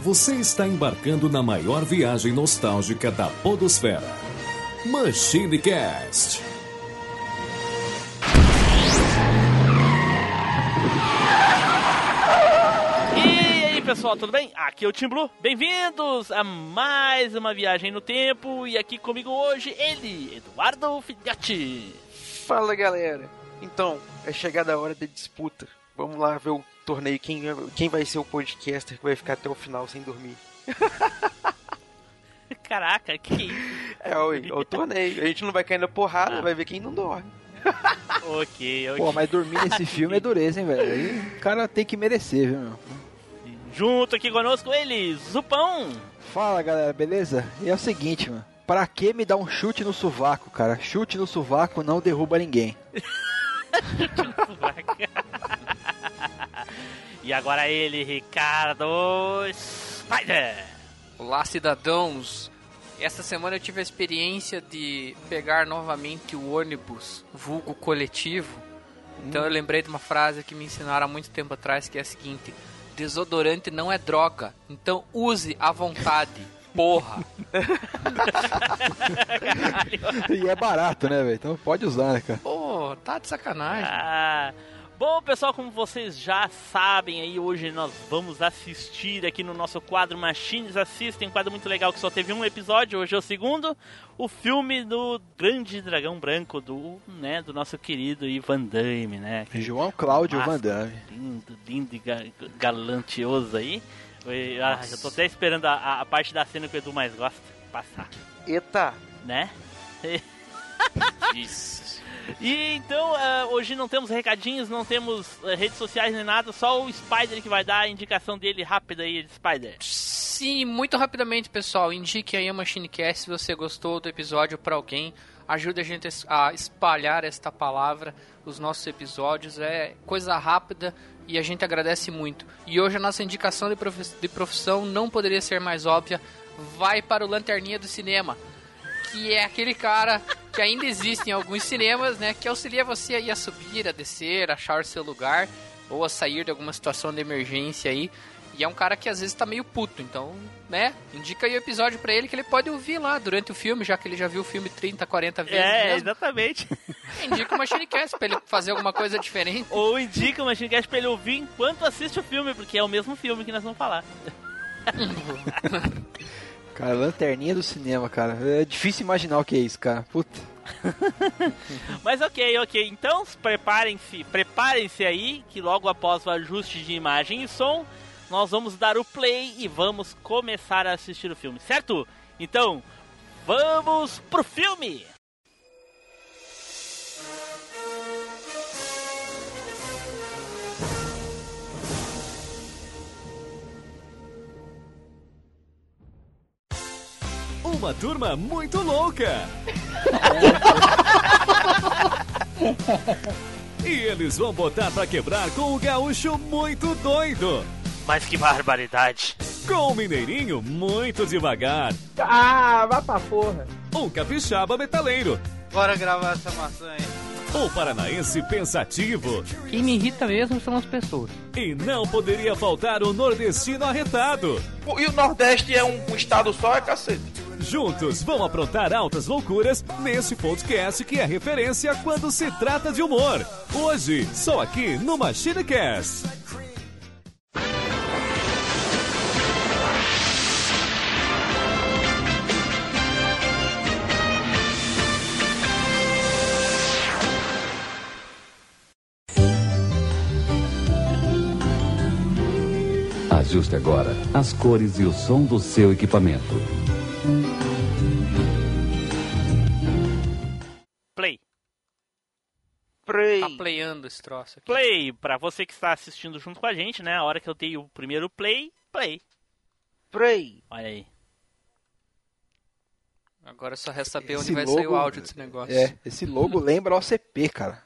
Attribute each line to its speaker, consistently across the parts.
Speaker 1: Você está embarcando na maior viagem nostálgica da Podosfera. Machine Cast.
Speaker 2: E aí pessoal, tudo bem? Aqui é o Tim Blue. Bem-vindos a mais uma viagem no tempo. E aqui comigo hoje, ele, Eduardo Filhote.
Speaker 3: Fala galera! Então, é chegada a hora da disputa. Vamos lá ver o torneio, quem, quem vai ser o podcaster que vai ficar até o final sem dormir.
Speaker 2: Caraca, que.
Speaker 3: É, o, é o torneio. A gente não vai cair na porrada, vai ver quem não dorme.
Speaker 2: Ah. ok, ok.
Speaker 4: Pô, mas dormir nesse filme é dureza, hein, velho? Aí o cara tem que merecer, viu, meu?
Speaker 2: Junto aqui conosco, ele, Zupão.
Speaker 4: Fala, galera, beleza? E é o seguinte, mano. Pra que me dar um chute no sovaco, cara? Chute no sovaco não derruba ninguém.
Speaker 2: e agora ele, Ricardo Spider.
Speaker 5: Olá, cidadãos! Essa semana eu tive a experiência de pegar novamente o ônibus vulgo coletivo. Então eu lembrei de uma frase que me ensinaram há muito tempo atrás, que é a seguinte: desodorante não é droga, então use à vontade. Porra!
Speaker 4: E é barato, né, velho? Então pode usar, né, cara?
Speaker 5: Pô, tá de sacanagem.
Speaker 2: Ah, bom, pessoal, como vocês já sabem, aí hoje nós vamos assistir aqui no nosso quadro Machines Assistem, um quadro muito legal que só teve um episódio, hoje é o segundo, o filme do Grande Dragão Branco do, né, do nosso querido Ivan Damme, né? Que
Speaker 4: João Cláudio
Speaker 2: Massa,
Speaker 4: Van Damme.
Speaker 2: Lindo, lindo e ga- galantioso aí. Eu, ah, eu tô até esperando a- a, a parte da cena que o Edu mais gosta passar,
Speaker 3: Eita!
Speaker 2: né?
Speaker 5: Isso.
Speaker 2: E então, eh, hoje não temos recadinhos, não temos eh, redes sociais nem nada, só o Spider que vai dar a indicação dele rápida aí, Spider.
Speaker 5: Sim, muito rapidamente, pessoal, indique aí a MachineCast se você gostou do episódio para alguém. Ajude a gente a es- a espalhar esta palavra, os nossos episódios. É coisa rápida e a gente agradece muito. E hoje a nossa indicação de, profi- de profissão não poderia ser mais óbvia. Vai para o Lanterninha do Cinema, que é aquele cara que ainda existe em alguns cinemas, né? Que auxilia você aí a subir, a descer, a achar o seu lugar ou a sair de alguma situação de emergência aí. E é um cara que às vezes tá meio puto, então, né? Indica aí o episódio pra ele que ele pode ouvir lá durante o filme, já que ele já viu o filme 30, 40 vezes
Speaker 2: É,
Speaker 5: mesmo.
Speaker 2: exatamente.
Speaker 5: Indica uma Shinecast pra ele fazer alguma coisa diferente.
Speaker 2: Ou indica o Machine Cast pra ele ouvir enquanto assiste o filme, porque é o mesmo filme que nós vamos falar.
Speaker 4: Cara, lanterninha do cinema, cara. É difícil imaginar o que é isso, cara. Puta.
Speaker 2: Mas ok, ok. Então preparem-se, preparem-se aí, que logo após o ajuste de imagem e som, nós vamos dar o play e vamos começar a assistir o filme, certo? Então, vamos pro filme!
Speaker 1: Uma turma muito louca. e eles vão botar pra quebrar com o gaúcho muito doido.
Speaker 2: Mas que barbaridade!
Speaker 1: Com o mineirinho muito devagar.
Speaker 6: Ah, vá pra porra.
Speaker 1: Um capixaba metaleiro.
Speaker 3: Bora gravar essa maçã aí.
Speaker 1: O paranaense pensativo.
Speaker 5: Quem me irrita mesmo são as pessoas.
Speaker 1: E não poderia faltar o nordestino arretado.
Speaker 6: E o Nordeste é um, um estado só, é cacete.
Speaker 1: Juntos vão aprontar altas loucuras nesse podcast que é referência quando se trata de humor. Hoje, só aqui no MachineCast.
Speaker 7: Ajuste agora as cores e o som do seu equipamento.
Speaker 2: Play!
Speaker 5: Tá playando esse troço aqui.
Speaker 2: Play! Pra você que está assistindo junto com a gente, né? A hora que eu dei o primeiro play, play!
Speaker 3: Prey!
Speaker 2: Olha aí.
Speaker 5: Agora só resta saber onde
Speaker 4: Esse
Speaker 5: vai sair o
Speaker 4: logo-
Speaker 5: áudio desse negócio.
Speaker 4: É, esse logo lembra OCP, cara.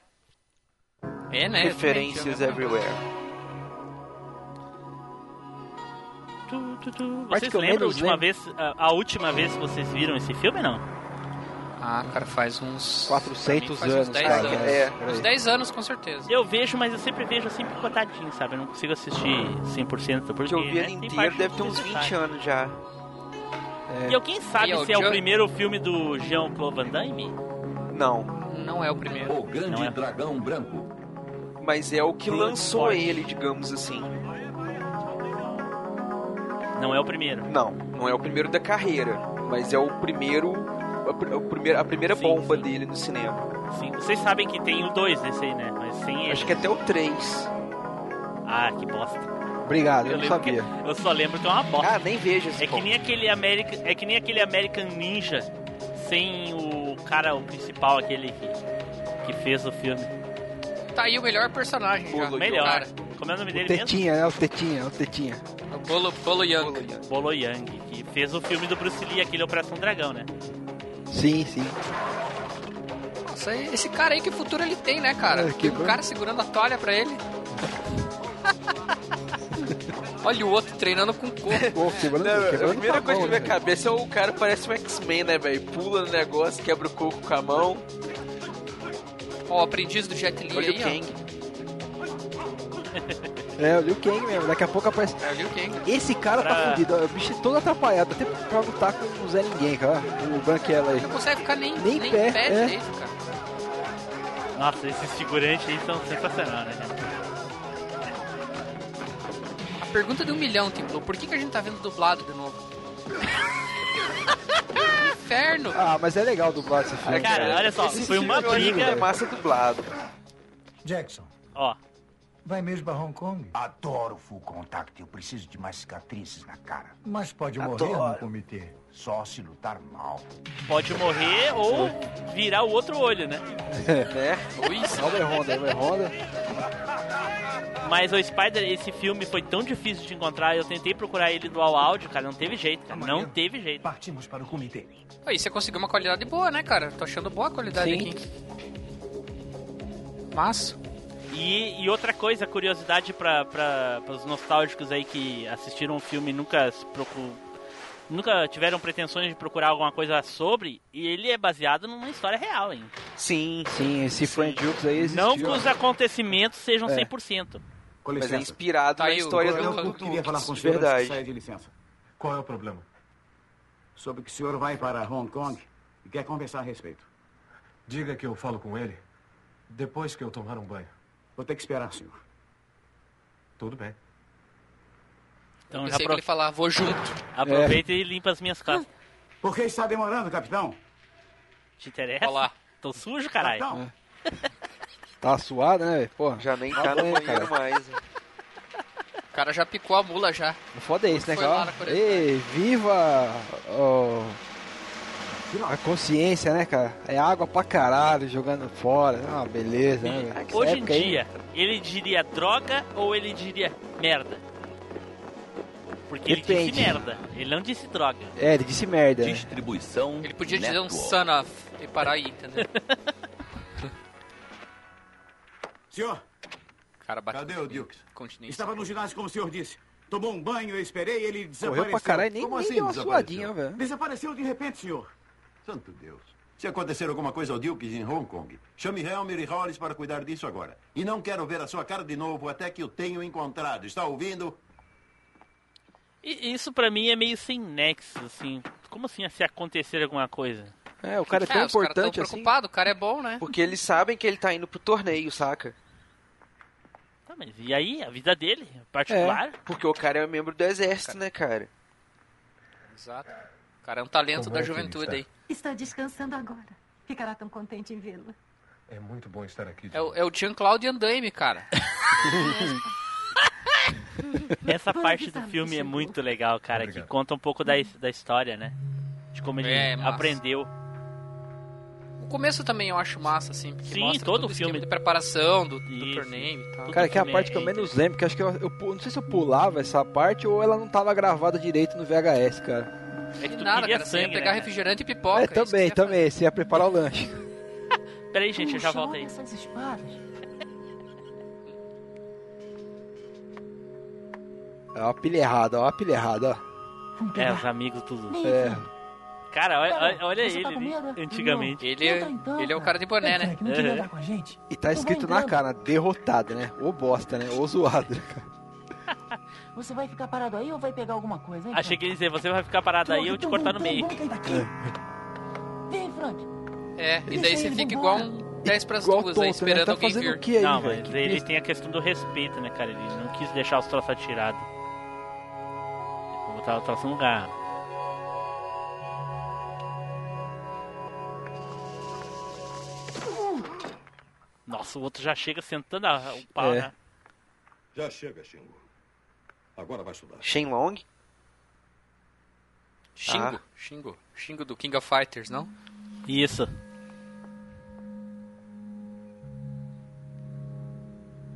Speaker 5: É, né?
Speaker 3: Referências
Speaker 5: Realmente, é uma-
Speaker 3: everywhere.
Speaker 2: Tu, tu, tu.
Speaker 4: Parte
Speaker 2: Vocês
Speaker 4: que eu
Speaker 2: lembram a
Speaker 4: menos
Speaker 2: última,
Speaker 4: lembro. né?
Speaker 2: vez, a, a última vez que vocês viram esse filme, não?
Speaker 5: Ah, cara, faz uns.
Speaker 4: 400
Speaker 5: faz
Speaker 4: anos,
Speaker 5: Uns 10
Speaker 4: cara.
Speaker 5: anos.
Speaker 4: É,
Speaker 5: Uns
Speaker 4: peraí.
Speaker 5: 10 anos, com certeza.
Speaker 2: Eu vejo, mas eu sempre vejo assim picotadinho, sabe? Eu não consigo assistir 100% porque
Speaker 3: Que eu vi
Speaker 2: né,
Speaker 3: ela
Speaker 2: tem
Speaker 3: inteira
Speaker 2: parte
Speaker 3: deve ter
Speaker 2: que
Speaker 3: uns
Speaker 2: você
Speaker 3: 20
Speaker 2: sabe.
Speaker 3: anos já.
Speaker 2: E eu, quem sabe
Speaker 5: E é o
Speaker 2: se é o
Speaker 5: Jean-
Speaker 2: primeiro filme do Jean-Claude Van Damme?
Speaker 3: Não.
Speaker 5: Não é o primeiro.
Speaker 7: O grande
Speaker 2: Não é.
Speaker 7: dragão branco.
Speaker 3: Mas é o que
Speaker 2: Blood
Speaker 3: lançou
Speaker 2: Sport.
Speaker 3: ele, digamos assim.
Speaker 2: Não é o primeiro.
Speaker 3: Não, não é o primeiro da carreira, mas é o primeiro. A, pr- o primeiro- a primeira
Speaker 2: Sim,
Speaker 3: bomba
Speaker 2: sim.
Speaker 3: dele no cinema.
Speaker 2: Sim, vocês sabem que tem o 2 desse aí, né? Mas sem ele.
Speaker 3: Acho que até o 3.
Speaker 2: Ah, que bosta.
Speaker 4: Obrigado, eu, não
Speaker 2: lembro
Speaker 4: sabia.
Speaker 2: que- eu só lembro que é uma bosta.
Speaker 3: Ah, nem vejo esse
Speaker 2: É que
Speaker 3: ponto.
Speaker 2: nem aquele American, é que nem aquele American Ninja sem o cara o principal aquele que, que fez o filme.
Speaker 5: Tá aí o melhor personagem já.
Speaker 3: Bolo
Speaker 2: Melhor.
Speaker 5: Cara,
Speaker 2: Como é o nome
Speaker 4: O
Speaker 2: dele mesmo?
Speaker 4: Tetinha, né? O Tetinha, o Tetinha.
Speaker 5: o Bolo, Bolo Young.
Speaker 2: Bolo Yang, que fez o filme do Bruce Lee, aquele Operação Dragão, né?
Speaker 4: Sim, sim.
Speaker 5: Nossa, esse cara aí, que futuro ele tem, né, cara?
Speaker 4: É, que
Speaker 5: o cara segurando a toalha pra ele. Olha o outro treinando com coco.
Speaker 4: Pô, quebrando,
Speaker 3: Não,
Speaker 4: quebrando
Speaker 3: a primeira
Speaker 4: com
Speaker 3: coisa que
Speaker 4: mão,
Speaker 3: vem
Speaker 4: né?
Speaker 3: na cabeça é o cara parece um X-Men, né, velho? Pula no negócio, quebra o coco com a mão.
Speaker 5: Ó, o aprendiz do Jet Li
Speaker 3: Olha o
Speaker 5: aí, ó.
Speaker 3: Kang.
Speaker 4: É, o Liu Kang mesmo. Daqui a pouco aparece...
Speaker 5: É o Liu Kang.
Speaker 4: Esse cara
Speaker 2: Pra-
Speaker 4: tá fudido. ó, O bicho é todo atrapalhado. Até pra lutar com o Zé Ninguém, cara. O Branquela aí.
Speaker 5: Ele não consegue ficar nem,
Speaker 4: Nem
Speaker 5: nem,
Speaker 4: em pé,
Speaker 5: pé,
Speaker 4: é.
Speaker 5: direito, cara.
Speaker 2: Nossa, esses figurantes aí são sensacionais, né? cara?
Speaker 5: A pergunta de um milhão, Timblu, por que, que a gente tá vendo dublado de novo? Inferno!
Speaker 4: Ah, mas é legal dublar esse filme. É.
Speaker 2: Cara, olha só,
Speaker 3: Esse
Speaker 2: foi uma
Speaker 3: filme eu acho que É
Speaker 2: briga.
Speaker 3: massa dublado.
Speaker 8: Jackson,
Speaker 2: Ó,
Speaker 8: vai mesmo pra Hong Kong?
Speaker 9: Adoro full contact. Eu preciso de mais cicatrizes na cara.
Speaker 8: Mas pode
Speaker 9: Adoro.
Speaker 8: morrer no comitê.
Speaker 9: Só se lutar mal.
Speaker 2: pode morrer ou virar o outro olho, né?
Speaker 4: É.
Speaker 3: Né?
Speaker 5: Luiz,
Speaker 4: Albert Honda, Albert Honda.
Speaker 2: Mas o Spider, esse filme foi tão difícil de encontrar, eu tentei procurar ele dual áudio, cara, não teve jeito, cara, não teve jeito.
Speaker 8: Partimos para o comitê.
Speaker 5: aí você conseguiu uma qualidade boa, né, cara? Tô achando boa a qualidade
Speaker 3: Sim.
Speaker 5: aqui. Mas,
Speaker 2: E, e outra coisa, curiosidade para os nostálgicos aí que assistiram o filme e nunca se procu- Nunca tiveram pretensões de procurar alguma coisa sobre, e ele é baseado numa história real, hein?
Speaker 3: Sim,
Speaker 4: Sim, esse Frank Jukes aí existiu.
Speaker 2: Não que os acontecimentos sejam
Speaker 4: É.
Speaker 2: 100%.
Speaker 8: Com
Speaker 3: mas é inspirado
Speaker 5: Tá
Speaker 3: na
Speaker 5: aí o
Speaker 3: história
Speaker 5: Coronel
Speaker 3: do, do,
Speaker 5: Cook
Speaker 3: do,
Speaker 9: queria falar com o senhor antes que
Speaker 3: Verdade.
Speaker 9: saia de licença.
Speaker 8: Qual é o problema?
Speaker 9: Soube que o senhor vai para Hong Kong e quer conversar a respeito.
Speaker 8: Diga que eu falo com ele depois que eu tomar um banho.
Speaker 9: Vou ter que esperar, senhor.
Speaker 8: Tudo bem.
Speaker 2: Então já
Speaker 5: pensei que
Speaker 2: apro-
Speaker 5: ele falar, vou junto.
Speaker 2: aproveita e limpa as minhas costas.
Speaker 4: Ah.
Speaker 9: Por que está demorando, capitão?
Speaker 2: Te interessa?
Speaker 5: Olha lá.
Speaker 2: Tô sujo, caralho.
Speaker 9: Capitão,
Speaker 4: Tá suado, né, velho? Porra.
Speaker 3: Já nem tá no
Speaker 4: Olha,
Speaker 3: banheiro mais. né?
Speaker 5: O cara já picou a mula já.
Speaker 4: O Foda é isso, né,
Speaker 5: Foi lá
Speaker 4: cara?
Speaker 5: na Coreia.
Speaker 4: Ei, viva ó, a consciência, né, cara? É água pra caralho jogando fora. É uma beleza, né? velho? Essa
Speaker 2: Hoje em
Speaker 4: época aí,
Speaker 2: dia, ele diria droga ou ele diria merda? Porque ele
Speaker 4: Depende.
Speaker 2: disse merda, ele não disse droga.
Speaker 4: É, ele disse merda. né?
Speaker 7: Distribuição.
Speaker 5: Ele podia
Speaker 2: Né?
Speaker 5: dizer um
Speaker 7: network.
Speaker 5: son of e parar aí, entendeu?
Speaker 9: senhor,
Speaker 5: Cara, bateu.
Speaker 9: cadê o Dukes?
Speaker 5: Continente.
Speaker 9: Estava no ginásio, como o senhor disse. Tomou um banho, eu esperei e ele desapareceu.
Speaker 4: Correu pra caralho, nem,
Speaker 9: como
Speaker 4: nem
Speaker 9: assim
Speaker 4: deu uma
Speaker 9: desapareceu?
Speaker 4: suadinha, velho.
Speaker 9: Desapareceu de repente, senhor.
Speaker 8: Santo Deus. Se acontecer alguma coisa ao Dilkes em Hong Kong, chame Helmer e Hollis para cuidar disso agora. E não quero ver a sua cara de novo até que o tenho encontrado. Está ouvindo?
Speaker 2: E isso pra mim é meio sem nexo, assim. Como assim se acontecer alguma coisa?
Speaker 4: É, o cara é
Speaker 5: Ah,
Speaker 4: tão
Speaker 5: os caras tão
Speaker 4: importante assim.
Speaker 5: preocupados, o cara é bom, né?
Speaker 3: Porque eles sabem que ele tá indo pro torneio, saca?
Speaker 2: Tá, mas e aí, a vida dele, particular?
Speaker 3: Porque o cara é membro do exército, né, cara?
Speaker 5: Exato. O cara é um talento
Speaker 8: Como
Speaker 5: da
Speaker 8: é que ele
Speaker 5: juventude
Speaker 8: está?
Speaker 5: aí.
Speaker 10: Está descansando agora. Ficará tão contente em vê-lo.
Speaker 8: É muito bom estar aqui.
Speaker 5: É o, é o Jean-Claude Van Damme, cara.
Speaker 2: Essa parte do filme é muito legal, cara,
Speaker 8: Obrigado.
Speaker 2: que conta um pouco da, da história, né? De como ele
Speaker 5: É, massa.
Speaker 2: aprendeu.
Speaker 5: O começo também eu acho massa, assim, porque
Speaker 2: Sim,
Speaker 5: mostra
Speaker 2: todo
Speaker 5: todo o esquema
Speaker 2: filme.
Speaker 5: de preparação do, do
Speaker 2: Isso.
Speaker 5: torneio e tal.
Speaker 2: Tudo
Speaker 4: Cara, que é a
Speaker 2: filme
Speaker 4: parte
Speaker 2: é
Speaker 4: que eu
Speaker 2: entre-
Speaker 4: menos lembro, que acho que eu, eu pu- não sei se eu pulava essa parte ou ela não tava gravada direito no VHS, cara.
Speaker 2: É que tu
Speaker 5: Nada,
Speaker 2: queria
Speaker 5: cara, você ia
Speaker 2: sangue,
Speaker 5: pegar
Speaker 2: né?
Speaker 5: refrigerante e pipoca.
Speaker 4: é,
Speaker 5: isso que
Speaker 4: também,
Speaker 5: você ia
Speaker 4: também. Você ia preparar o lanche.
Speaker 2: Peraí, gente, eu já volto aí.
Speaker 10: Essas
Speaker 11: tipo-
Speaker 10: espadas.
Speaker 4: Ó, a pilha errada, ó, a pilha errada, ó.
Speaker 10: Vamos
Speaker 2: É,
Speaker 10: pegar.
Speaker 2: os amigos tudo.
Speaker 10: Nathan,
Speaker 4: É.
Speaker 2: Cara, olha,
Speaker 11: Cara,
Speaker 2: olha- olha
Speaker 11: você
Speaker 2: ele,
Speaker 11: tá com medo?
Speaker 2: ele antigamente.
Speaker 5: Ele,
Speaker 11: Então,
Speaker 5: ele é o cara de boné, né?
Speaker 11: Não queria andar com a gente? Então
Speaker 4: E tá escrito na cara, derrotado, né? Ô bosta, né? Ô zoado.
Speaker 11: Você vai ficar parado aí ou vai pegar alguma coisa, hein?
Speaker 2: Ah, Achei que ele ia dizer, você vai ficar parado aí e eu te cortar no meio.
Speaker 11: Frank? Vem, Frank.
Speaker 5: É, e daí você fica igual um 10 pras
Speaker 4: Igual
Speaker 5: duas
Speaker 4: tonto,
Speaker 5: aí
Speaker 4: né?
Speaker 5: esperando
Speaker 4: Tá
Speaker 5: alguém
Speaker 4: fazendo
Speaker 5: vir.
Speaker 4: o quê aí,
Speaker 2: não,
Speaker 4: velho?
Speaker 2: mas
Speaker 4: Que
Speaker 2: ele
Speaker 4: besta.
Speaker 2: tem a questão do respeito, né, cara? Ele não quis deixar os troços atirados. Ele Vou botar o troço no lugar.
Speaker 11: Uh!
Speaker 2: Nossa, o outro já chega sentando a- o pau,
Speaker 3: É.
Speaker 2: né?
Speaker 8: Já chega, Xingu. Agora vai estudar.
Speaker 3: Shenlong?
Speaker 5: Xingo,
Speaker 3: Ah.
Speaker 5: xingo, xingo do King of Fighters, não?
Speaker 2: Isso.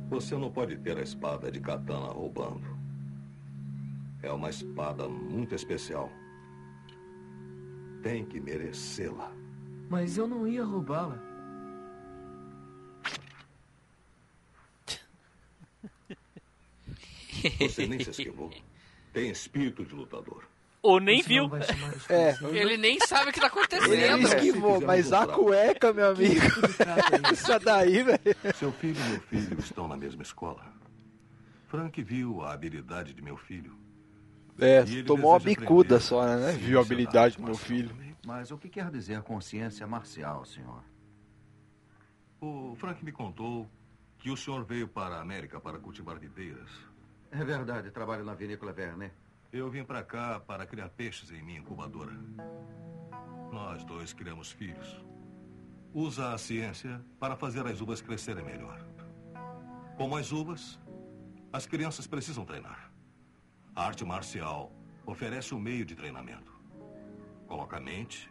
Speaker 12: Você não pode ter a espada de katana roubando. É uma espada muito especial. Tem que merecê-la.
Speaker 11: Mas eu não ia roubá-la.
Speaker 12: Você nem se esquivou. Tem espírito de lutador.
Speaker 2: Ou nem viu.
Speaker 4: É.
Speaker 5: Ele nem sabe o que tá acontecendo.
Speaker 4: Ele esquivou, mas
Speaker 12: um
Speaker 4: a cueca, meu amigo.
Speaker 11: um
Speaker 4: Essa daí, né? velho.
Speaker 12: Seu filho e meu filho estão na mesma escola. Frank viu a habilidade de meu filho.
Speaker 4: É,
Speaker 12: E ele
Speaker 4: tomou uma
Speaker 12: deseja
Speaker 4: bicuda
Speaker 12: aprender.
Speaker 4: só, né?
Speaker 12: Sim,
Speaker 4: Viu a habilidade do meu filho.
Speaker 9: Mas o que quer dizer consciência marcial, senhor?
Speaker 12: O Frank me contou que o senhor veio para a América para cultivar videiras.
Speaker 9: É verdade, trabalho na vinícola Vernet.
Speaker 12: Eu vim para cá para criar peixes em minha incubadora. Nós dois criamos filhos. Usa a ciência para fazer as uvas crescerem melhor. Como as uvas, as crianças precisam treinar. A arte marcial oferece um meio de treinamento. Coloca a mente,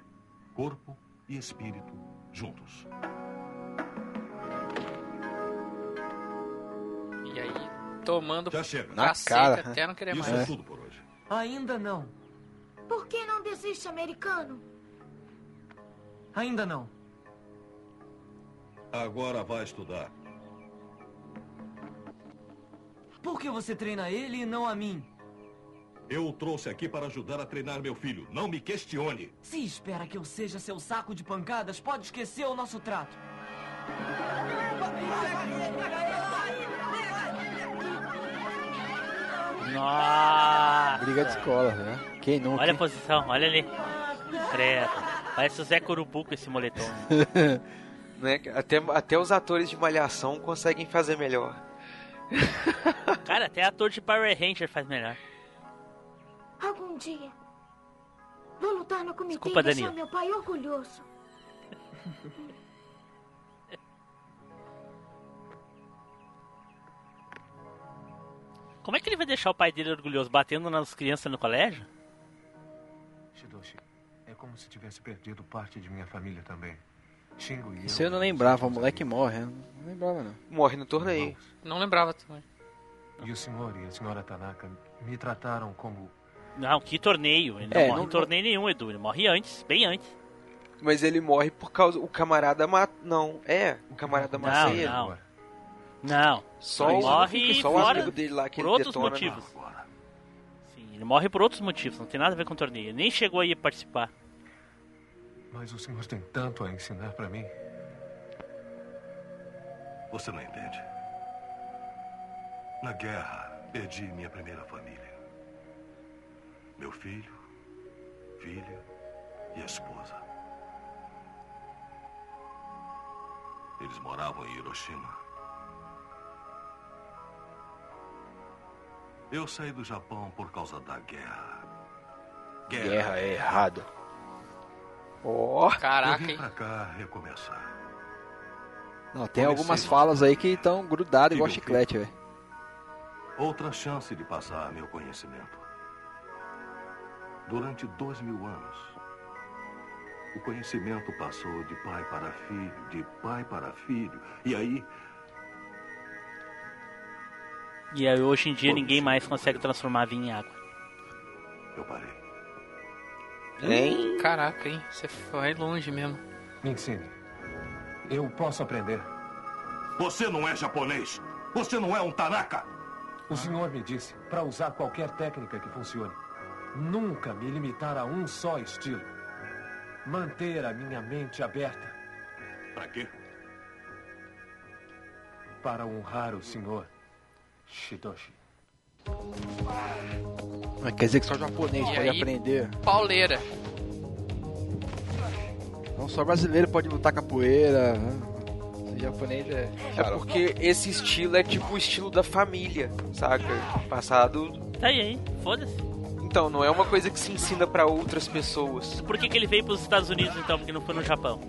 Speaker 12: corpo e espírito juntos.
Speaker 5: E aí, tomando
Speaker 12: Já chega.
Speaker 5: Na cacete cara, até né? não querer
Speaker 12: Isso
Speaker 5: mais.
Speaker 12: é tudo por hoje.
Speaker 11: Ainda não.
Speaker 13: Por que não desiste, americano?
Speaker 11: Ainda não.
Speaker 12: Agora vai estudar.
Speaker 11: Por que você treina ele e não a mim?
Speaker 12: Eu o trouxe aqui para ajudar a treinar meu filho. Não me questione.
Speaker 11: Se espera que eu seja seu saco de pancadas, pode esquecer o nosso trato.
Speaker 2: Nossa.
Speaker 4: Briga de escola, né? Quem
Speaker 3: Ah,
Speaker 4: nunca?
Speaker 2: Olha a posição, olha ali. Credo. Parece o Zé Corubu com esse moletom.
Speaker 3: Né? Até, até os atores de Malhação conseguem fazer melhor.
Speaker 2: Cara, até ator de Power Ranger faz melhor.
Speaker 13: Algum dia. Vou lutar no comitê
Speaker 2: Desculpa,
Speaker 13: e deixar
Speaker 2: Danilo.
Speaker 13: meu pai orgulhoso.
Speaker 2: Como é que ele vai deixar o pai dele orgulhoso batendo nas crianças no colégio?
Speaker 14: Shidoshi, é como se tivesse perdido parte de minha família também. Shingo e
Speaker 4: Isso eu não lembrava, o moleque morre, né? Não lembrava, não.
Speaker 3: Morre no torneio.
Speaker 5: Não lembrava também.
Speaker 14: E o senhor e a senhora Tanaka me trataram como...
Speaker 2: Não, que torneio. Ele não
Speaker 3: É,
Speaker 2: morre
Speaker 3: não-
Speaker 2: em torneio nenhum, Edu. Ele morre antes, bem antes.
Speaker 3: Mas ele morre por causa. O camarada mata. Não, é. O camarada mata
Speaker 2: Não,
Speaker 3: ele.
Speaker 2: não. Não.
Speaker 3: Só
Speaker 2: ele
Speaker 3: o-
Speaker 2: morre
Speaker 3: só o
Speaker 2: fora
Speaker 3: amigo dele lá que
Speaker 2: por
Speaker 3: ele
Speaker 2: outros
Speaker 3: detona,
Speaker 2: motivos. Sim, ele morre por outros motivos. Não tem nada a ver com o torneio. Ele nem chegou aí a participar.
Speaker 14: Mas o senhor tem tanto a ensinar pra mim.
Speaker 12: Você não entende. Na guerra, perdi minha primeira família. Meu filho, filha e esposa. Eles moravam em Hiroshima. Eu saí do Japão por causa da guerra.
Speaker 4: Guerra é errado.
Speaker 3: Ó,
Speaker 12: Eu vim pra cá recomeçar.
Speaker 4: Não, tem algumas falas aí que estão grudadas igual chiclete, velho.
Speaker 12: Outra chance de passar meu conhecimento. Durante dois mil anos, o conhecimento passou de pai para filho, de pai para filho. E aí,
Speaker 2: E aí, hoje em dia ninguém mais consegue transformar vinho em água.
Speaker 12: Eu parei.
Speaker 3: Hein?
Speaker 5: Caraca, hein? Você foi longe mesmo.
Speaker 14: Me ensine. Eu posso aprender.
Speaker 12: Você não é japonês. Você não é um Tanaka.
Speaker 14: O senhor me disse pra usar qualquer técnica que funcione. Nunca me limitar a um só estilo. Manter a minha mente aberta
Speaker 12: Para quê?
Speaker 14: para honrar o senhor Shidoshi.
Speaker 4: Ah, Quer dizer que só japonês
Speaker 5: E
Speaker 4: pode
Speaker 5: aí?
Speaker 4: aprender.
Speaker 5: Pauleira.
Speaker 4: Não só brasileiro pode lutar capoeira. né? Esse japonês é.
Speaker 3: É porque esse estilo é tipo o estilo da família, saca? Passado.
Speaker 2: Tá aí, hein? Foda-se.
Speaker 3: Então, não é uma coisa que se ensina pra outras pessoas.
Speaker 2: Por que, que ele veio pros Estados Unidos então, porque não foi no Japão?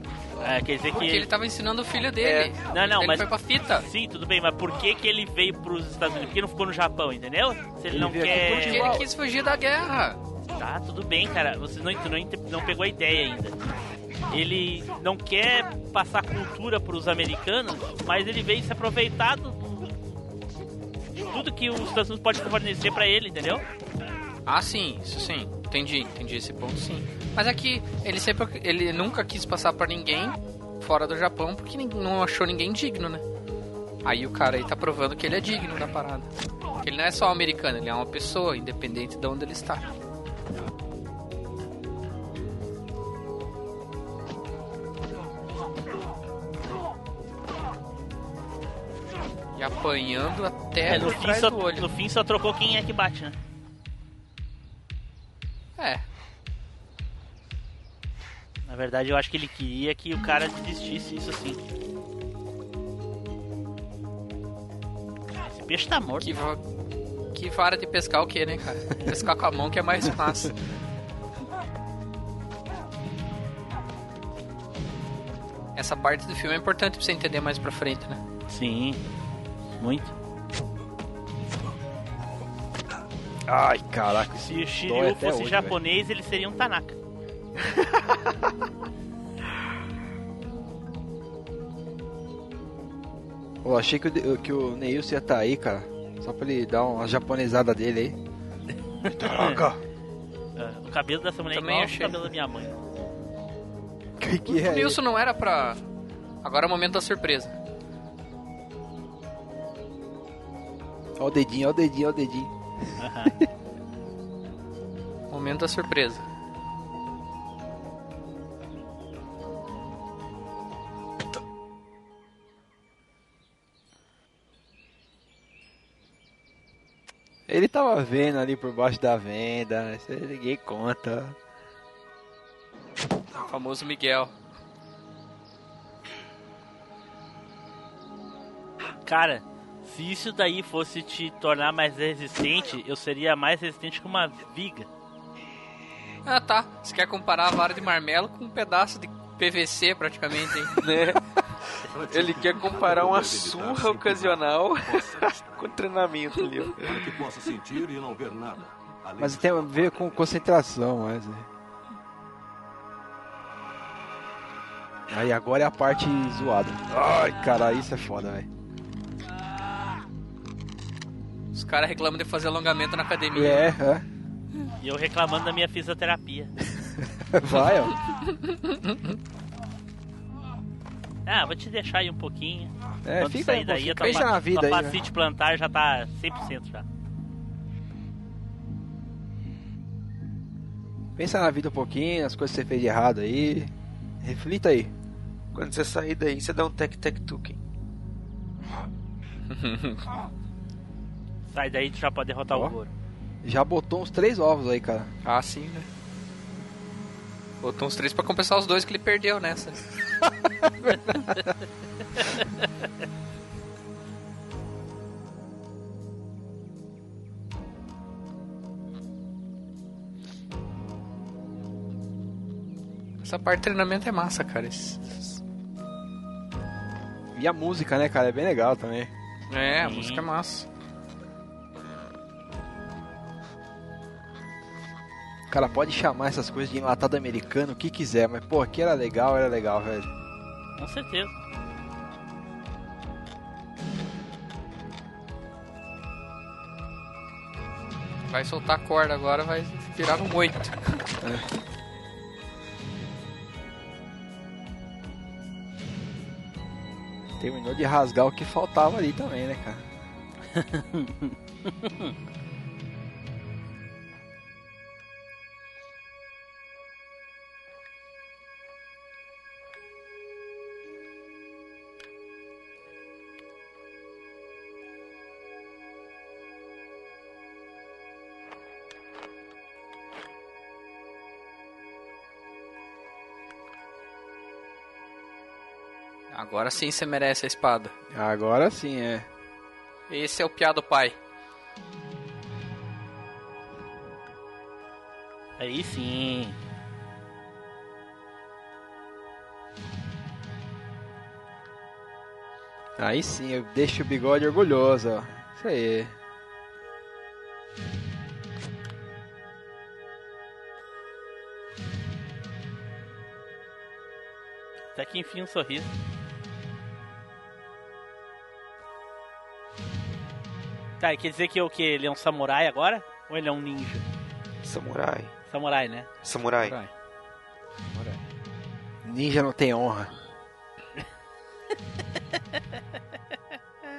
Speaker 2: É, quer dizer que.
Speaker 5: Porque ele tava ensinando o filho dele.
Speaker 2: É. Não, não,
Speaker 5: ele
Speaker 2: mas.
Speaker 5: foi pra fita.
Speaker 2: Sim, tudo bem, mas por que, que ele veio pros Estados Unidos? Por que não ficou no Japão, entendeu? Se ele,
Speaker 5: Ele
Speaker 2: não
Speaker 5: veio aqui
Speaker 2: quer.
Speaker 5: pro Porque ele quis fugir da guerra.
Speaker 2: Tá, tudo bem, cara. Você não, tu não, ente- não pegou a ideia ainda. Ele não quer passar cultura pros americanos, mas ele veio se aproveitar do- do- de tudo que os Estados Unidos pode fornecer pra ele, entendeu?
Speaker 5: Ah, sim, isso sim. Entendi, entendi esse ponto sim. Mas aqui ele sempre ele nunca quis passar pra ninguém fora do Japão porque nin- não achou ninguém digno, né? Aí o cara aí tá provando que ele é digno da parada. Que ele não é só americano, ele é uma pessoa independente de onde ele está. E apanhando até
Speaker 2: É, no,
Speaker 5: por
Speaker 2: fim
Speaker 5: trás
Speaker 2: só,
Speaker 5: do olho.
Speaker 2: no fim só trocou quem é que bate, né?
Speaker 5: É.
Speaker 2: Na verdade, eu acho que ele queria que o cara desistisse isso assim. Esse peixe tá morto.
Speaker 5: Que, va- que vara de pescar o quê, né, cara? Pescar com a mão que é mais fácil. Essa parte do filme é importante pra você entender mais pra frente, né?
Speaker 2: Sim, muito.
Speaker 4: Ai, caraca.
Speaker 2: Se o
Speaker 4: dói
Speaker 2: Shiryu
Speaker 4: até
Speaker 2: fosse
Speaker 4: hoje,
Speaker 2: japonês, ele seria um Tanaka.
Speaker 4: velho. Eu achei que o, de- que o Neilson ia tá aí, cara. Só pra ele dar uma japonesada dele aí. Caraca!
Speaker 2: É, O cabelo dessa mulher
Speaker 5: Também
Speaker 2: é igual
Speaker 5: achei.
Speaker 2: o cabelo da minha mãe.
Speaker 4: Que que
Speaker 5: o Nilson não era pra. Agora é o momento da surpresa.
Speaker 4: Ó o dedinho, ó o dedinho, ó o dedinho.
Speaker 5: Momento da surpresa.
Speaker 4: Ele tava vendo ali por baixo da venda, isso aí ninguém conta.
Speaker 5: O famoso Miguel.
Speaker 2: Cara, se isso daí fosse te tornar mais resistente, eu seria mais resistente que uma viga.
Speaker 5: Ah tá. Você quer comparar a vara de marmelo com um pedaço de PVC praticamente, hein?
Speaker 3: Né? Ele quer comparar uma surra ocasional Oh, com treinamento ali, ó.
Speaker 12: Para que possa sentir e não ver nada. Além
Speaker 4: Mas tem a ver com concentração, mas. né? Aí agora é a parte zoada. Ai, cara, isso é foda, velho.
Speaker 5: Os caras reclamam de fazer alongamento na academia.
Speaker 4: É, é.
Speaker 2: E eu reclamando da minha fisioterapia.
Speaker 4: Vai, ó.
Speaker 2: Ah, vou te deixar aí um pouquinho.
Speaker 4: É,
Speaker 2: Quando
Speaker 4: fica
Speaker 2: sair
Speaker 4: aí,
Speaker 2: daí,
Speaker 4: fica.
Speaker 2: a tua,
Speaker 4: Pensa
Speaker 2: fa-
Speaker 4: na vida
Speaker 2: tua
Speaker 4: aí, né?
Speaker 2: facite plantar já tá 100% já.
Speaker 4: Pensa na vida um pouquinho, as coisas que você fez de errado aí. Reflita aí.
Speaker 3: Quando você sair daí, você dá um tec-tec-tuque.
Speaker 2: Sai daí, tu já pode derrotar
Speaker 4: Ó.
Speaker 2: o Goro.
Speaker 4: Já botou uns três ovos aí, cara.
Speaker 5: Ah, sim, né? Botou uns três pra compensar os dois que ele perdeu nessa. Essa parte de treinamento é massa, cara. Esses-
Speaker 4: E a música, né, cara? É bem legal também.
Speaker 5: É, a
Speaker 4: Sim.
Speaker 5: música é massa.
Speaker 4: Cara, pode chamar essas coisas de enlatado americano, o que quiser, mas pô, aqui era legal, era legal, velho.
Speaker 2: Com certeza.
Speaker 5: Vai soltar a corda agora, vai virar um no moito.
Speaker 4: Terminou de rasgar o que faltava ali também, né, cara?
Speaker 5: Agora sim você merece a espada.
Speaker 4: Agora sim, é.
Speaker 5: Esse é o piado pai.
Speaker 2: Aí sim.
Speaker 4: Aí sim, eu deixo o bigode orgulhoso, ó. Isso aí.
Speaker 2: Até que enfim um sorriso. Tá, e quer dizer que é o que? Ele é um samurai agora? Ou ele é um ninja?
Speaker 3: Samurai.
Speaker 2: Samurai, né?
Speaker 3: Samurai.
Speaker 4: Ninja não tem honra. É.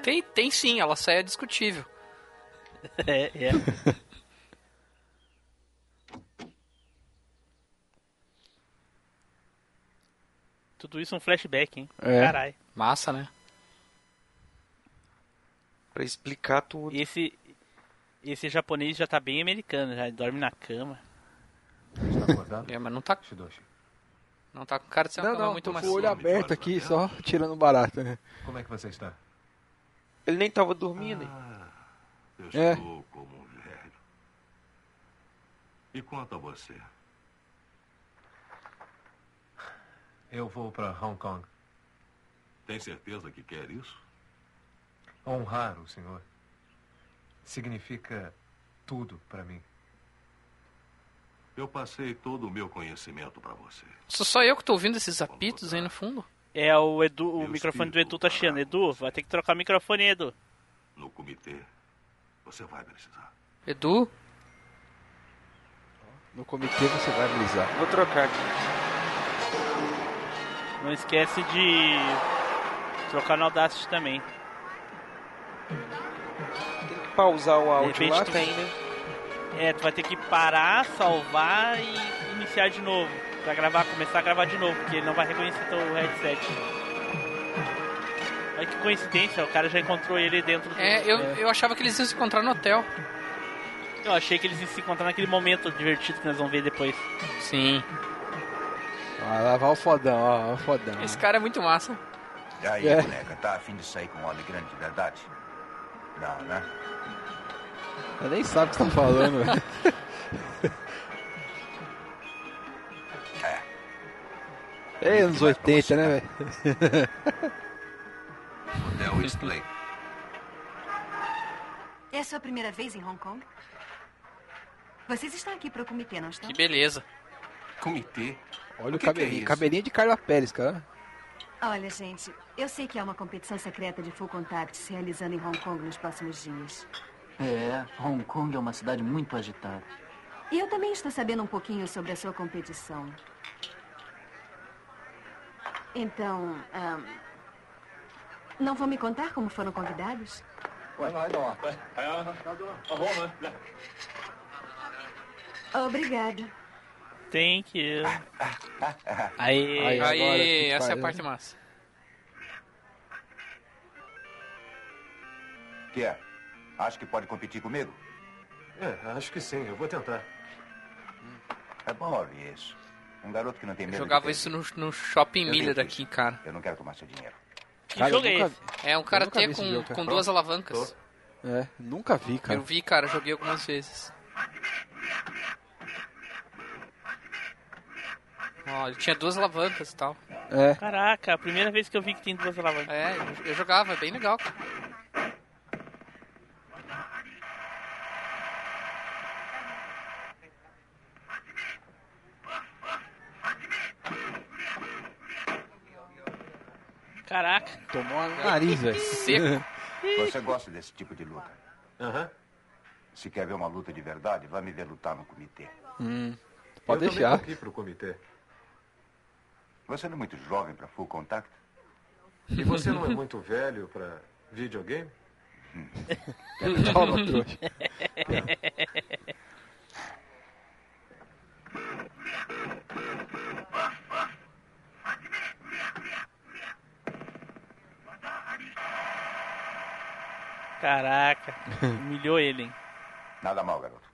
Speaker 5: Tem, tem sim, ela sai é discutível.
Speaker 2: É, é. Tudo isso é um flashback, hein?
Speaker 5: É.
Speaker 2: Caralho.
Speaker 5: Massa, né?
Speaker 3: Pra explicar tudo.
Speaker 2: E esse, esse japonês já tá bem americano, já dorme na cama.
Speaker 5: É, mas não tá.
Speaker 12: um
Speaker 5: Não tá com cara de ser uma
Speaker 4: Não,
Speaker 5: cama
Speaker 4: não,
Speaker 5: muito
Speaker 4: tô
Speaker 5: mais
Speaker 4: com o olho aberto aqui, só tirando barato, né?
Speaker 14: Como é que você está? Ah,
Speaker 3: Ele nem tava dormindo.
Speaker 4: É.
Speaker 12: Sou como um velho. E quanto a você?
Speaker 14: Eu vou para Hong Kong
Speaker 12: Tem certeza que quer isso?
Speaker 14: honrar o senhor. Significa tudo para mim.
Speaker 12: Eu passei todo o meu conhecimento para você.
Speaker 5: Sou só eu que tô ouvindo esses apitos aí no fundo?
Speaker 2: É o Edu, o microfone do Edu tá chiando. Edu, vai ter que trocar o microfone, Edu.
Speaker 12: No comitê, você vai precisar.
Speaker 5: Edu?
Speaker 4: No comitê você vai brisar.
Speaker 3: Vou trocar aqui.
Speaker 2: Não esquece de trocar no Audacity também.
Speaker 3: Pausar o
Speaker 2: De
Speaker 3: áudio
Speaker 2: repente
Speaker 3: lá
Speaker 2: tu-
Speaker 3: tem, né?
Speaker 2: É, tu vai ter que parar, salvar e iniciar de novo. Pra gravar, começar a gravar de novo, porque ele não vai reconhecer teu headset. Olha que coincidência, o cara já encontrou ele dentro do.
Speaker 5: É, eu, eu achava que eles iam se encontrar no hotel.
Speaker 2: Eu achei que eles iam se encontrar naquele momento divertido que nós vamos ver depois.
Speaker 5: Sim.
Speaker 4: Ah, lá vai o fodão, ó, ó o fodão.
Speaker 5: Esse cara é muito massa.
Speaker 15: E aí,
Speaker 4: É.
Speaker 15: boneca, tá afim de sair com um homem grande de verdade? Não, né?
Speaker 4: Eu nem sabe o que você tá falando, velho. É anos 80, né, velho?
Speaker 15: Hotel Westlake.
Speaker 10: É a sua primeira vez em Hong Kong? Vocês estão aqui para o comitê, não estão?
Speaker 5: Que beleza.
Speaker 12: Comitê.
Speaker 4: Olha o,
Speaker 10: que
Speaker 4: cabelinho.
Speaker 10: que é isso?
Speaker 4: cabelinho de Carla Pérez, cara.
Speaker 10: Olha, gente, eu sei que há uma competição secreta de full contact se realizando em Hong Kong nos próximos dias.
Speaker 16: É, Hong Kong é uma cidade muito agitada.
Speaker 10: E eu também estou sabendo um pouquinho sobre a sua competição. Então, ahn, não vão me contar como foram convidados? Obrigada.
Speaker 2: Thank you. Aí,
Speaker 5: Aí, essa é a parte massa.
Speaker 2: mais.
Speaker 15: Que é? Acho que pode competir comigo?
Speaker 14: É, acho que sim, eu vou tentar.
Speaker 15: É bom ouvir isso. Um garoto que não tem
Speaker 5: Eu
Speaker 15: medo
Speaker 5: jogava
Speaker 15: de
Speaker 5: isso no, no shopping
Speaker 15: Eu
Speaker 5: milha
Speaker 15: dei
Speaker 5: daqui, cara.
Speaker 15: perder. Eu não quero tomar seu dinheiro.
Speaker 5: Que
Speaker 4: Cara, eu
Speaker 5: jogo é
Speaker 4: nunca
Speaker 5: esse? É um karatê
Speaker 4: vi esse
Speaker 5: com,
Speaker 4: jogo, cara.
Speaker 5: com duas alavancas.
Speaker 4: É, nunca vi, cara.
Speaker 5: Eu vi, cara, joguei algumas vezes. Ó, ele tinha duas alavancas e tal.
Speaker 4: É.
Speaker 2: Caraca, a primeira vez que eu vi que tem duas alavancas.
Speaker 5: É, eu jogava, é bem legal. cara.
Speaker 2: Caraca.
Speaker 4: Tomou a nariz, velho.
Speaker 15: Você gosta desse tipo de luta?
Speaker 14: Aham.
Speaker 15: Se quer ver uma luta de verdade, vai me ver lutar no comitê.
Speaker 4: Hum,
Speaker 15: pode deixar.
Speaker 14: Aqui pro comitê.
Speaker 15: Você não é muito jovem para full contact?
Speaker 14: E você não é muito velho pra videogame?
Speaker 15: Toma, trouxa.
Speaker 2: Caraca, humilhou ele, hein?
Speaker 15: Nada mal, garoto.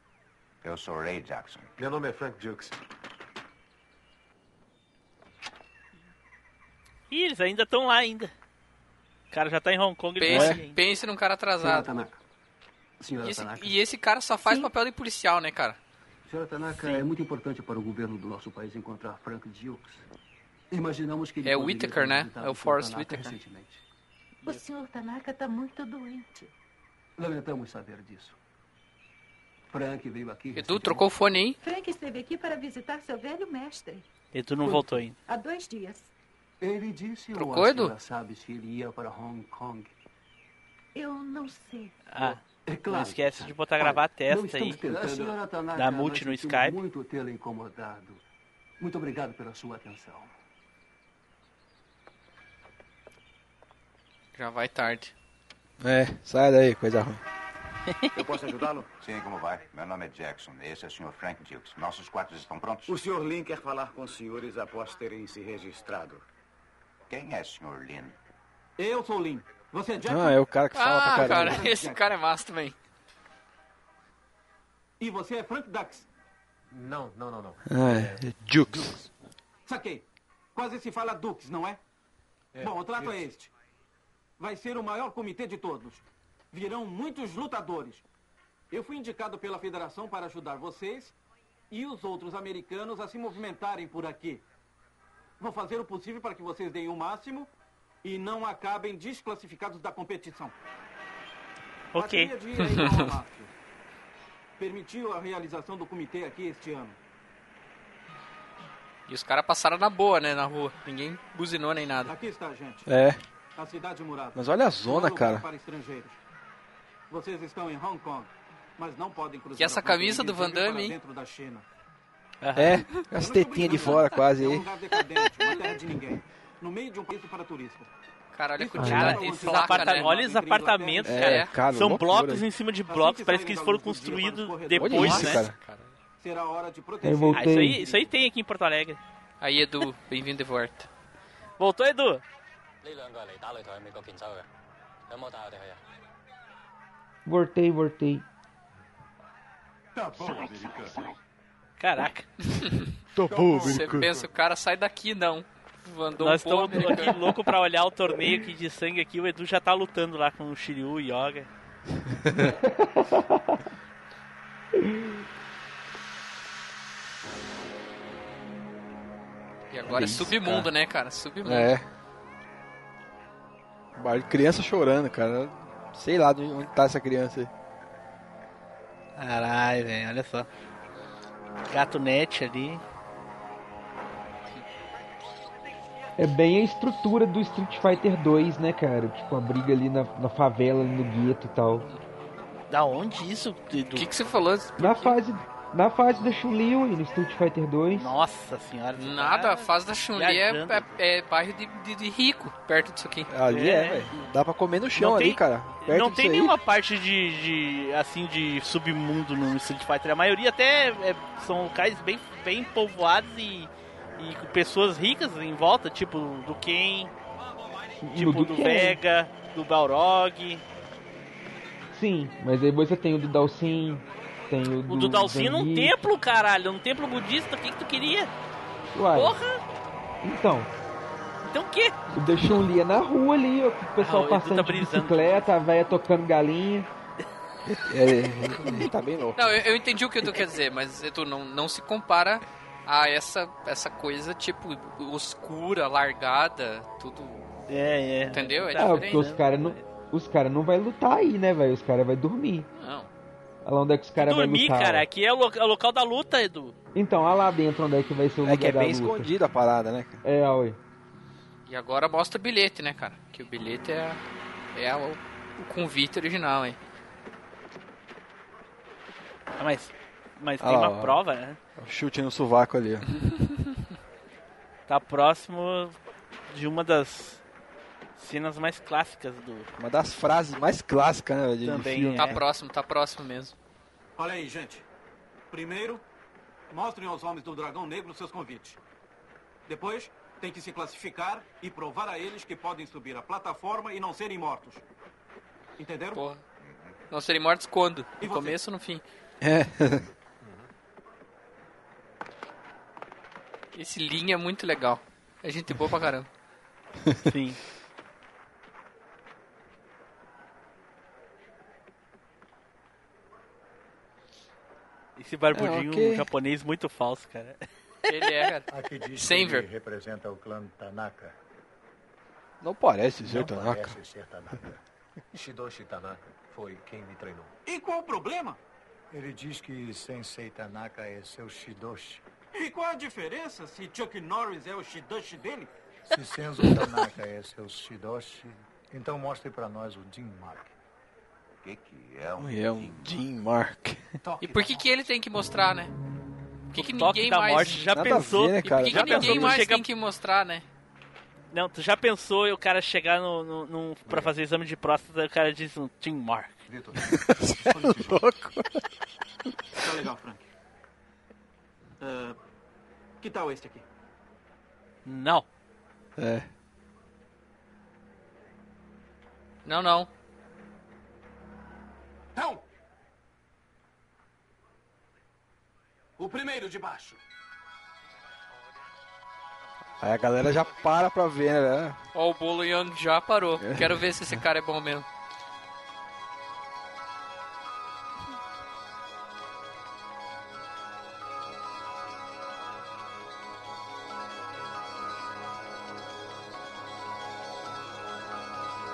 Speaker 15: Eu sou Ray Jackson.
Speaker 14: Meu nome é Frank Dukes.
Speaker 2: Ih, eles ainda estão lá ainda. O cara já tá em Hong Kong. ele
Speaker 5: Pense,
Speaker 2: não é?
Speaker 5: pense num cara
Speaker 9: Senhora
Speaker 4: tá
Speaker 5: atrasado.
Speaker 9: Tanaka. Senhora
Speaker 5: E esse,
Speaker 9: Tanaka.
Speaker 5: e esse cara só faz papel de policial, né, cara?
Speaker 9: Senhora Tanaka, é muito importante para o governo do nosso país encontrar Frank Dukes. Imaginamos que ele
Speaker 5: É o
Speaker 9: poderia
Speaker 5: Whittaker,
Speaker 9: ter
Speaker 5: né?
Speaker 9: visitado
Speaker 5: É o
Speaker 9: o Sr.
Speaker 5: Forrest
Speaker 9: Tanaka
Speaker 5: Whittaker.
Speaker 9: recentemente.
Speaker 10: O senhor Tanaka está muito doente.
Speaker 9: Lamentamos saber disso. Frank veio aqui.
Speaker 5: Edu, trocou o fone aí?
Speaker 10: Frank esteve aqui para visitar seu velho mestre.
Speaker 2: E tu não voltou ainda.
Speaker 10: Há dois dias.
Speaker 9: Ele disse ou
Speaker 2: Trocou,
Speaker 9: a
Speaker 5: É,
Speaker 2: Edu?
Speaker 9: senhora sabe se ele ia para Hong Kong.
Speaker 10: Eu não sei.
Speaker 2: Ah,
Speaker 9: É claro.
Speaker 2: não esquece de botar gravar a
Speaker 9: Não
Speaker 2: testa aí.
Speaker 9: estamos tentando- A senhora
Speaker 17: tá
Speaker 9: Tanaka,
Speaker 2: Dar
Speaker 9: nós
Speaker 2: mute no
Speaker 9: sentimos
Speaker 2: Skype.
Speaker 9: Muito tê-la incomodado. Muito obrigado pela sua atenção.
Speaker 5: Já vai tá. tarde.
Speaker 4: É, sai daí, coisa ruim.
Speaker 15: Eu posso ajudá-lo? Sim, como vai? Meu nome é Jackson. Esse é o Sr. Frank Dukes. Nossos quadros estão prontos?
Speaker 18: O Sr. Lin quer falar com os senhores após terem se registrado.
Speaker 15: Quem é Sr. Lin?
Speaker 18: Eu sou Lin. Você é
Speaker 4: Não, é o cara que fala
Speaker 5: Ah,
Speaker 4: pra caramba.
Speaker 5: cara, esse cara é massa também.
Speaker 18: E você é Frank Dax. Não, não, não, não.
Speaker 4: É, é Jukes.
Speaker 18: Saquei. Quase se fala Dukes, não é? Bom, o trato é este. Vai ser o maior comitê de todos. Virão muitos lutadores. Eu fui indicado pela federação para ajudar vocês e os outros americanos a se movimentarem por aqui. Vou fazer o possível para que vocês deem o máximo e não acabem desclassificados da competição.
Speaker 2: Ok.
Speaker 18: Aquele dia em Oahu Permitiu a realização do comitê aqui este ano.
Speaker 5: E os caras passaram na boa, né, na rua. Ninguém buzinou nem nada.
Speaker 18: Aqui está, gente.
Speaker 4: É.
Speaker 18: A cidade murada.
Speaker 4: Mas olha a
Speaker 18: Não
Speaker 4: zona,
Speaker 18: é lugar
Speaker 4: cara.
Speaker 18: Para estrangeiros. Vocês estão em Hong Kong, mas não podem cruzar.
Speaker 5: E essa
Speaker 18: a fronteira
Speaker 5: camisa do Van
Speaker 18: invisível
Speaker 5: Damme,
Speaker 18: para
Speaker 5: hein?
Speaker 18: dentro da China.
Speaker 4: É, com as tetinhas de fora quase
Speaker 18: É um
Speaker 4: aí.
Speaker 18: lugar decadente, uma terra de ninguém. No meio de um país para turistas.
Speaker 5: Cara, olha a
Speaker 2: Cara,
Speaker 5: quantidade de
Speaker 2: esses
Speaker 5: placa,
Speaker 2: aparta-
Speaker 5: né?
Speaker 2: olha esses apartamentos,
Speaker 5: É,
Speaker 2: cara.
Speaker 5: cara,
Speaker 2: São
Speaker 5: loucura, Assim
Speaker 2: blocos
Speaker 5: hein?
Speaker 2: em cima de
Speaker 18: Assim
Speaker 2: blocos, parece que eles foram construídos depois,
Speaker 5: isso,
Speaker 2: né?
Speaker 5: cara.
Speaker 18: Será hora de proteger.
Speaker 4: Eu voltei.
Speaker 2: Ah, isso, aí, isso aí tem aqui em Porto Alegre.
Speaker 5: Aí, Edu, bem-vindo de volta.
Speaker 2: Voltou, Edu?
Speaker 19: 呢兩個係嚟打擂台喺美國建州嘅，有冇帶我哋去啊？
Speaker 20: Voltei, voltei.
Speaker 12: Tá bom, americano.
Speaker 2: Caraca.
Speaker 4: Tô
Speaker 5: Você pensa, o cara sai daqui, né? não. Andou
Speaker 2: Nós
Speaker 5: um pouco,
Speaker 2: estamos aqui
Speaker 5: americano.
Speaker 2: louco pra olhar o torneio aqui de sangue aqui. O Edu já tá lutando lá com o Shiryu e Yoga.
Speaker 5: E agora é
Speaker 4: Isso,
Speaker 5: submundo,
Speaker 4: cara.
Speaker 5: né, cara? Submundo.
Speaker 4: É. Barulho de criança chorando, cara. Sei lá de onde tá essa criança aí.
Speaker 2: Caralho, velho, olha só. Gato net ali.
Speaker 20: É bem a estrutura do Street Fighter 2, né, cara? Tipo, a briga ali na, na favela, ali no gueto e tal.
Speaker 2: Da onde isso, Edu? O que,
Speaker 5: que você falou?
Speaker 20: Na fase, na fase da Chun-Li, ué, no Street Fighter 2.
Speaker 2: Nossa senhora. você
Speaker 5: Nada,
Speaker 2: tá
Speaker 5: a fase da Chun-Li é,
Speaker 2: viajando.
Speaker 5: é, é bairro de, de, de rico, perto disso aqui.
Speaker 4: Ali é, velho. Dá pra comer no chão
Speaker 2: Não
Speaker 4: ali,
Speaker 2: tem-
Speaker 4: cara. Perto
Speaker 2: não
Speaker 4: disso
Speaker 2: tem
Speaker 4: aí.
Speaker 2: nenhuma parte de, de, assim de submundo no Street Fighter. A maioria até é- são locais bem, bem povoados e, e com pessoas ricas em volta, tipo do Ken, tipo do,
Speaker 20: do Ken.
Speaker 2: Vega, do Balrog.
Speaker 20: Sim, mas aí você tem o do Dalsin, tem o do.
Speaker 2: O do Dalsin num
Speaker 20: Zangief.
Speaker 2: templo, caralho, num templo budista, o que, que tu queria?
Speaker 20: Uai,
Speaker 2: Porra!
Speaker 20: Então,
Speaker 2: Então o quê?
Speaker 20: o da Chun-Li é na rua ali, ó, com o
Speaker 2: Ah, o
Speaker 20: pessoal
Speaker 2: Edu
Speaker 20: passando
Speaker 2: tá
Speaker 20: de
Speaker 2: brisando.
Speaker 20: bicicleta, a véia tocando galinha.
Speaker 4: tá bem louco.
Speaker 5: Não, eu, eu entendi o que tu quer dizer, mas Edu, não, não se compara a essa, essa coisa, tipo, oscura, largada, tudo.
Speaker 2: É, é.
Speaker 5: Entendeu? É
Speaker 20: Ah, porque os
Speaker 5: diferente.
Speaker 20: caras não. Os caras não vai lutar aí, né, velho? Os caras vai dormir.
Speaker 5: Não.
Speaker 20: Olha lá onde é que os caras vão
Speaker 2: Dormir,
Speaker 20: lutar.
Speaker 2: cara, aqui é o, lo- é o local da luta, Edu.
Speaker 20: Então, olha lá dentro onde é que vai ser o
Speaker 4: É
Speaker 20: lugar
Speaker 4: que é
Speaker 20: da
Speaker 4: bem
Speaker 20: luta.
Speaker 4: escondido a parada, né? cara?
Speaker 20: É, ué.
Speaker 5: E agora mostra o bilhete, né, cara? Que o bilhete é, é o, o convite original, hein?
Speaker 2: Ah, Mas, mas
Speaker 4: Ah,
Speaker 2: tem
Speaker 4: lá,
Speaker 2: uma
Speaker 4: ó. Um
Speaker 2: prova, né?
Speaker 4: Chute no sovaco ali, ó.
Speaker 2: Tá próximo de uma das cenas mais clássicas do.
Speaker 4: Uma das frases mais clássicas, né, de, de
Speaker 2: Também é.
Speaker 4: filme.
Speaker 5: Tá próximo, tá próximo mesmo.
Speaker 18: Olha aí, gente. Primeiro, mostrem aos homens do Dragão Negro seus convites. Depois, tem que se classificar e provar a eles que podem subir a plataforma e não serem mortos. Entenderam?
Speaker 5: Porra. Não serem mortos quando? No começo ou no fim?
Speaker 4: É.
Speaker 5: Esse Lin é muito legal. É gente boa pra caramba.
Speaker 2: Sim. Esse barbudinho
Speaker 5: É, ok.
Speaker 2: japonês muito falso, cara.
Speaker 5: Ele é,
Speaker 14: Ah,
Speaker 5: cara.
Speaker 17: Aqui diz que
Speaker 5: Senver.
Speaker 17: ele representa o clã Tanaka.
Speaker 4: Não parece ser
Speaker 17: Não
Speaker 4: Tanaka.
Speaker 17: Parece ser Tanaka.
Speaker 14: Shidoshi Tanaka foi quem me treinou.
Speaker 18: E qual o problema?
Speaker 17: Ele diz que Sensei Tanaka é seu Shidoshi.
Speaker 18: E qual a diferença se Chuck Norris é o Shidoshi dele?
Speaker 17: Se Senzo Tanaka é seu Shidoshi, então mostre para nós o Jin Mark. O que, que é
Speaker 4: E é um Jim Mark.
Speaker 5: E por que, que ele tem que mostrar, né? Por que, que
Speaker 2: O toque
Speaker 5: ninguém
Speaker 2: da
Speaker 5: mais.
Speaker 2: morte, já
Speaker 4: Nada a
Speaker 2: pensou?
Speaker 4: ver, né, cara?
Speaker 5: Por que, que
Speaker 4: Já pensou,
Speaker 5: ninguém
Speaker 4: tu
Speaker 5: mais
Speaker 2: chega-
Speaker 5: tem que mostrar, né?
Speaker 2: Não, tu já pensou e o cara chegar no, no, num- pra fazer exame de próstata e o cara diz um Tim Mark.
Speaker 14: Vitor.
Speaker 4: é louco.
Speaker 18: Tá legal, Frank. Ah, que tal este aqui?
Speaker 2: Não.
Speaker 4: É.
Speaker 5: Não, não.
Speaker 18: Não! O primeiro de baixo.
Speaker 4: Aí a galera já para pra ver, né?
Speaker 5: Ó, o Bolo Young já parou.
Speaker 4: É.
Speaker 5: Quero ver se esse cara é bom mesmo.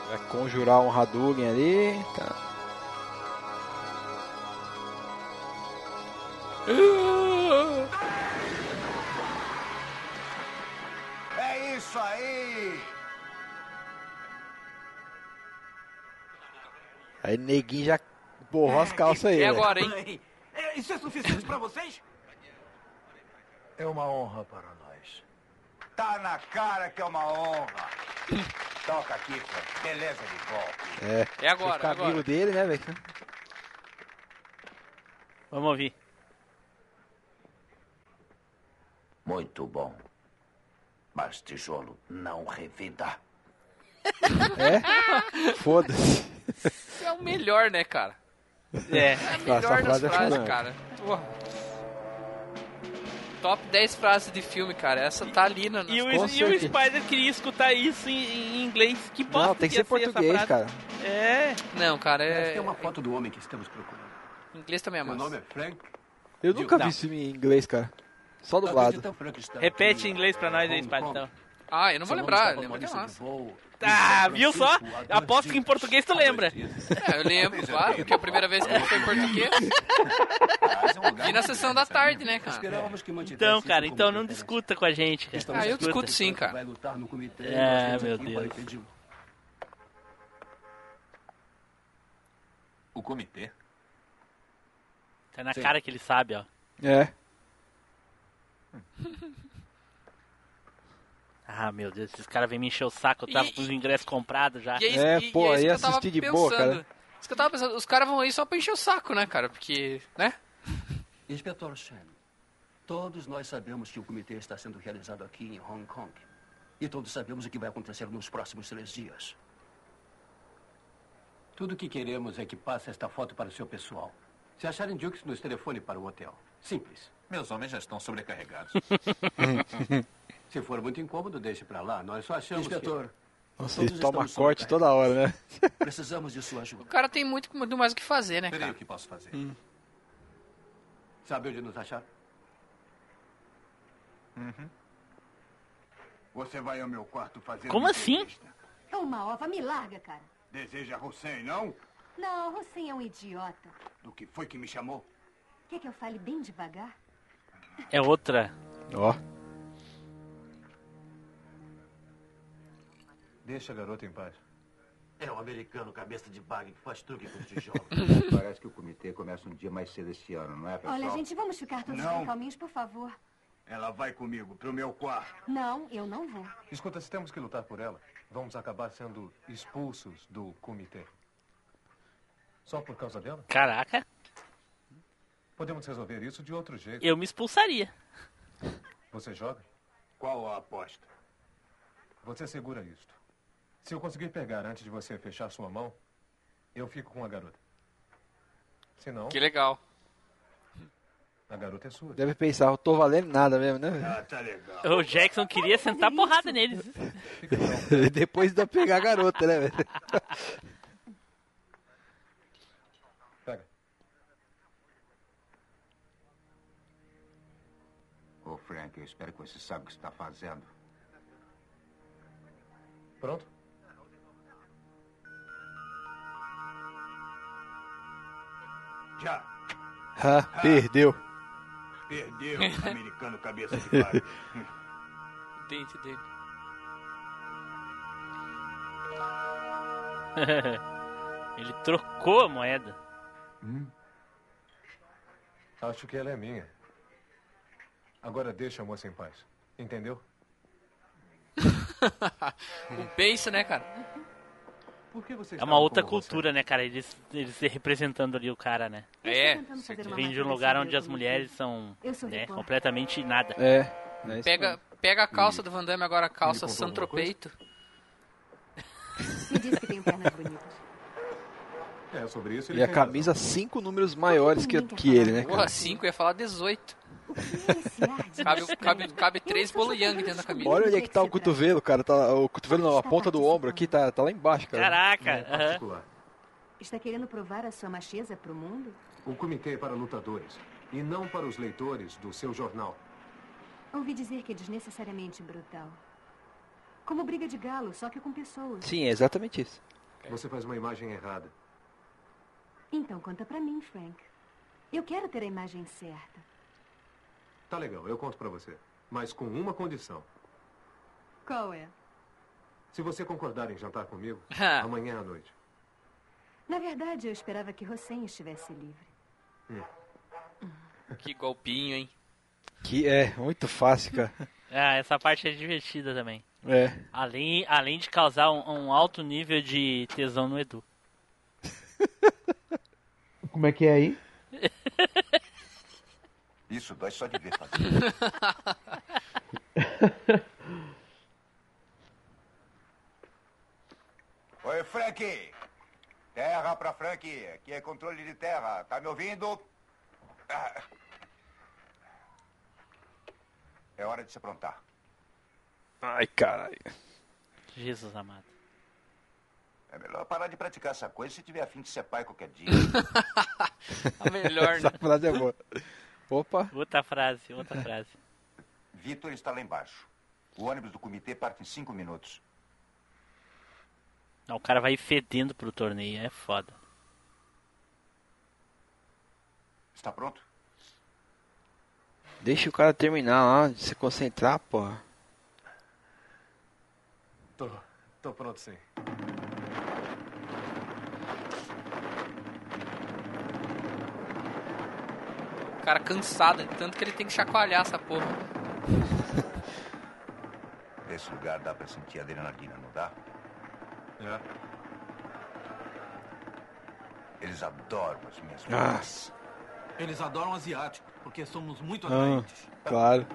Speaker 4: Vai conjurar um Hadouken ali. Tá.
Speaker 17: É isso aí!
Speaker 4: Aí neguinho já borrou as calças aí.
Speaker 17: É
Speaker 4: né?
Speaker 18: hein? Isso é suficiente pra vocês?
Speaker 17: É uma honra para nós. Tá na cara que é uma honra. Toca aqui, Frank. Beleza de golpe.
Speaker 4: É.
Speaker 5: É agora,
Speaker 4: Você fica
Speaker 5: é agora.
Speaker 4: amigo dele, né, velho?
Speaker 2: Vamos ouvir.
Speaker 15: Muito bom. Mas tijolo não revida.
Speaker 4: É? Foda-se.
Speaker 5: Esse é o melhor, né, cara?
Speaker 2: É.
Speaker 5: É a
Speaker 4: Essa
Speaker 5: melhor das
Speaker 4: frase é
Speaker 5: frases,
Speaker 4: fulano.
Speaker 5: cara. Porra. Top 10 frases de filme, cara. Essa tá ali na
Speaker 2: E o,
Speaker 5: nas-
Speaker 2: e o Spider queria escutar isso em, em inglês. Que bosta
Speaker 4: Não, tem que
Speaker 2: ia
Speaker 4: ser português,
Speaker 2: essa
Speaker 4: cara.
Speaker 2: frase. É.
Speaker 5: Não, cara, é.
Speaker 12: Esta é uma foto do homem que estamos procurando.
Speaker 5: Inglês também é
Speaker 12: Meu
Speaker 5: massa.
Speaker 12: nome é Frank.
Speaker 4: Eu nunca
Speaker 12: Não.
Speaker 4: vi filme em inglês, cara. Só dublado.
Speaker 12: Acredita, Frank está
Speaker 2: Repete
Speaker 12: tá aqui,
Speaker 2: em inglês pra nós aí,
Speaker 12: Hong
Speaker 2: Spider.
Speaker 12: Kong.
Speaker 2: Então.
Speaker 5: Ah, eu não vou
Speaker 12: Seu nome
Speaker 5: lembrar,
Speaker 12: tá
Speaker 5: lembra que é
Speaker 12: está com
Speaker 5: massa.
Speaker 12: voo.
Speaker 2: Tá, viu só? Aposto que em português tu lembra.
Speaker 5: É, eu lembro, claro, porque a primeira vez que eu fui em português. E na sessão
Speaker 12: é
Speaker 5: da tarde, né, cara?
Speaker 12: Esperávamos que mantivesse
Speaker 2: Então,
Speaker 12: isso
Speaker 2: cara,
Speaker 12: como
Speaker 2: então não discuta com a gente, cara.
Speaker 12: Estamos
Speaker 5: Ah, eu
Speaker 2: Discuta.
Speaker 5: discuto sim, cara.
Speaker 12: Vai lutar no comitê.
Speaker 2: É,
Speaker 12: nós temos
Speaker 2: meu
Speaker 12: aqui para
Speaker 2: Deus.
Speaker 12: impedir.
Speaker 15: O comitê?
Speaker 2: Tá na
Speaker 15: Sim.
Speaker 2: cara que ele sabe, ó.
Speaker 4: É.
Speaker 2: Ah, meu Deus, esses caras vêm me encher o saco. Eu tava
Speaker 5: E-
Speaker 2: com os ingressos comprados já.
Speaker 5: E é isso-
Speaker 4: É,
Speaker 5: e- e isso que eu tava
Speaker 4: né?
Speaker 5: pensando. Isso que eu tava pensando, os caras vão aí só pra encher o saco, né, cara? Porque, né?
Speaker 12: Inspetor Shen, todos nós sabemos que o comitê está sendo realizado aqui em Hong Kong. E todos sabemos o que vai acontecer nos próximos três dias. Tudo o que queremos é que passe esta foto para o seu pessoal. Se acharem Dukes, nos telefone para o hotel. Simples.
Speaker 15: Meus homens já estão sobrecarregados.
Speaker 12: Se for muito incômodo, deixe para lá. Nós só achamos
Speaker 15: Inspetor,
Speaker 12: que...
Speaker 4: Nossa,
Speaker 12: Todos
Speaker 4: ele toma
Speaker 12: estamos
Speaker 4: corte toda hora, né?
Speaker 12: sobrecarregados. Precisamos de sua ajuda.
Speaker 5: O cara tem muito, muito mais o que fazer, né,
Speaker 12: Verei o
Speaker 5: cara?
Speaker 12: que posso fazer.
Speaker 4: Hum.
Speaker 12: Sabe onde nos achar?
Speaker 15: Uhum.
Speaker 21: Você vai ao meu quarto fazer.
Speaker 2: Como
Speaker 21: uma
Speaker 2: assim?
Speaker 21: entrevista.
Speaker 10: É uma ova, me larga, cara.
Speaker 21: Deseja Hussein, não?
Speaker 10: Não, Hussein é um idiota.
Speaker 21: Do que foi que me chamou?
Speaker 10: Quer que eu fale bem devagar?
Speaker 2: É outra.
Speaker 4: Ó.
Speaker 12: Deixa a garota em paz.
Speaker 6: É um americano cabeça de bagre que faz truque com
Speaker 12: tijolo.
Speaker 15: Parece que o comitê começa um dia mais cedo este ano, não é, pessoal?
Speaker 10: Olha, gente, vamos ficar todos
Speaker 21: Não.
Speaker 10: bem calminhos, por favor.
Speaker 21: Ela vai comigo pro meu quarto.
Speaker 10: Não, eu não vou.
Speaker 4: Então,
Speaker 14: Escuta, se temos que lutar por ela, vamos acabar sendo expulsos do comitê. Só por causa dela?
Speaker 2: Caraca,
Speaker 14: Podemos resolver isso de outro jeito.
Speaker 2: eu me expulsaria.
Speaker 14: Você joga?
Speaker 21: Qual a aposta?
Speaker 14: Você segura isto. Se eu conseguir pegar antes de você fechar sua mão, eu fico com a garota. Se não,
Speaker 5: Que legal.
Speaker 14: A garota é sua.
Speaker 4: Deve pensar, eu tô valendo nada mesmo, né?
Speaker 14: Ah, tá legal.
Speaker 2: O Jackson queria sentar a porrada neles.
Speaker 4: Depois de eu pegar a garota, né, velho?
Speaker 15: Ô, Frank, eu espero que você saiba o que você está fazendo.
Speaker 14: Pronto?
Speaker 21: Já.
Speaker 4: Ah, perdeu.
Speaker 21: Perdeu, americano cabeça de vaca.
Speaker 5: O dente dele.
Speaker 2: Ele trocou a moeda.
Speaker 15: Hum?
Speaker 14: Acho que ela é minha. Agora deixa a moça em paz. Entendeu?
Speaker 5: Não pensa, né, cara?
Speaker 14: Por que você
Speaker 2: É uma outra cultura, né, cara? Eles, eles se representando ali o cara, né?
Speaker 5: É.
Speaker 2: Vem de um lugar onde as mulheres são né, completamente nada.
Speaker 4: É.
Speaker 5: Pega, pega a calça do Van Damme agora, a calça santropeito.
Speaker 10: Me diz que tem pernas bonitas.
Speaker 14: É, sobre isso ele
Speaker 4: E a
Speaker 14: tem
Speaker 4: camisa, cinco números maiores que, que ele, né, cara?
Speaker 5: Porra, 5, ia falar 18. Cabe, cabe, cabe 3 bolo yang dentro da camisa.
Speaker 4: Olha onde é que tá o cotovelo, cara. Tá, o cotovelo não, a ponta do ombro aqui tá, tá lá embaixo, cara. é.
Speaker 2: Caraca.
Speaker 10: Está querendo provar a sua macheza pro mundo?
Speaker 14: razão. O comitê é para lutadores e não para os leitores do seu jornal.
Speaker 10: Ouvi dizer que é desnecessariamente brutal. Como briga de galo, só que com pessoas.
Speaker 4: Sim, é exatamente isso.
Speaker 14: Você faz uma imagem errada.
Speaker 10: Então conta pra mim, Frank. Eu quero ter a imagem certa.
Speaker 14: Tá legal, eu conto pra você. Mas com uma condição.
Speaker 10: Qual é?
Speaker 14: Se você concordar em jantar comigo, amanhã à noite.
Speaker 10: Na verdade, eu esperava que Hossein estivesse livre.
Speaker 5: Que golpinho, hein?
Speaker 4: Que é muito fácil, cara.
Speaker 2: Ah, essa parte é divertida também.
Speaker 4: É.
Speaker 2: Além, além de causar um, um alto nível de tesão no Edu.
Speaker 20: Como é que é aí?
Speaker 15: Isso dói só de ver fazer.
Speaker 17: Oi, Frank! Terra pra Frank. Aqui é controle de terra. Tá me ouvindo? Ah. É hora de se aprontar.
Speaker 4: Ai, caralho.
Speaker 2: Jesus amado.
Speaker 15: É melhor parar de praticar essa coisa se tiver afim de ser pai qualquer dia.
Speaker 5: A melhor,
Speaker 4: Essa
Speaker 5: né?
Speaker 4: frase é boa. Opa.
Speaker 2: Outra frase, outra frase.
Speaker 15: Vitor está lá embaixo. O ônibus do comitê parte em cinco minutos.
Speaker 2: Não, o cara vai fedendo pro torneio, é foda.
Speaker 15: Está pronto?
Speaker 4: Deixa o cara terminar lá, se concentrar, porra.
Speaker 14: Tô, tô pronto sim.
Speaker 5: O cara cansado, tanto que ele tem que chacoalhar essa porra.
Speaker 15: Nesse lugar dá pra sentir a adrenalina, não dá?
Speaker 14: É.
Speaker 15: Eles adoram as minhas
Speaker 4: Ah.
Speaker 15: coisas.
Speaker 18: Eles adoram asiático, porque somos muito
Speaker 4: Ah,
Speaker 18: atraentes.
Speaker 4: claro.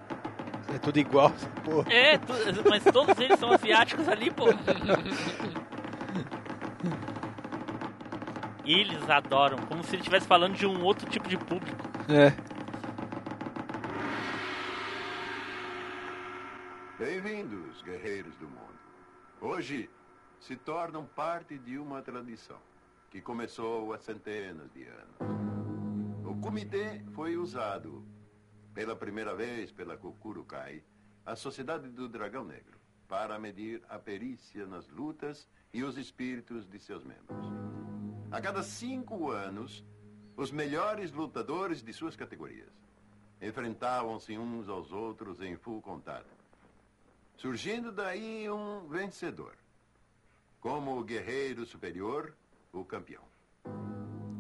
Speaker 4: É tudo igual, porra.
Speaker 2: É, tu- mas todos eles são assim. asiáticos ali, pô. Eles adoram, como se ele estivesse falando de um outro tipo de público.
Speaker 4: É.
Speaker 8: Bem-vindos, guerreiros do mundo. Hoje se tornam parte de uma tradição que começou há centenas de anos. O comitê foi usado pela primeira vez pela Kukurukai, a Sociedade do Dragão Negro, para medir a perícia nas lutas e os espíritos de seus membros. A cada cinco anos, os melhores lutadores de suas categorias enfrentavam-se uns aos outros em full contato. Surgindo daí um vencedor. Como o guerreiro superior, o campeão.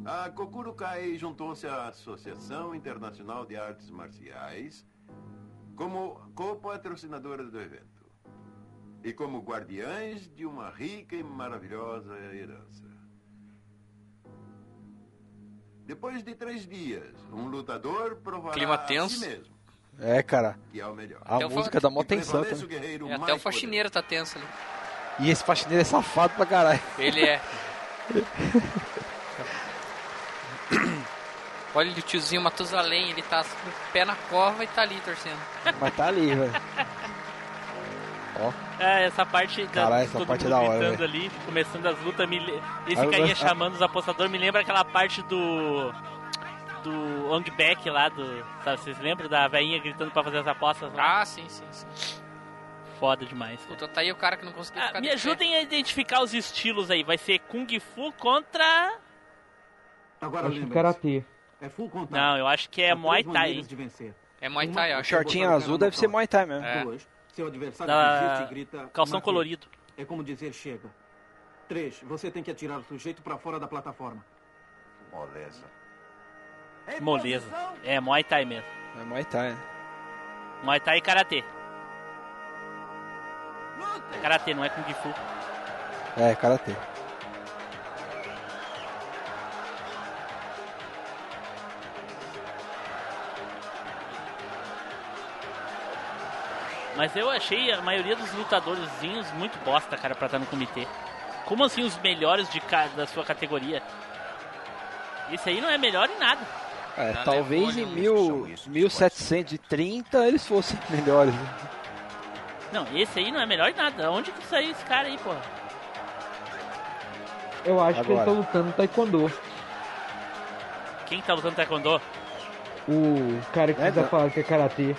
Speaker 8: A Kokurukai juntou-se à Associação Internacional de Artes Marciais como co-patrocinadora do evento e como guardiães de uma rica e maravilhosa herança. Depois de três dias, um lutador provará
Speaker 5: Clima
Speaker 8: a si
Speaker 5: tenso.
Speaker 8: mesmo
Speaker 4: É, cara.
Speaker 8: que é o melhor.
Speaker 4: A
Speaker 5: Até
Speaker 2: Então
Speaker 5: o
Speaker 4: música dá mó
Speaker 8: Que
Speaker 4: tensão
Speaker 8: prevaleça
Speaker 4: também.
Speaker 8: o guerreiro
Speaker 5: É, até o
Speaker 8: mais
Speaker 5: faxineiro tá tenso ali.
Speaker 4: E esse faxineiro é safado pra
Speaker 2: é.
Speaker 4: caralho.
Speaker 5: Ele é. Olha o tiozinho Matusalém, ele tá com o pé na cova e tá ali torcendo.
Speaker 4: Mas tá ali, velho. Ó.
Speaker 2: É, essa parte da,
Speaker 4: Caralho, essa
Speaker 2: todo
Speaker 4: parte
Speaker 2: mundo
Speaker 4: é da hora,
Speaker 2: gritando
Speaker 4: velho.
Speaker 2: ali, começando as lutas, me le-
Speaker 4: Ah,
Speaker 2: esse
Speaker 4: eu
Speaker 2: carinha
Speaker 4: gosto- ah.
Speaker 2: chamando os apostadores me lembra aquela parte do do Ong Back lá do, sabe, vocês lembram da velhinha gritando pra fazer as apostas?
Speaker 5: Ah, sim, sim, sim.
Speaker 2: Foda demais. Ah,
Speaker 5: Puta, tá aí o cara que não conseguiu ficar
Speaker 2: Me
Speaker 5: de pé.
Speaker 2: ajudem a identificar os estilos aí, vai ser Kung Fu contra
Speaker 18: Agora
Speaker 20: Acho que
Speaker 18: lembra.
Speaker 20: karatê.
Speaker 18: É full contato.
Speaker 2: Não, eu acho que é
Speaker 18: Há três
Speaker 2: Muay Thai,
Speaker 18: maneiras
Speaker 2: hein?
Speaker 18: de vencer.
Speaker 5: É Muay Thai, eu
Speaker 4: O
Speaker 5: acho.
Speaker 4: shortinho azul deve ser Muay Thai mesmo.
Speaker 18: Dois, seu adversário
Speaker 2: Da-
Speaker 18: desiste e grita.
Speaker 2: calção
Speaker 18: "Matei".
Speaker 2: colorido.
Speaker 18: É como dizer chega. Três, você tem que atirar o sujeito pra fora da plataforma.
Speaker 15: Moleza.
Speaker 2: moleza. É Muay Thai mesmo.
Speaker 4: É Muay Thai, né?
Speaker 2: Muay Thai e Karatê. É Karatê, não é Kung Fu.
Speaker 4: É, karatê.
Speaker 2: Mas eu achei a maioria dos lutadorzinhos muito bosta, cara, pra estar no comitê. Como assim os melhores de ca- da sua categoria? Esse aí não é melhor em nada.
Speaker 4: É,
Speaker 2: Na
Speaker 4: talvez em mil, 1730 eles fossem melhores. né?
Speaker 2: Não, esse aí não é melhor em nada. Onde que saiu esse cara aí, porra?
Speaker 20: Eu acho que eles
Speaker 2: Agora.
Speaker 20: estão lutando taekwondo.
Speaker 2: Quem tá usando taekwondo?
Speaker 20: O cara que
Speaker 2: É,
Speaker 20: usa a
Speaker 2: não.
Speaker 20: palavra que é karatê.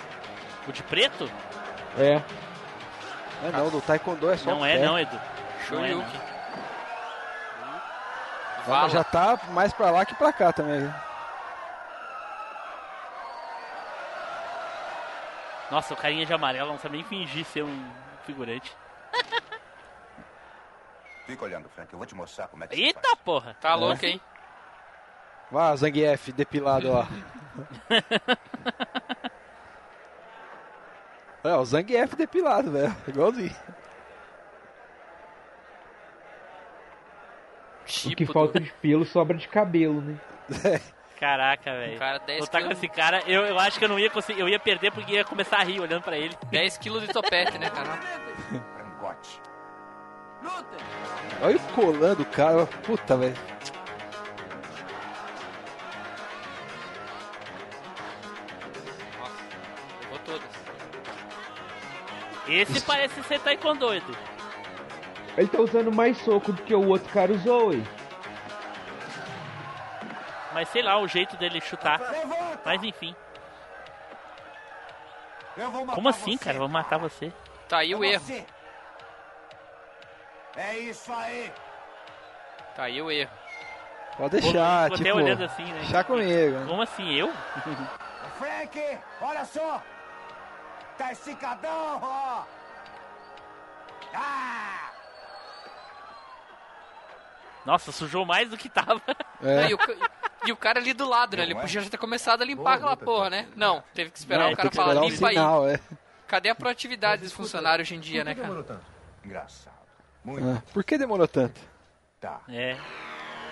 Speaker 2: O de preto?
Speaker 20: É.
Speaker 4: É não, do taekwondo é só
Speaker 2: Não
Speaker 4: o
Speaker 2: é
Speaker 4: pé.
Speaker 2: não, Edu. Não é, não.
Speaker 4: Ah, mas Já tá mais pra lá que pra cá também. viu?
Speaker 2: Nossa, o carinha de amarelo não sabe nem fingir ser um figurante.
Speaker 15: Fica olhando, Frank. Eu vou te mostrar como é que se
Speaker 2: Eita porra!
Speaker 5: Tá
Speaker 4: É.
Speaker 5: louco, hein?
Speaker 4: Vá, Zangief, depilado lá. é, o Zangief depilado, velho. Igualzinho.
Speaker 2: Tipo
Speaker 20: O que falta de pelo sobra de cabelo, né?
Speaker 4: É.
Speaker 2: Caraca, velho.
Speaker 5: Um cara dez
Speaker 2: Lutar com
Speaker 5: quilos.
Speaker 2: esse cara, eu, eu acho que eu não ia conseguir. Eu ia perder porque ia começar a rir olhando pra ele.
Speaker 5: 10 quilos de topete, né, cara?
Speaker 15: Frangote.
Speaker 4: Olha o colando do cara. Puta, velho.
Speaker 5: Levou todas.
Speaker 2: Esse parece ser taekwondo, Edu.
Speaker 20: Ele tá usando mais soco do que o outro cara usou, ué.
Speaker 2: Mas sei lá, o jeito dele chutar. Mas enfim. Como assim, cara? Vou matar você.
Speaker 5: Tá aí o erro.
Speaker 17: É isso aí.
Speaker 5: Tá aí o erro.
Speaker 4: Pode deixar,
Speaker 2: Ficou até
Speaker 4: tipo.
Speaker 2: olhando assim, né?
Speaker 4: Deixar comigo. né?
Speaker 2: Como assim, eu?
Speaker 17: Frank, olha só. Tá esticadão, ó.
Speaker 2: Nossa, sujou mais do que tava.
Speaker 4: É.
Speaker 5: E, o, ca- e o cara ali do lado, né? Ele podia já ter começado a limpar aquela porra, né? Não, teve que esperar
Speaker 4: Não,
Speaker 5: o
Speaker 4: tem
Speaker 5: cara
Speaker 4: que esperar
Speaker 5: falar,
Speaker 4: um
Speaker 5: limpa aí.
Speaker 4: sinal, é.
Speaker 5: Cadê a proatividade dos funcionários hoje em dia, né, cara?
Speaker 15: Engraçado.
Speaker 4: Ah, por que demorou tanto?
Speaker 2: É.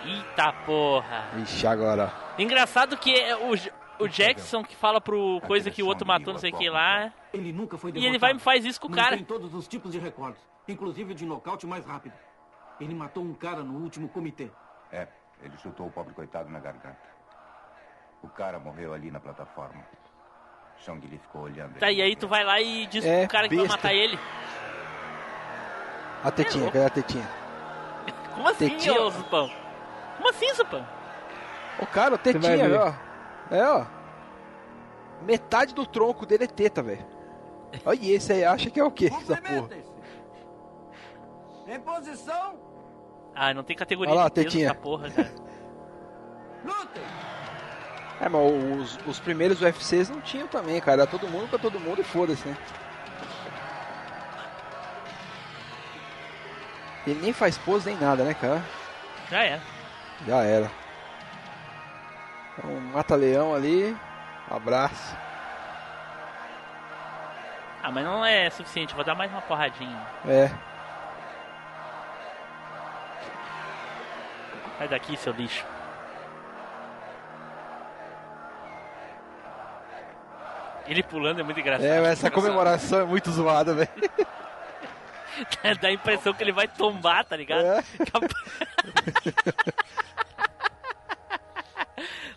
Speaker 2: Eita porra.
Speaker 4: Ixi, agora. ó.
Speaker 2: Engraçado que é o, J- o Jackson que fala pro coisa que o outro matou, não sei o que lá.
Speaker 18: Ele nunca foi
Speaker 2: E ele vai e faz isso com o cara.
Speaker 18: Tem todos os tipos de recordes, inclusive de nocaute mais rápido. Ele matou um cara no último comitê.
Speaker 15: É, ele chutou o pobre coitado na garganta. O cara morreu ali na plataforma. Chong Li ficou olhando.
Speaker 2: Tá, e aí tu vai lá e diz
Speaker 4: É,
Speaker 2: pro cara que vai matar ele.
Speaker 4: A
Speaker 5: É,
Speaker 4: tetinha, cadê a tetinha?
Speaker 2: Como assim,
Speaker 4: Tetinha.
Speaker 2: ô Zupão? Como assim, Zupão?
Speaker 4: Ô, cara, o
Speaker 2: vai
Speaker 4: tetinha,
Speaker 2: ver.
Speaker 4: ó. É, ó. Metade do tronco dele é teta, velho. Olha esse aí, acha que é o quê? Essa porra.
Speaker 17: Em posição,
Speaker 2: Ah, não tem categoria
Speaker 4: Olha lá,
Speaker 2: de peso
Speaker 4: tetinha.
Speaker 2: essa porra, cara.
Speaker 4: É, mas os, os primeiros UFCs não tinham também, cara. Era todo mundo pra todo mundo e foda-se, né? Ele nem faz pose nem nada, né, cara?
Speaker 2: Já é.
Speaker 4: Já era. Então, mata-leão ali. Abraço.
Speaker 2: Ah, mas não é suficiente, vou dar mais uma porradinha.
Speaker 4: É.
Speaker 2: Sai daqui, seu lixo. Ele pulando é muito engraçado.
Speaker 4: É, mas essa comemoração é muito zoada, velho.
Speaker 2: Dá a impressão que ele vai tombar,
Speaker 4: É.
Speaker 2: tá ligado? Cap-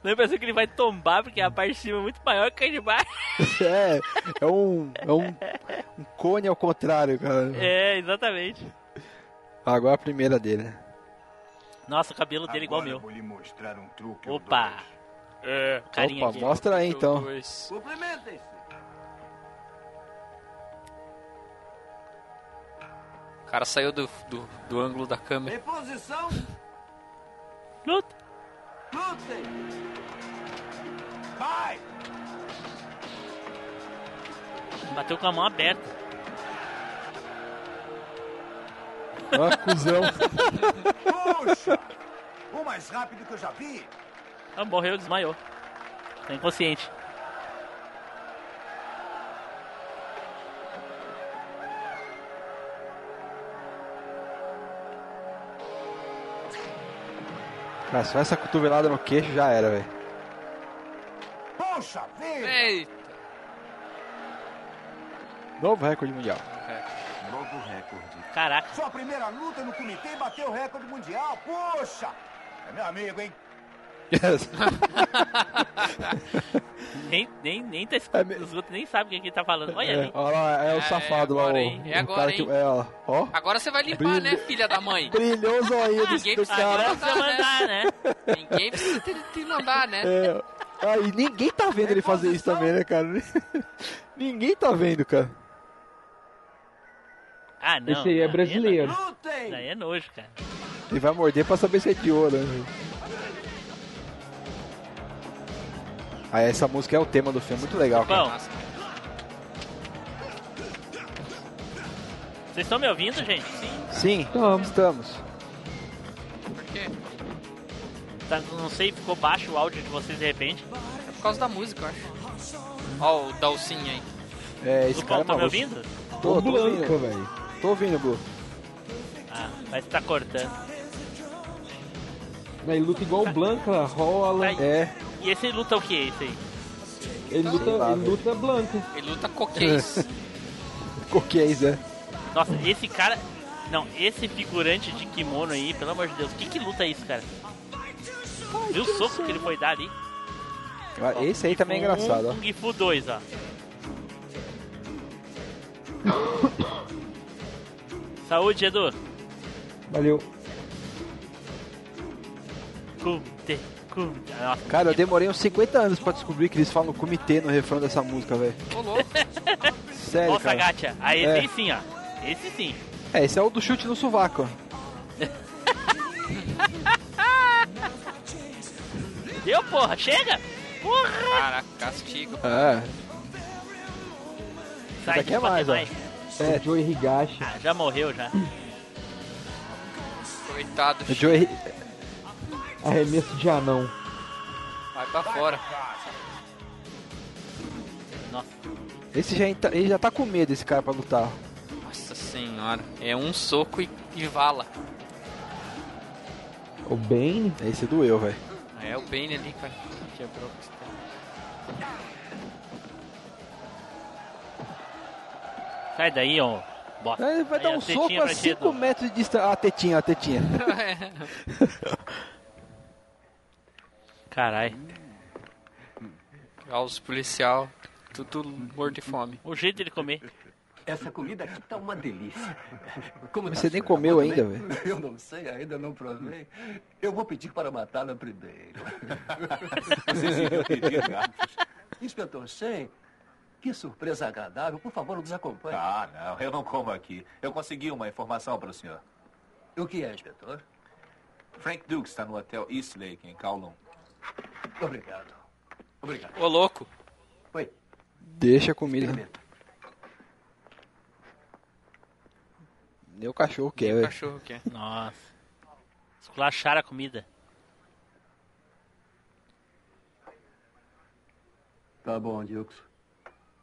Speaker 2: Dá a impressão que ele vai tombar, porque a parte de cima é muito maior que a de baixo.
Speaker 4: É, é um, é um, um cone ao contrário, cara.
Speaker 2: É, exatamente.
Speaker 4: Agora a primeira dele, né?
Speaker 2: Nossa, o cabelo dele é igual ao
Speaker 21: Agora
Speaker 2: meu.
Speaker 21: vou lhe mostrar um truque. ou
Speaker 2: Opa! É, carinha
Speaker 4: Opa,
Speaker 2: aqui.
Speaker 4: mostra aí então.
Speaker 18: Cumprimentem-se.
Speaker 5: O cara saiu do, do, do ângulo da câmera.
Speaker 18: Em posição.
Speaker 2: Luta.
Speaker 18: Lutem.
Speaker 17: Vai!
Speaker 2: Bateu com a mão aberta.
Speaker 4: Ó, cuzão.
Speaker 17: Puxa! O mais rápido que eu já vi.
Speaker 2: Ah, morreu, desmaiou. Tá inconsciente.
Speaker 4: Cara, só essa cotovelada no queixo já era, velho.
Speaker 17: Puxa vida!
Speaker 5: Eita!
Speaker 4: Novo recorde mundial.
Speaker 17: Novo recorde.
Speaker 2: Caraca.
Speaker 17: Sua primeira luta no comitê e bateu o recorde mundial. Puxa! É meu amigo, hein?
Speaker 2: Nem, nem, nem tá escutando, os outros nem sabem o que que ele tá falando. Olha
Speaker 4: É,
Speaker 2: aí.
Speaker 4: olha lá, é o
Speaker 2: É,
Speaker 4: safado
Speaker 2: agora,
Speaker 4: lá,
Speaker 2: hein?
Speaker 4: o,
Speaker 2: É
Speaker 4: o
Speaker 2: agora,
Speaker 4: cara
Speaker 2: hein?
Speaker 4: que. É, ó, ó.
Speaker 5: Agora você vai limpar, né, filha da mãe?
Speaker 4: Brilhou os olhinhos
Speaker 5: Ah,
Speaker 4: desse
Speaker 5: ninguém
Speaker 4: do
Speaker 5: precisa
Speaker 4: cara.
Speaker 5: mandar, né? Ninguém precisa te, te mandar, né?
Speaker 4: É. Ah, e ninguém tá vendo ele fazer isso também, né, cara? ninguém tá vendo, cara.
Speaker 2: Ah, não.
Speaker 4: Esse aí é
Speaker 2: não,
Speaker 4: brasileiro.
Speaker 2: é nojo. Isso aí é nojo, cara.
Speaker 4: Ele vai morder pra saber se é de ouro, né? meu? Ah, essa música é o tema do filme, muito legal,
Speaker 2: Bom,
Speaker 4: cara.
Speaker 2: vocês estão me ouvindo, gente? Sim.
Speaker 4: Sim, estamos.
Speaker 5: Por quê?
Speaker 2: Tá, não sei, ficou baixo o áudio de vocês de repente.
Speaker 5: É por causa da música, eu acho. Ó, o Dalcinha aí.
Speaker 4: É, esse
Speaker 2: Lupão,
Speaker 4: cara é
Speaker 2: tá me
Speaker 4: maluco.
Speaker 2: ouvindo?
Speaker 4: Tô, tô
Speaker 2: Blanco,
Speaker 4: ouvindo, velho. Tô ouvindo, Blue.
Speaker 2: Ah, mas tá cortando.
Speaker 20: Aí ele luta igual o Blanca, rola.
Speaker 4: É.
Speaker 2: E esse luta o que é esse aí?
Speaker 20: Ele luta,
Speaker 4: Sei lá,
Speaker 20: ele
Speaker 4: velho.
Speaker 20: luta Blanca.
Speaker 5: Então, Ele luta
Speaker 4: Coquês, é.
Speaker 2: Nossa, esse cara. Não, esse figurante de kimono aí, pelo amor de Deus, que que luta é isso, cara? Viu o soco que ele foi dar ali?
Speaker 4: Ah, Esse aí também é
Speaker 5: Hum.
Speaker 4: engraçado, ó.
Speaker 2: Um Kung Fu 2, ó. Saúde, Edu.
Speaker 20: Valeu.
Speaker 2: Kumite, kumite. Nossa,
Speaker 4: Cara, eu demorei uns 50 anos pra descobrir que eles falam comitê no refrão dessa música, velho. Sério,
Speaker 2: Nossa,
Speaker 4: cara.
Speaker 2: gacha. Aí
Speaker 4: É.
Speaker 2: esse aí sim, ó. Esse sim.
Speaker 4: É, esse é o do chute no sovaco, ó.
Speaker 2: Deu, porra. Chega. Porra.
Speaker 5: Cara, Ah, castigo.
Speaker 4: É.
Speaker 20: Esse
Speaker 2: Sai de
Speaker 20: aqui é mais, ó.
Speaker 2: mais.
Speaker 20: É, Joey Higashi.
Speaker 4: É.
Speaker 2: Ah, já morreu, já.
Speaker 5: Coitado.
Speaker 4: O É, Joey...
Speaker 20: Arremesso de anão.
Speaker 5: Vai pra fora.
Speaker 2: Nossa.
Speaker 4: Esse já, entra- ele já tá com medo, esse cara, pra lutar.
Speaker 5: Nossa senhora. É um soco e, e vala.
Speaker 4: O Bane? Esse doeu, velho.
Speaker 5: É o Bane ali, cara. Quebrou o costela.
Speaker 2: Sai daí, ó. Bota.
Speaker 4: Ele vai
Speaker 2: Aí,
Speaker 4: dar
Speaker 2: a
Speaker 4: um
Speaker 2: tetinha
Speaker 4: soco a
Speaker 2: pra ti,
Speaker 4: 5
Speaker 2: Edu.
Speaker 4: metros de distância. Ah, a tetinha, a tetinha.
Speaker 2: Carai.
Speaker 5: Ó, os policial. Tudo morto de fome.
Speaker 2: O jeito dele comer.
Speaker 9: Essa comida aqui tá uma delícia. tá
Speaker 4: Mas você nem comeu ainda, velho.
Speaker 9: né? Eu não sei, ainda não provei. Eu vou pedir para matá-la primeiro.
Speaker 17: Você se viu pedir gatos?
Speaker 9: Inspetor Shen, que surpresa agradável. Por favor, nos acompanhe.
Speaker 17: Ah, não, eu não como aqui. Eu consegui uma informação para o senhor.
Speaker 9: O que é, inspetor?
Speaker 17: Frank Dukes está no hotel East Lake, em Kowloon.
Speaker 9: Obrigado. Obrigado.
Speaker 5: Ô, louco.
Speaker 4: Deixa a comida. Nem o cachorro quer, velho.
Speaker 5: Cachorro que é.
Speaker 2: Nossa. Esculacharam a comida.
Speaker 18: Tá bom, Diox.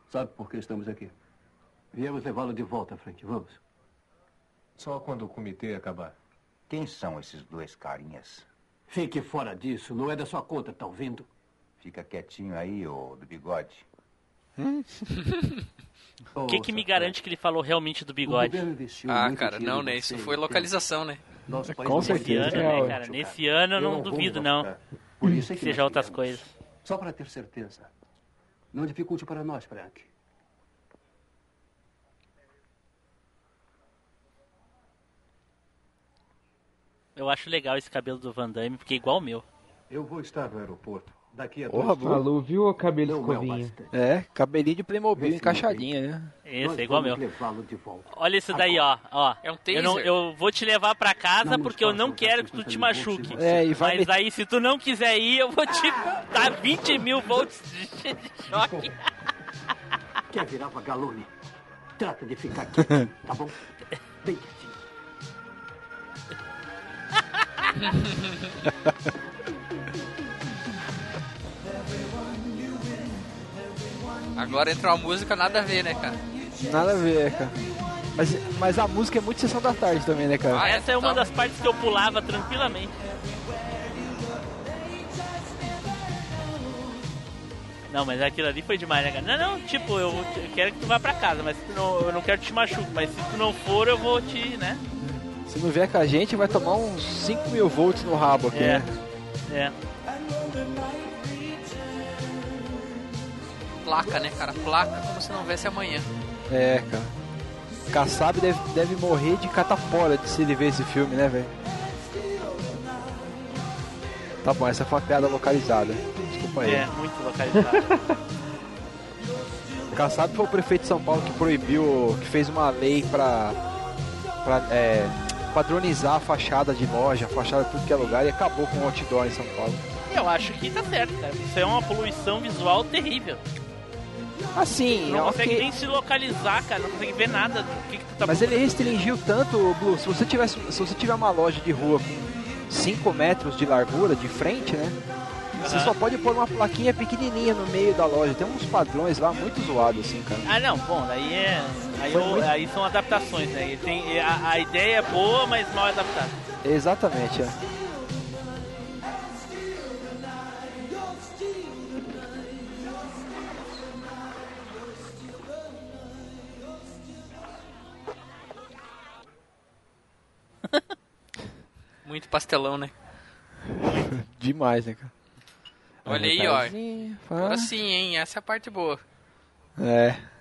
Speaker 18: Sabe por que estamos aqui? Viemos levá-lo de volta, Frank. Vamos.
Speaker 14: Só quando o comitê acabar.
Speaker 15: Quem são esses dois carinhas?
Speaker 18: Fique fora disso. Não é da sua conta, tá ouvindo?
Speaker 15: Fica quietinho aí, ô do bigode.
Speaker 18: Hum?
Speaker 2: O que, que me garante que ele falou realmente do bigode?
Speaker 5: Ah, cara, não, né? Isso foi localização, né?
Speaker 18: Nosso
Speaker 2: Nesse ano, né, cara? Nesse ano eu não duvido, não.
Speaker 9: Por isso é que
Speaker 2: Seja
Speaker 9: nós
Speaker 2: outras
Speaker 9: viemos.
Speaker 2: coisas.
Speaker 9: Só para ter certeza. Não dificulte para nós, Frank.
Speaker 2: Eu acho legal esse cabelo do Van Damme, porque é igual o meu.
Speaker 14: Eu vou estar no aeroporto. Daqui a
Speaker 4: Porra,
Speaker 14: dois
Speaker 4: Bruno.
Speaker 20: Falou, viu, ô cabelo
Speaker 14: Não,
Speaker 20: escovinha?
Speaker 14: Elmas.
Speaker 4: É, cabelinho de Playmobil,
Speaker 14: Esse
Speaker 4: encaixadinha, né?
Speaker 2: Esse é igual meu.
Speaker 14: Levá-lo de volta.
Speaker 2: Olha isso daí, ó. ó.
Speaker 5: É um taser.
Speaker 2: eu, não- eu vou te levar pra casa
Speaker 14: Não nos
Speaker 2: porque eu não
Speaker 14: faça usar
Speaker 2: quero que tu
Speaker 14: tanta
Speaker 2: te
Speaker 14: lembrança
Speaker 2: machuque.
Speaker 14: em você. É, e vai
Speaker 2: Mas
Speaker 14: meter-
Speaker 2: aí, se tu não quiser ir, eu vou te dar 20 mil volts de choque.
Speaker 9: Quer virar vagalume? Trata de ficar quieto, tá bom? Bem quietinho.
Speaker 5: Agora entra uma música nada a ver, né, cara?
Speaker 4: Nada a ver, cara. Mas, mas a música é muito sessão da tarde também, né, cara?
Speaker 2: Essa é uma das partes que eu pulava tranquilamente. Não, mas aquilo ali foi demais, né, cara? Não, não, tipo, eu, eu quero que tu vá pra casa, mas tu não- eu não quero que te machuque. Mas se tu não for, eu vou te, né?
Speaker 4: Se não vier com a gente, vai tomar uns 5 mil volts no rabo aqui,
Speaker 2: É.
Speaker 4: né?
Speaker 2: É.
Speaker 5: Placa, né, cara? Placa como se não houvesse amanhã.
Speaker 4: É, cara. Kassab deve, deve morrer de catapora de se ele ver esse filme, né, velho? Tá bom, essa foi uma piada localizada. Desculpa aí.
Speaker 2: É, muito localizado.
Speaker 4: Kassab foi o prefeito de São Paulo que proibiu, que fez uma lei pra, pra é, padronizar a fachada de loja, a fachada de tudo que é lugar e acabou com o outdoor em São Paulo.
Speaker 2: Eu acho que tá certo, cara. Isso é uma poluição visual terrível. Tu
Speaker 4: Assim,
Speaker 2: não
Speaker 4: ok.
Speaker 2: consegue nem se localizar, cara. Não consegue ver nada do que, que tu tá
Speaker 4: Mas ele restringiu tanto, Blue, se você tivesse, se você tiver uma loja de rua com 5 metros de largura, de frente, né? Você
Speaker 2: Aham.
Speaker 4: só pode pôr uma plaquinha pequenininha no meio da loja. Tem uns padrões lá muito zoados, assim, cara.
Speaker 2: Ah, não, bom, daí é. Aí,
Speaker 4: Foi
Speaker 2: eu-
Speaker 4: muito-
Speaker 2: aí são adaptações, né? Ele tem, a, a ideia é boa, mas mal adaptada.
Speaker 4: Exatamente, é.
Speaker 5: Muito pastelão, né?
Speaker 4: Demais, né, cara?
Speaker 5: Olha aí, ó. Agora sim, hein? Essa é a parte boa.
Speaker 4: É.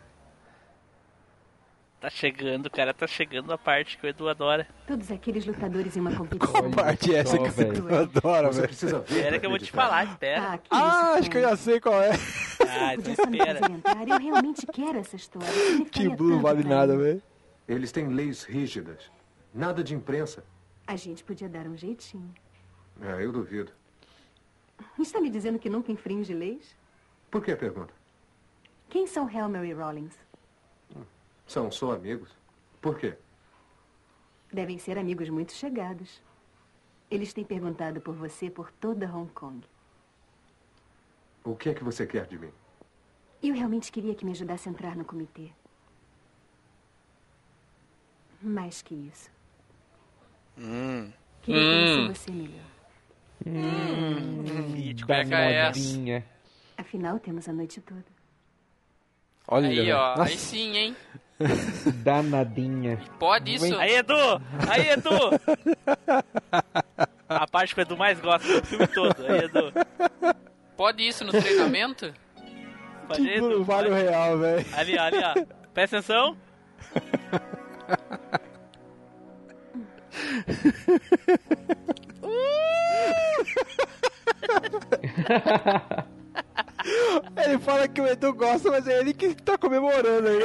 Speaker 2: Tá chegando, cara, tá chegando a parte que o Edu adora.
Speaker 10: Todos aqueles lutadores em uma competição.
Speaker 4: Qual parte é essa que você adora, velho?
Speaker 2: Espera que eu vou te falar, espera.
Speaker 10: Ah, que
Speaker 4: Ah,
Speaker 10: isso,
Speaker 4: acho que eu já sei qual é.
Speaker 2: Ah, então
Speaker 10: Podia só me
Speaker 2: espera.
Speaker 10: apresentar. Eu realmente quero essa história.
Speaker 4: Que Blue não vale nada, né? velho.
Speaker 14: Eles têm leis rígidas. Nada de imprensa.
Speaker 10: A gente podia dar um jeitinho.
Speaker 14: É, eu duvido.
Speaker 10: Está me dizendo que nunca infringe leis?
Speaker 14: Por que a pergunta?
Speaker 10: Quem são Helmer e Rollins?
Speaker 14: São só amigos. Por quê?
Speaker 10: Devem ser amigos muito chegados. Eles têm perguntado por você por toda Hong Kong.
Speaker 14: O que é que você quer de mim?
Speaker 10: Eu realmente queria que me ajudasse a entrar no comitê. Mais que isso.
Speaker 3: Hum.
Speaker 10: Queria
Speaker 5: Hum.
Speaker 10: conhecer você melhor.
Speaker 2: Hum,
Speaker 5: Pega
Speaker 2: é
Speaker 5: essa.
Speaker 10: Afinal, temos a noite toda.
Speaker 4: Olha
Speaker 5: Aí,
Speaker 4: velho.
Speaker 5: ó. Aí
Speaker 4: Nossa.
Speaker 5: sim, hein?
Speaker 20: Danadinha.
Speaker 5: Pode isso.
Speaker 2: Aí, Edu! Aí, Edu! A parte que o Edu mais gosta do filme todo. Aí, Edu.
Speaker 5: Pode isso no treinamento?
Speaker 2: Pode ir,
Speaker 4: Que Blue
Speaker 2: Edu.
Speaker 4: Tipo, vale o real, velho.
Speaker 2: Ali, ó, ali, ó. Presta atenção.
Speaker 4: Hum. Ele fala que o Edu gosta, mas é ele que tá comemorando aí.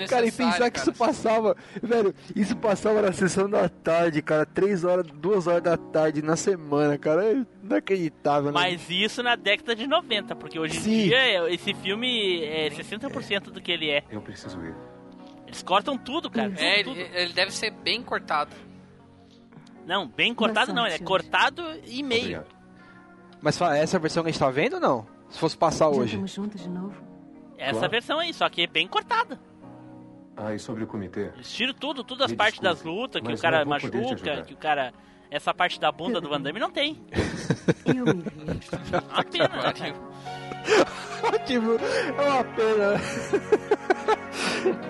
Speaker 20: É,
Speaker 4: Cara, e pensar que isso passava, velho, isso passava na sessão da tarde, cara, três horas, duas horas da tarde na semana, cara, é inacreditável, né?
Speaker 2: Mas isso na década de 90, porque hoje em
Speaker 4: Sim.
Speaker 2: dia é, esse filme é 60% do que ele é.
Speaker 14: Eu preciso ir.
Speaker 2: Eles cortam tudo, cara.
Speaker 5: É,
Speaker 2: tudo,
Speaker 5: ele,
Speaker 2: tudo.
Speaker 5: ele deve ser bem cortado.
Speaker 2: Não, bem cortado não, ele é
Speaker 10: sorte.
Speaker 2: cortado e meio.
Speaker 14: Obrigado.
Speaker 4: Mas fala, essa é a versão que a gente tá vendo ou não? Se fosse passar
Speaker 10: Já
Speaker 4: hoje.
Speaker 10: estamos juntos de novo?
Speaker 2: Essa
Speaker 14: Claro.
Speaker 2: versão aí, só que é bem cortada.
Speaker 14: Ah, e sobre o comitê?
Speaker 2: Eles tiram tudo, tudo as
Speaker 14: Me
Speaker 2: partes das
Speaker 14: desculpe,
Speaker 2: lutas, que
Speaker 14: mas
Speaker 2: o cara
Speaker 14: não vou poder te
Speaker 2: machuca,
Speaker 14: ajudar.
Speaker 2: que o cara. Essa parte da bunda do Van Damme não tem.
Speaker 10: Eu me vi.
Speaker 2: É uma pena, né, cara?
Speaker 4: tipo, é uma pena.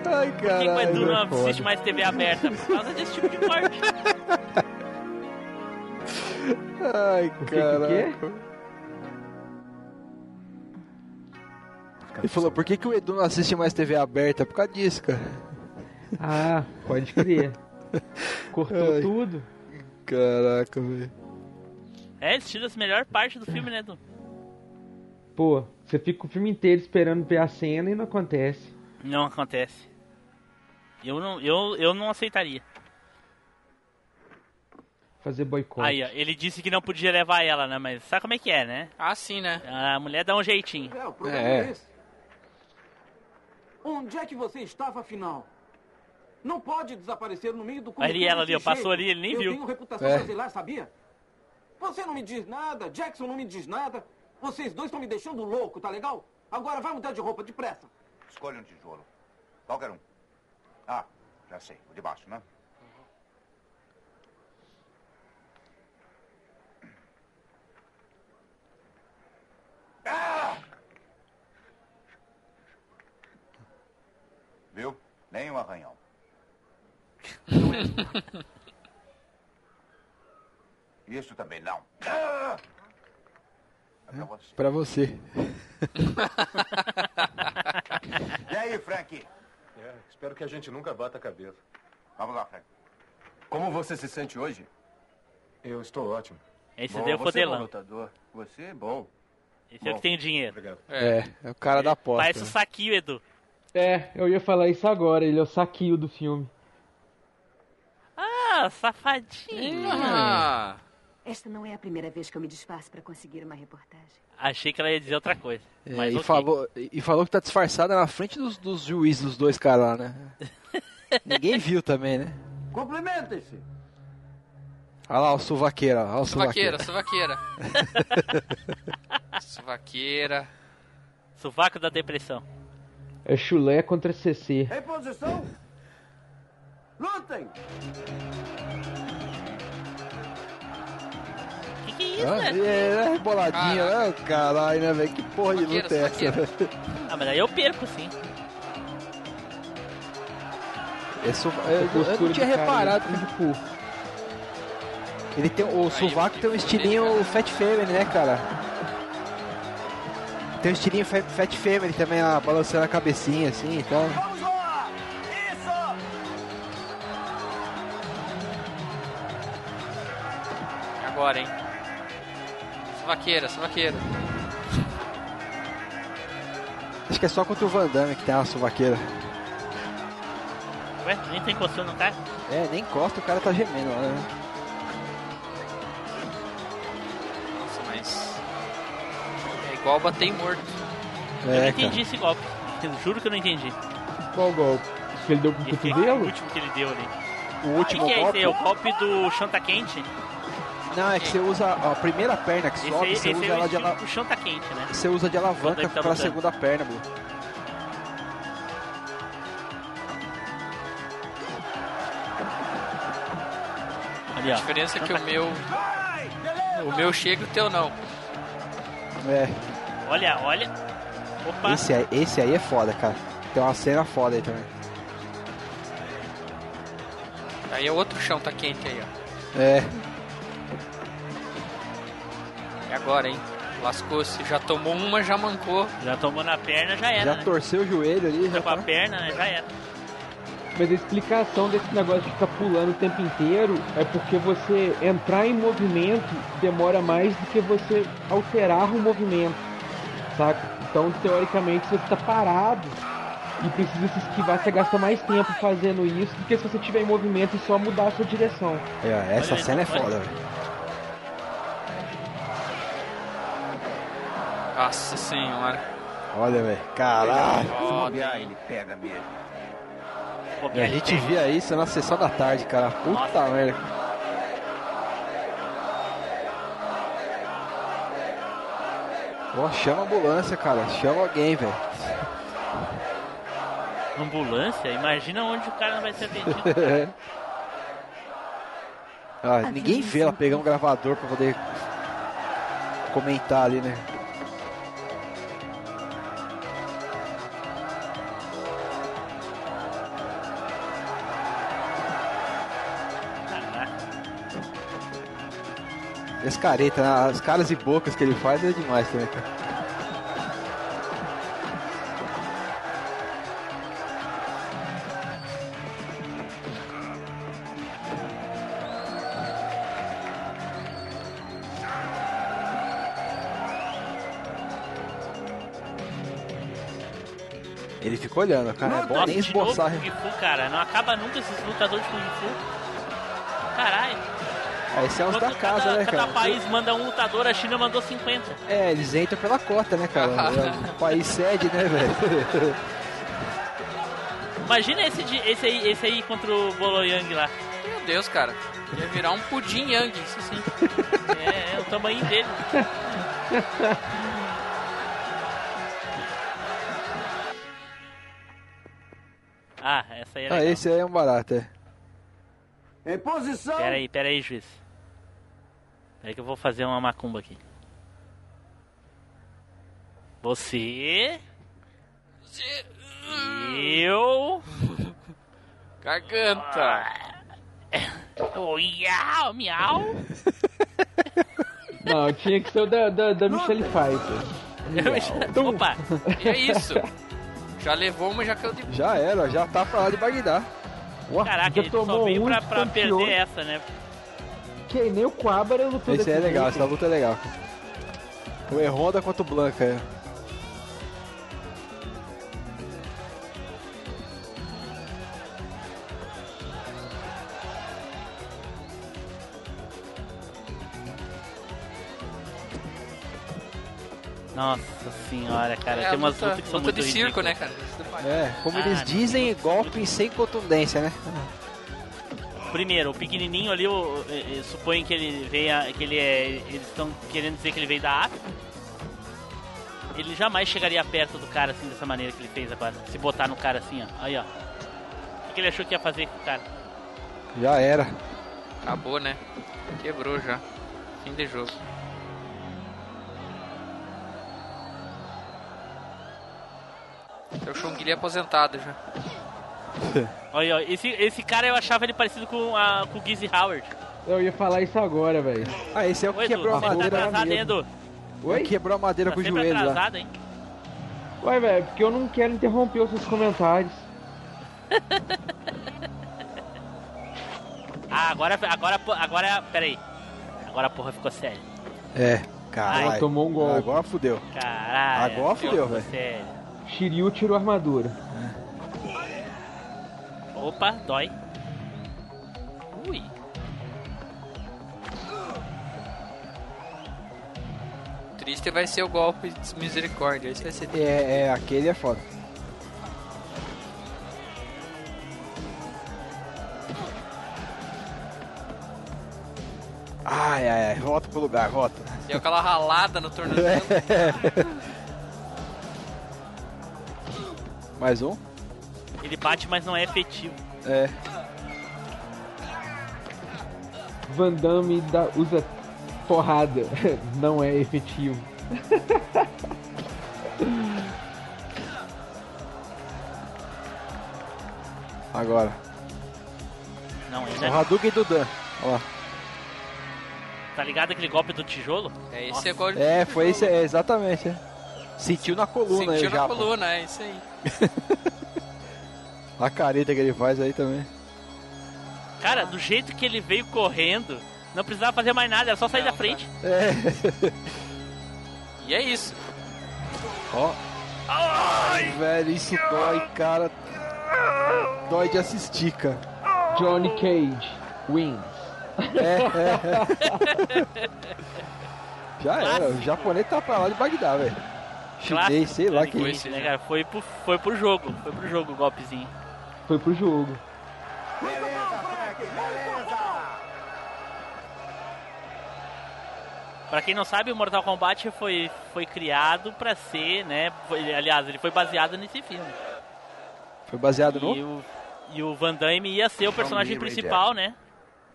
Speaker 4: Ai, é
Speaker 2: Por que que o Edu
Speaker 4: caralho.
Speaker 2: não assiste mais TV aberta? Por causa desse tipo de corte.
Speaker 4: Ai,
Speaker 20: O que é? que
Speaker 4: cara. Ele falou, por que, que o Edu não assiste mais TV aberta? Por causa disso, cara.
Speaker 20: Ah, pode crer. Cortou tudo.
Speaker 4: Caraca, velho.
Speaker 2: É, eles tiram as melhores partes do filme, né, Du?
Speaker 20: Pô, você fica o filme inteiro esperando ver a cena e não acontece.
Speaker 2: Não acontece. Eu não, eu, eu não aceitaria.
Speaker 20: Fazer boicote.
Speaker 2: Aí, ó, ele disse que não podia levar ela, né? Mas sabe como é que é, né?
Speaker 5: Ah, sim, né?
Speaker 2: A mulher dá um jeitinho.
Speaker 18: É, o problema é. esse. Onde é que você estava, afinal? Não pode desaparecer no meio do
Speaker 2: Ali,
Speaker 18: comitê
Speaker 2: ela
Speaker 18: desse
Speaker 2: ali, ó, passou
Speaker 18: jeito.
Speaker 2: ali, ele nem
Speaker 18: Eu
Speaker 2: viu.
Speaker 18: tenho reputação
Speaker 2: É.
Speaker 18: brasileira, sabia? Você não me diz nada, Jackson não me diz nada. Vocês dois estão me deixando louco, tá legal? Agora vai mudar de roupa, depressa.
Speaker 15: Escolha um tijolo. Qualquer um. Ah, já sei. O de baixo, né? Ah! Viu? Nem um arranhão.
Speaker 18: é
Speaker 15: Isso também não. Ah! É pra você.
Speaker 4: Né? Pra você.
Speaker 15: E aí, Frank?
Speaker 14: É, espero que a gente nunca bata a cabeça.
Speaker 15: Vamos lá, Frank.
Speaker 14: Como você se sente hoje? Eu estou ótimo.
Speaker 2: Esse
Speaker 14: Bom,
Speaker 2: deu
Speaker 14: você é bom
Speaker 2: fodelão.
Speaker 14: lutador. Você é bom.
Speaker 2: Esse é o que tem dinheiro.
Speaker 4: É, é o cara da aposta.
Speaker 2: Parece o saquinho, Edu.
Speaker 20: É, eu ia falar isso agora, ele é o saquio do filme.
Speaker 2: Ah, safadinho. Ah.
Speaker 10: Esta não é a primeira vez que eu me disfarço para conseguir uma reportagem.
Speaker 2: Achei que ela ia dizer outra coisa.
Speaker 4: É,
Speaker 2: mas
Speaker 4: e,
Speaker 2: ok.
Speaker 4: falou, e e falou que tá disfarçada na frente dos, dos juízes dos dois caras lá, né? Ninguém viu também, né?
Speaker 18: Complementem-se.
Speaker 4: Olha lá o suvaqueiro, olha lá o
Speaker 5: Suvaqueira,
Speaker 4: suvaqueira.
Speaker 5: suvaqueira. suvaqueira.
Speaker 2: Sovaco da depressão.
Speaker 20: É chulé contra CC.
Speaker 18: Em posição. Lutem.
Speaker 2: Que que é isso,
Speaker 4: Ah,
Speaker 2: né?
Speaker 4: é, né? Boladinha, né? Caralho, né, velho? Que porra de luta é essa,
Speaker 2: suvaqueiro.
Speaker 4: velho?
Speaker 2: Ah, mas aí eu perco, sim.
Speaker 4: É suva- eu- eu,
Speaker 20: postura
Speaker 4: não tinha
Speaker 20: do cara,
Speaker 4: reparado. tipo,
Speaker 20: ele é tudo porco.
Speaker 4: Ele tem, o sovaco tem um estilinho fat family, né, cara? Tem um estilinho fa- fat family também, ó, balançando a cabecinha assim e tal.
Speaker 17: Vamos lá! Isso!
Speaker 5: Agora, hein? Suvaqueira, suvaqueira.
Speaker 4: Acho que é só contra o Van Damme que tem uma suvaqueira.
Speaker 2: Ué, nem tá encostando no cara?
Speaker 4: É, nem encosta, o cara tá gemendo lá, né?
Speaker 5: Nossa, mas. É igual bater em morto.
Speaker 2: eu não
Speaker 4: É,
Speaker 2: entendi
Speaker 4: cara.
Speaker 2: esse golpe. Eu juro que eu não entendi.
Speaker 20: Qual golpe? Que ele deu com o
Speaker 2: Esse é
Speaker 20: cotovelo?
Speaker 2: último que ele deu ali.
Speaker 4: O último
Speaker 2: que, que é
Speaker 4: golpe.
Speaker 2: esse aí? O golpe do Chanta Quente?
Speaker 4: Não, é que você usa a primeira perna que
Speaker 2: Esse
Speaker 4: sobe,
Speaker 2: aí,
Speaker 4: você
Speaker 2: esse aí
Speaker 4: usa
Speaker 2: é o
Speaker 4: ela de
Speaker 2: estilo
Speaker 4: ala...
Speaker 2: do Chanta Quente, né?
Speaker 4: Você usa de
Speaker 2: Quando
Speaker 4: alavanca
Speaker 2: ele tá
Speaker 4: pra
Speaker 2: lutando.
Speaker 4: segunda perna, Blue.
Speaker 2: Ali,
Speaker 5: A
Speaker 2: ó.
Speaker 5: diferença é que o
Speaker 2: tá.
Speaker 5: meu. O meu chega e o teu não.
Speaker 4: É,
Speaker 2: Olha, olha. Opa.
Speaker 4: esse aí, esse aí é foda, cara. Tem uma cena foda aí também.
Speaker 5: Aí é outro chão tá quente aí, ó.
Speaker 4: É,
Speaker 5: E É agora, hein? Lascou-se. Já tomou uma, já mancou.
Speaker 2: Já tomou na perna, já era.
Speaker 4: já
Speaker 2: né?
Speaker 4: torceu o joelho ali, já
Speaker 2: Com a
Speaker 4: tá...
Speaker 2: perna, né? Já era.
Speaker 20: Mas a explicação desse negócio de ficar pulando o tempo inteiro é porque você entrar em movimento demora mais do que você alterar o movimento, saca? Então, teoricamente, se você tá parado e precisa se esquivar, você gasta mais tempo fazendo isso do que se você tiver em movimento e só mudar a sua direção.
Speaker 4: É, ó, essa
Speaker 2: Olha,
Speaker 4: cena é
Speaker 2: olha.
Speaker 4: foda, velho.
Speaker 5: Nossa senhora.
Speaker 4: Olha, velho. Caralho.
Speaker 5: Foda, hein?
Speaker 17: ele pega mesmo.
Speaker 4: E a gente via isso na sessão da tarde, cara. Puta merda. Ó, chama a ambulância, cara. Chama alguém, velho.
Speaker 2: Ambulância? Imagina onde o cara não vai ser atendido.
Speaker 4: É. Ah, ninguém vê ela pegar um gravador pra poder comentar ali, né?
Speaker 2: Caraca.
Speaker 4: E as caretas, né? as caras e bocas que ele faz é demais também, cara. Ele fica olhando, cara. É bom
Speaker 2: Nossa,
Speaker 4: nem
Speaker 2: de novo
Speaker 4: esboçar.
Speaker 2: Kung Fu, cara. Não acaba nunca esses lutadores de Kung Fu. Caralho.
Speaker 4: Ah, esse é os da
Speaker 2: Enquanto cada,
Speaker 4: casa, né,
Speaker 2: cada
Speaker 4: cara?
Speaker 2: país manda um lutador, a China mandou 50.
Speaker 4: É, eles entram pela cota, né, cara? o país cede, né, velho?
Speaker 2: Imagina esse, de- esse, aí, esse aí contra o Bolo Yang lá.
Speaker 5: Meu Deus, cara. Ia virar um pudim Yang, isso sim.
Speaker 2: É, é o tamanho dele. Ah, essa aí é
Speaker 4: ah,
Speaker 2: legal.
Speaker 4: esse aí é um barato, é.
Speaker 2: Em posição! Peraí, peraí, juiz. Peraí que eu vou fazer uma macumba aqui. Você... Eu...
Speaker 5: Garganta.
Speaker 2: Oh, miau, miau.
Speaker 20: Não, tinha que ser o da, da, da Michelle Pfeiffer. Tum.
Speaker 5: Opa, e é isso. Já levou uma, já caiu de...
Speaker 4: Já era, já tá pra lá de Bagdá. Ó,
Speaker 2: Caraca, ele só
Speaker 4: um
Speaker 2: veio pra, pra perder essa, né?
Speaker 20: Que um nem o Quabara lutou
Speaker 4: Esse aí é
Speaker 20: desse
Speaker 4: legal,
Speaker 20: jeito.
Speaker 4: essa luta é legal. O Erronda contra o Blanca, é.
Speaker 2: Nossa senhora, cara.
Speaker 5: É,
Speaker 2: tem umas
Speaker 5: luta-
Speaker 2: lutas que são
Speaker 5: luta
Speaker 2: muito
Speaker 5: de circo,
Speaker 2: ridículas.
Speaker 5: né, cara? Você faz.
Speaker 4: É, como
Speaker 2: Ah,
Speaker 4: eles
Speaker 2: não,
Speaker 4: dizem, golpe sem contundência, né?
Speaker 2: Primeiro, o pequenininho ali, o- eh, eh, supõe que ele venha, que ele é, eles estão querendo dizer que ele veio da África. Ele jamais chegaria perto do cara assim dessa maneira que ele fez agora. Se botar no cara assim, ó. Aí, ó. O que que ele achou que ia fazer com o cara?
Speaker 4: Já era.
Speaker 5: Acabou, né? Quebrou já. Fim de jogo. Seu Xung Li aposentado já.
Speaker 2: Olha, ó, esse, esse cara eu achava ele parecido com, a, com o Gizzy Howard.
Speaker 20: Eu ia falar isso agora, velho.
Speaker 4: Ah, esse é o que
Speaker 2: Oi, Edu,
Speaker 4: quebrou a
Speaker 2: você tá
Speaker 4: madeira.
Speaker 2: atrasado, hein,
Speaker 4: mesmo.
Speaker 2: Edu?
Speaker 4: Oi? Ele Quebrou a madeira
Speaker 2: Tá
Speaker 4: com o
Speaker 2: sempre
Speaker 4: joelho lá.
Speaker 2: atrasado, hein?
Speaker 20: Ué, velho, é porque eu não quero interromper os seus comentários.
Speaker 2: Ah, agora, agora, agora, peraí. Agora a porra ficou séria.
Speaker 4: É,
Speaker 2: Ai,
Speaker 4: caralho.
Speaker 2: tomou um gol.
Speaker 4: Agora fudeu.
Speaker 2: Caralho.
Speaker 4: Agora
Speaker 2: a porra
Speaker 4: fudeu,
Speaker 2: ficou
Speaker 4: velho.
Speaker 2: séria.
Speaker 20: Shiryu tirou a armadura.
Speaker 2: Opa, dói. Ui.
Speaker 5: Triste vai ser o golpe de misericórdia. Esse vai ser
Speaker 4: É, é, aquele é foda. Ai, ai, ai, volta pro lugar, volta. É.
Speaker 5: Deu aquela ralada no tornozelo.
Speaker 4: Mais um?
Speaker 2: Ele bate, mas não é efetivo.
Speaker 4: É.
Speaker 20: Van Damme dá- usa porrada. Não é efetivo.
Speaker 4: Agora.
Speaker 2: Não, ele
Speaker 4: O
Speaker 2: é...
Speaker 4: Hadouken do Dan. Ó.
Speaker 2: Tá ligado aquele golpe do tijolo?
Speaker 5: É, esse é golpe
Speaker 4: É, foi isso, é, exatamente. é. Sentiu na coluna aí
Speaker 5: Sentiu
Speaker 4: o
Speaker 5: na
Speaker 4: Japa.
Speaker 5: coluna, é isso aí.
Speaker 4: A careta que ele faz aí também.
Speaker 2: Cara, do jeito que ele veio correndo, não precisava fazer mais nada, era só sair da frente.
Speaker 4: É.
Speaker 5: E é isso.
Speaker 4: Ó. Ai, velho, isso dói, cara. Dói de assistir, cara.
Speaker 20: Johnny Cage wins.
Speaker 4: É, é. Já era, o japonês tá pra lá de Bagdá, velho. Chinês, sei lá é
Speaker 2: Foi,
Speaker 4: quem.
Speaker 2: isso, né, cara? Foi pro, foi pro jogo, foi pro jogo o golpezinho.
Speaker 20: Foi pro jogo.
Speaker 2: Pra quem não sabe, o Mortal Kombat foi, foi criado pra ser, né? foi- aliás, ele foi baseado nesse filme.
Speaker 4: Foi baseado
Speaker 2: E
Speaker 4: no.
Speaker 2: o, e o Van Damme ia ser o personagem
Speaker 4: Ray
Speaker 2: principal, né?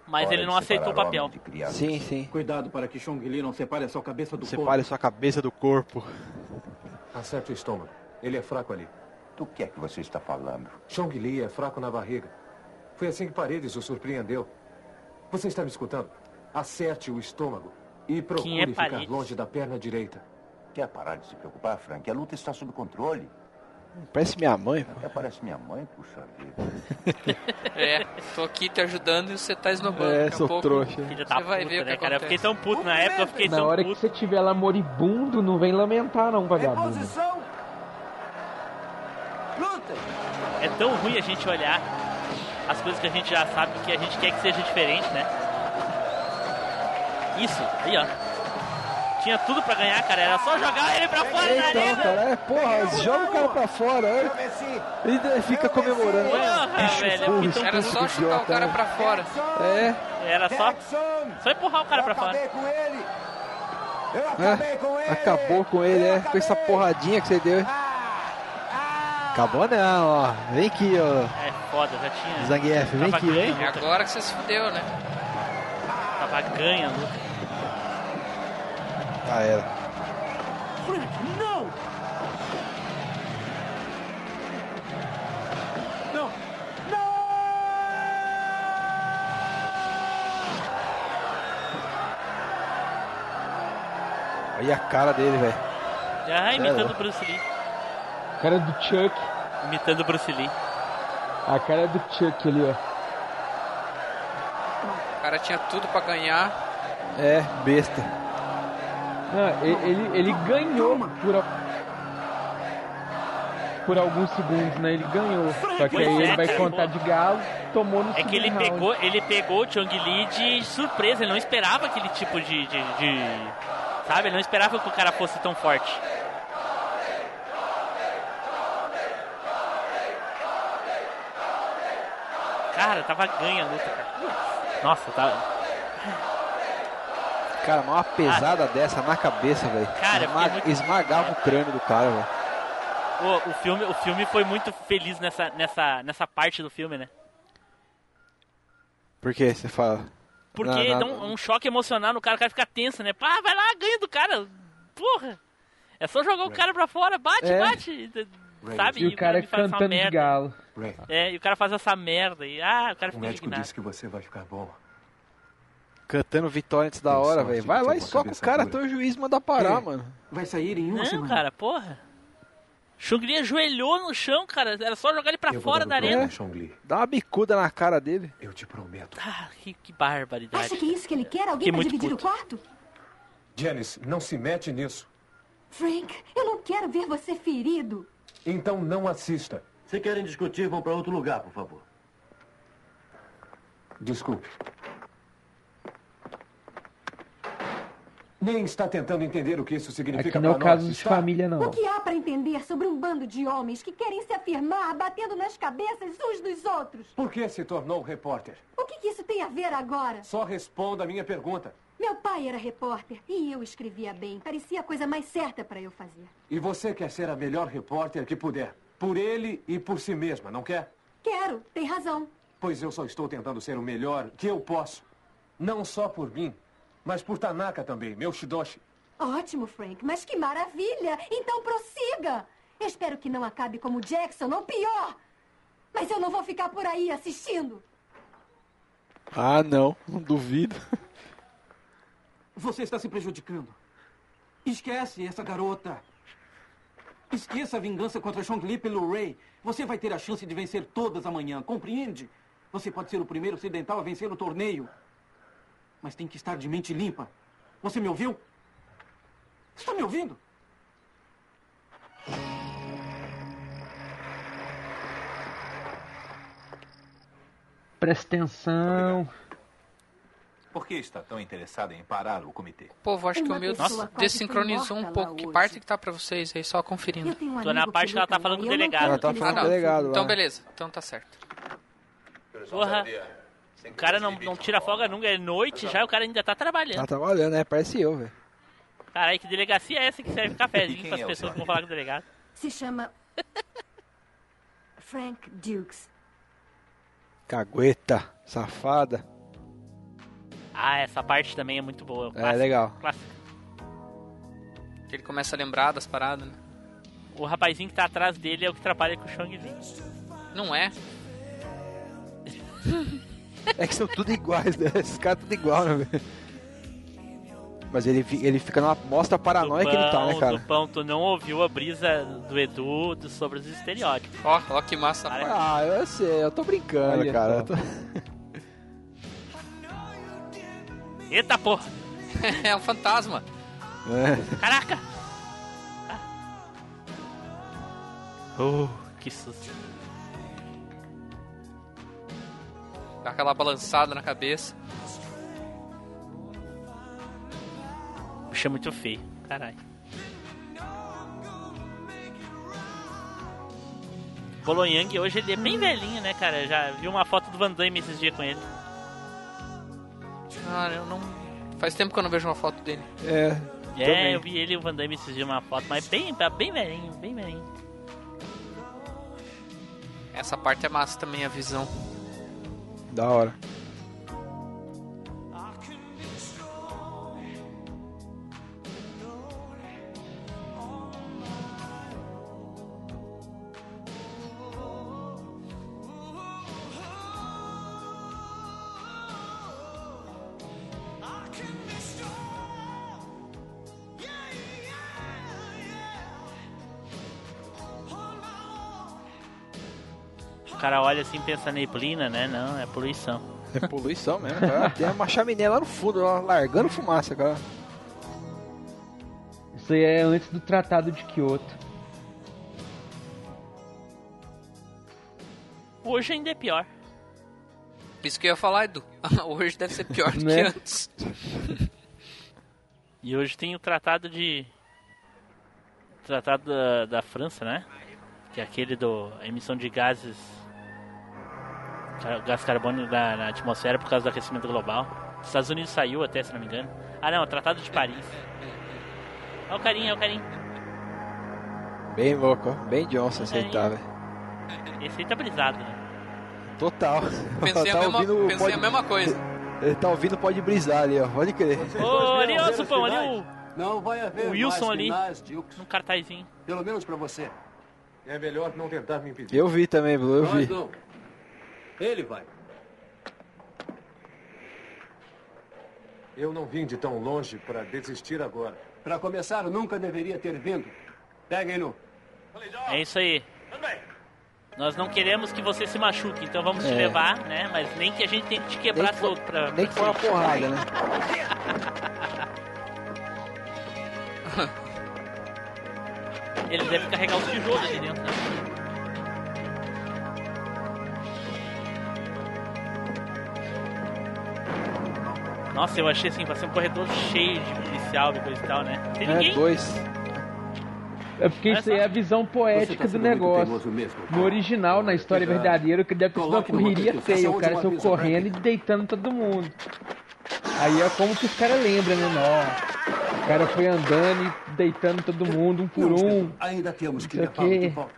Speaker 2: Mas
Speaker 4: Hora
Speaker 2: ele
Speaker 4: de
Speaker 2: não aceitou o
Speaker 4: separar
Speaker 2: papel.
Speaker 4: Sim, sim.
Speaker 18: Cuidado para que Chong Li não separe a sua cabeça do
Speaker 4: Separe sua cabeça do corpo.
Speaker 14: Acerte o estômago. Ele é fraco ali.
Speaker 15: Do que é que você está falando?
Speaker 14: Chong Li é fraco na barriga. Foi assim que Paredes o surpreendeu. Você está me escutando? Acerte o estômago.
Speaker 17: E
Speaker 2: Quem é
Speaker 17: procure
Speaker 2: parente?
Speaker 17: ficar longe da perna direita.
Speaker 15: Quer parar de se preocupar, Frank? A luta está sob controle.
Speaker 4: Parece minha mãe, pô.
Speaker 15: Até parece minha mãe, puxa vida.
Speaker 5: É, tô aqui te ajudando e você tá esnobando.
Speaker 4: É,
Speaker 5: Daqui a
Speaker 4: sou
Speaker 5: pouco
Speaker 4: trouxa.
Speaker 5: Você
Speaker 4: Filha
Speaker 2: da
Speaker 5: vai
Speaker 2: puta,
Speaker 5: ver o que
Speaker 2: né, cara? Eu fiquei
Speaker 5: acontece.
Speaker 2: tão puto na época, eu fiquei
Speaker 20: Na
Speaker 2: tão
Speaker 20: hora
Speaker 2: puto.
Speaker 20: que você tiver lá moribundo, não vem lamentar não, vagabundo.
Speaker 11: Posição! Luta!
Speaker 2: É tão ruim a gente olhar as coisas que a gente já sabe que a gente quer que seja diferente, né? Isso, aí ó. Tinha tudo pra ganhar, cara. Era É só jogar ele pra fora da
Speaker 4: Então,
Speaker 2: arena.
Speaker 4: cara, é, porra, joga o cara pra fora, é. E daí fica comemorando.
Speaker 2: Porra,
Speaker 4: né? Bicho
Speaker 2: velho, é então
Speaker 4: burro,
Speaker 2: eu fiquei tão
Speaker 5: Era
Speaker 4: estúpido,
Speaker 5: só chutar o
Speaker 4: idiota,
Speaker 5: cara
Speaker 4: né?
Speaker 5: pra fora.
Speaker 4: É,
Speaker 2: Era só, só empurrar o cara pra fora.
Speaker 17: Acabei com ele! Eu acabei
Speaker 4: é.
Speaker 17: com ele!
Speaker 4: Acabou com ele, é. Com essa porradinha que você deu. Acabou não, ó. Vem aqui, ó.
Speaker 2: É foda, já tinha.
Speaker 4: Zangief, vem
Speaker 2: Tava
Speaker 4: aqui,
Speaker 2: ganha,
Speaker 4: vem.
Speaker 5: É agora que você se fudeu, né?
Speaker 2: Tava ganha, Luca.
Speaker 4: Ah, era.
Speaker 11: Frank, não! Não!
Speaker 4: Olha a cara dele, velho.
Speaker 2: Ah, imitando
Speaker 4: É.
Speaker 2: o Bruce Lee.
Speaker 20: Cara é do Chuck,
Speaker 2: Imitando o Bruce Lee.
Speaker 20: a cara é do Chuck ali, ó.
Speaker 5: O cara tinha tudo pra ganhar.
Speaker 4: É, besta.
Speaker 20: Não, e- ele, ele ganhou por, al- por alguns segundos, né? Ele ganhou. Só que aí
Speaker 2: Pois é,
Speaker 20: ele vai
Speaker 2: cara.
Speaker 20: contar de galo, tomou no
Speaker 2: É que ele
Speaker 20: segundo round.
Speaker 2: pegou, ele pegou o Chong Li de surpresa, ele não esperava aquele tipo de, de, de- Sabe? Ele não esperava que o cara fosse tão forte. Cara, tava ganha a luta, cara. Nossa, tá.
Speaker 4: Cara, mas uma pesada dessa na cabeça, velho.
Speaker 2: Ah. Cara, eu fiquei muito-
Speaker 4: Esmagava o crânio do cara, velho.
Speaker 2: O, o, filme, o filme foi muito feliz nessa, nessa, nessa parte do filme, né?
Speaker 4: Por que você fala?
Speaker 2: Porque
Speaker 4: Na- na-
Speaker 2: dá um, um choque emocional no cara, o cara fica tenso, né? Pá, vai lá, ganha do cara. Porra! É só jogar o cara pra fora, bate,
Speaker 20: É.
Speaker 2: bate. Sabe?
Speaker 20: E o cara
Speaker 14: é
Speaker 2: faz essa
Speaker 20: cantando de
Speaker 2: merda.
Speaker 20: galo.
Speaker 14: Ray,
Speaker 2: É, e o cara faz essa merda. E, ah, o cara
Speaker 14: o
Speaker 2: fica
Speaker 14: Um médico
Speaker 2: indignado.
Speaker 14: disse que você vai ficar bom.
Speaker 4: Cantando vitória antes da
Speaker 14: Tem
Speaker 4: hora,
Speaker 14: sorte
Speaker 4: velho.
Speaker 14: de
Speaker 4: Vai
Speaker 14: ter
Speaker 4: lá
Speaker 14: uma
Speaker 4: e soca o
Speaker 14: cabeça
Speaker 4: cara até
Speaker 14: dura.
Speaker 4: o juiz mandar parar,
Speaker 14: É.
Speaker 4: mano.
Speaker 14: Vai sair em uma
Speaker 2: Não,
Speaker 14: semana.
Speaker 2: cara, porra. Xungri ajoelhou no chão, cara. Era só jogar ele pra
Speaker 14: Eu vou
Speaker 2: fora
Speaker 14: dar
Speaker 2: da
Speaker 14: meu
Speaker 2: arena.
Speaker 14: troco, Chong-Li.
Speaker 4: Dá uma bicuda na cara dele.
Speaker 14: Eu te prometo.
Speaker 2: Ah, que, que barbaridade.
Speaker 10: Acha que é isso que ele quer? Alguém
Speaker 2: Fiquei
Speaker 10: pra
Speaker 2: muito
Speaker 10: dividir
Speaker 2: puto.
Speaker 10: o quarto?
Speaker 14: Janice, não se mete nisso.
Speaker 10: Frank, eu não quero ver você ferido.
Speaker 14: Então não assista.
Speaker 6: Se querem discutir, vão para outro lugar, por favor.
Speaker 14: Desculpe. Nem está tentando entender o que isso significa
Speaker 20: Aqui não é o
Speaker 14: pra nós,
Speaker 20: caso de
Speaker 14: está?
Speaker 20: família, não.
Speaker 10: O que há pra entender sobre um bando de homens que querem se afirmar batendo nas cabeças uns dos outros?
Speaker 14: Por que se tornou repórter?
Speaker 10: O que, que isso tem a ver agora?
Speaker 14: Só responda a minha pergunta.
Speaker 10: Meu pai era repórter e eu escrevia bem. Parecia a coisa mais certa pra eu fazer.
Speaker 14: E você quer ser a melhor repórter que puder. Por ele e por si mesma, não quer?
Speaker 10: Quero, tem razão.
Speaker 14: Pois eu só estou tentando ser o melhor que eu posso. Não só por mim, mas por Tanaka também, meu Shidoshi.
Speaker 10: Ótimo, Frank, mas que maravilha! Então prossiga! Eu espero que não acabe como Jackson, ou pior! Mas eu não vou ficar por aí assistindo!
Speaker 4: Ah, não. Não duvido.
Speaker 18: Você está se prejudicando. Esquece essa garota. Esqueça a vingança contra Chong-Li pelo Ray. Você vai ter a chance de vencer todas amanhã, compreende? Você pode ser o primeiro ocidental a vencer o torneio. Mas tem que estar de mente limpa. Você me ouviu? Está me ouvindo?
Speaker 20: Presta atenção.
Speaker 17: Por que está tão interessado em parar o comitê?
Speaker 5: Pô, eu acho que
Speaker 10: Uma
Speaker 5: o meu
Speaker 10: pessoa quase foi
Speaker 5: desincronizou um
Speaker 10: morta
Speaker 5: pouco.
Speaker 10: lá
Speaker 5: Que
Speaker 10: hoje.
Speaker 5: parte que tá pra vocês aí, só conferindo.
Speaker 10: Eu tenho um
Speaker 2: Tô na
Speaker 10: amigo
Speaker 2: parte que ela
Speaker 10: luta
Speaker 2: tá falando
Speaker 10: lá,
Speaker 2: com o
Speaker 10: eu não
Speaker 2: delegado.
Speaker 10: quero
Speaker 4: Ela tá
Speaker 10: que
Speaker 4: falando
Speaker 10: ele
Speaker 4: com
Speaker 10: se
Speaker 4: o delegado lá.
Speaker 5: Então beleza, então tá certo.
Speaker 2: Porra. O cara não, não tira folga nunca, é noite já, o cara ainda tá
Speaker 4: Tá
Speaker 2: trabalhando.
Speaker 4: trabalhando, né? Parece eu, velho.
Speaker 2: Caralho, que delegacia é essa que serve
Speaker 17: E
Speaker 2: cafezinho
Speaker 17: quem
Speaker 2: pras
Speaker 17: é o
Speaker 2: pessoas
Speaker 17: senhor?
Speaker 2: que vão falar com o delegado?
Speaker 10: Se chama. Frank Dukes.
Speaker 4: Cagueta. Safada.
Speaker 2: Ah, essa parte também é muito boa.
Speaker 4: É,
Speaker 2: clássico,
Speaker 4: legal.
Speaker 2: clássico.
Speaker 5: Ele começa a lembrar das paradas, né?
Speaker 2: O rapazinho que tá atrás dele é o que atrapalha com o Chong Li.
Speaker 5: Não é?
Speaker 4: É que são tudo iguais, né? Esses caras tudo igual, né, velho? Mas ele, fi- ele fica numa. Mostra a paranoia que ele tá, né, cara?
Speaker 2: Tupão, tu não ouviu a brisa do Edu do- sobre os estereótipos.
Speaker 5: Ó, ó que massa.
Speaker 4: Ah, eu sei, eu tô brincando,
Speaker 5: Olha
Speaker 4: cara.
Speaker 5: só.
Speaker 4: Eu tô-
Speaker 2: Eita porra!
Speaker 5: é um fantasma.
Speaker 4: É.
Speaker 2: Caraca! Oh, que susto.
Speaker 5: Dá aquela balançada na cabeça.
Speaker 2: Puxa, muito feio. Caralho. Bolonhang hoje ele é bem velhinho, né, cara? Eu Já vi uma foto do Van Damme esses dias com ele.
Speaker 5: Cara, eu não. Faz tempo que eu não vejo uma foto dele.
Speaker 4: É.
Speaker 2: É, eu vi ele e o Van Damme esses dias uma foto, mas bem, tá bem velhinho, bem velhinho.
Speaker 5: Essa parte é massa também, a visão.
Speaker 4: Da hora.
Speaker 2: O cara olha assim e pensa neblina, né? Não, é poluição.
Speaker 4: É poluição mesmo, cara. Tem uma chaminé lá no fundo, lá, largando fumaça, cara.
Speaker 20: Isso aí é antes do Tratado de Kyoto.
Speaker 2: Hoje ainda é pior.
Speaker 5: Isso que eu ia falar, Edu. Hoje deve ser pior do que
Speaker 2: Né?
Speaker 5: antes.
Speaker 2: E hoje tem o tratado de. Tratado da, da França, né? Que é aquele do. a emissão de gases. ca- gás carbônico na, na atmosfera por causa do aquecimento global. Os Estados Unidos saiu até, se não me engano. Ah, não, o Tratado de Paris. Olha o carinha, olha o carinha.
Speaker 4: Bem louco, ó. Bem Johnson aceitar, velho.
Speaker 2: Esse aí tá brisado, né?
Speaker 4: Total.
Speaker 2: Pensei a
Speaker 4: tá
Speaker 2: mesma-
Speaker 4: ouvindo,
Speaker 2: pensei a mesma coisa.
Speaker 4: Ele tá ouvindo, pode brisar ali, ó. Pode crer.
Speaker 2: Ô, ali, ó, Supão, ali
Speaker 14: finais?
Speaker 2: o.
Speaker 14: Não vai haver
Speaker 2: O Wilson
Speaker 14: mais
Speaker 2: ali.
Speaker 14: finais, Dukes.
Speaker 2: Num cartazinho.
Speaker 14: Pelo menos pra você. É melhor não tentar me impedir.
Speaker 4: Eu vi também, Blue, eu
Speaker 14: Nós
Speaker 4: vi.
Speaker 14: não. Ele vai. Eu não vim de tão longe para desistir agora. Para começar, eu nunca deveria ter vindo. Peguem-no.
Speaker 2: É isso aí. Nós não queremos que você se machuque, então vamos te
Speaker 4: É.
Speaker 2: levar, né? Mas nem que a gente tenha que te quebrar todo pra.
Speaker 4: Nem que foi uma porrada, né?
Speaker 2: Ele deve carregar os tijolos ali dentro, né? Nossa, eu achei assim, vai ser um corredor cheio de policial e coisa e tal, né? Tem ninguém?
Speaker 20: É, dois. É porque isso aí é a visão poética do negócio. No original, na história
Speaker 14: Exato.
Speaker 20: verdadeira, que deve ter sido uma
Speaker 14: Coloque numa
Speaker 20: correria
Speaker 14: crucificação
Speaker 20: feia. O
Speaker 14: onde
Speaker 20: cara
Speaker 14: uma
Speaker 20: saiu
Speaker 14: visão né?
Speaker 20: correndo e deitando todo mundo. Aí é como que os caras lembram, né? Não. O cara foi andando e deitando todo mundo, um por um.
Speaker 14: Ainda temos que é
Speaker 20: Isso
Speaker 14: levá-lo de
Speaker 20: aqui.
Speaker 14: volta.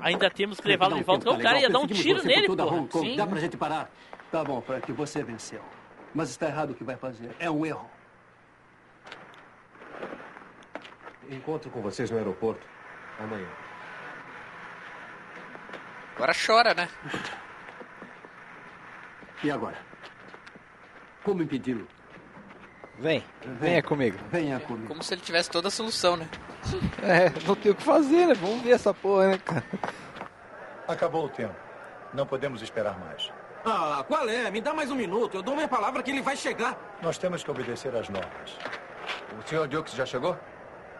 Speaker 2: Ainda temos que levá-lo de volta.
Speaker 14: Tá
Speaker 2: O cara
Speaker 14: legal,
Speaker 2: ia dar um
Speaker 14: perseguimos
Speaker 2: tiro
Speaker 14: você
Speaker 2: nele,
Speaker 14: por toda Hong
Speaker 2: pô.
Speaker 14: Kong.
Speaker 2: Sim.
Speaker 14: Dá pra gente parar. Tá bom, Frank, você venceu. Mas está errado o que vai fazer. É um erro.
Speaker 17: Encontro com vocês no aeroporto amanhã.
Speaker 5: Agora chora, né?
Speaker 14: E agora? Como impedi-lo?
Speaker 4: Vem, venha comigo.
Speaker 14: Venha comigo.
Speaker 5: Como se ele tivesse toda a solução, né?
Speaker 4: É, não tem o que fazer, né? Vamos ver essa porra, né, cara?
Speaker 17: Acabou o tempo. Não podemos esperar mais.
Speaker 18: Ah, qual é? Me dá mais um minuto. Eu dou minha palavra que ele vai chegar.
Speaker 17: Nós temos que obedecer às normas. O senhor Dukes já chegou?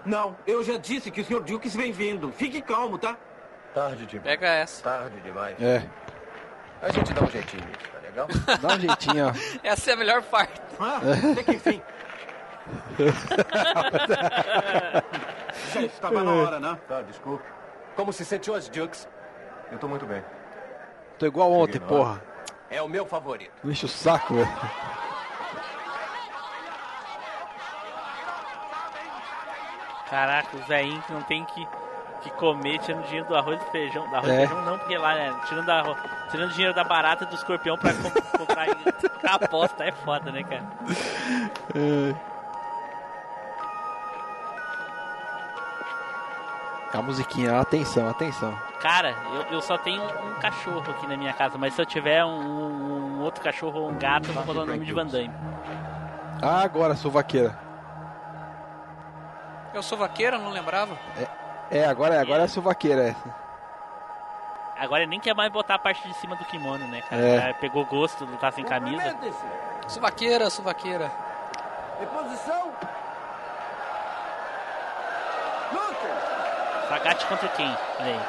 Speaker 18: Não, eu já disse que o Sr. Dukes vem vindo. Fique calmo, tá?
Speaker 17: Tarde demais.
Speaker 5: Pega essa.
Speaker 17: Tarde demais.
Speaker 4: É.
Speaker 17: A gente dá um jeitinho, tá legal?
Speaker 4: Dá um jeitinho, ó.
Speaker 5: Essa é a melhor parte.
Speaker 18: Ah,
Speaker 20: É.
Speaker 18: até que enfim. Gente, tava na hora, né?
Speaker 17: Tá, desculpa. Como se sente hoje, Dukes? Eu tô muito bem.
Speaker 4: Tô igual ontem,
Speaker 17: Cheguei na hora.
Speaker 4: porra.
Speaker 17: É o meu favorito.
Speaker 4: Não enche o saco, velho.
Speaker 2: Caraca, o Zéinho que não tem que, que comer tirando dinheiro do arroz e feijão. Da arroz
Speaker 4: É.
Speaker 2: e feijão não, porque lá, né? Tirando, da, arro- tirando dinheiro da barata e do escorpião pra com- comprar em- aposta é foda, né, cara?
Speaker 4: É. A musiquinha, ó, atenção, atenção.
Speaker 2: Cara, eu, eu só tenho um cachorro aqui um na minha casa, mas se eu tiver um, um outro cachorro ou um gato, eu vou botar o nome de Van Damme.
Speaker 4: Ah, agora sou vaqueira.
Speaker 5: Eu sou vaqueira, não lembrava.
Speaker 4: É, agora é, agora é a sovaqueira essa.
Speaker 2: Agora ele nem quer mais botar a parte de cima do kimono, né, cara?
Speaker 4: É.
Speaker 2: Já Pegou gosto de lutar sem camisa.
Speaker 5: Suvaqueira, suvaqueira.
Speaker 18: Em posição. Luta.
Speaker 2: Sagat contra quem? Olha aí.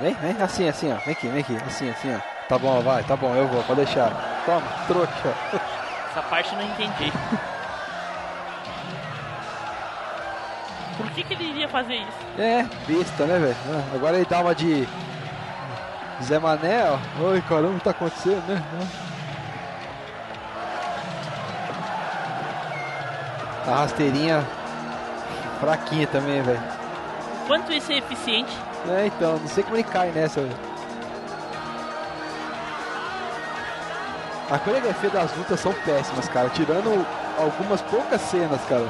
Speaker 4: Vem, vem, assim, assim, ó. Vem aqui, vem aqui, assim, assim, ó. Tá bom, vai, tá bom, eu vou, pode deixar. Toma, trouxa.
Speaker 2: Essa parte eu não entendi. Por que, que ele iria fazer isso?
Speaker 4: É, besta, né, velho? Ah, Agora ele dá uma de. Zé Mané, ó. Oi, caramba, o que tá acontecendo, né? Ah. A rasteirinha fraquinha também, velho.
Speaker 2: O Quanto isso é eficiente?
Speaker 4: É, então, não sei como ele cai nessa, velho. A coreografia das lutas são péssimas, cara. Tirando algumas poucas cenas, cara.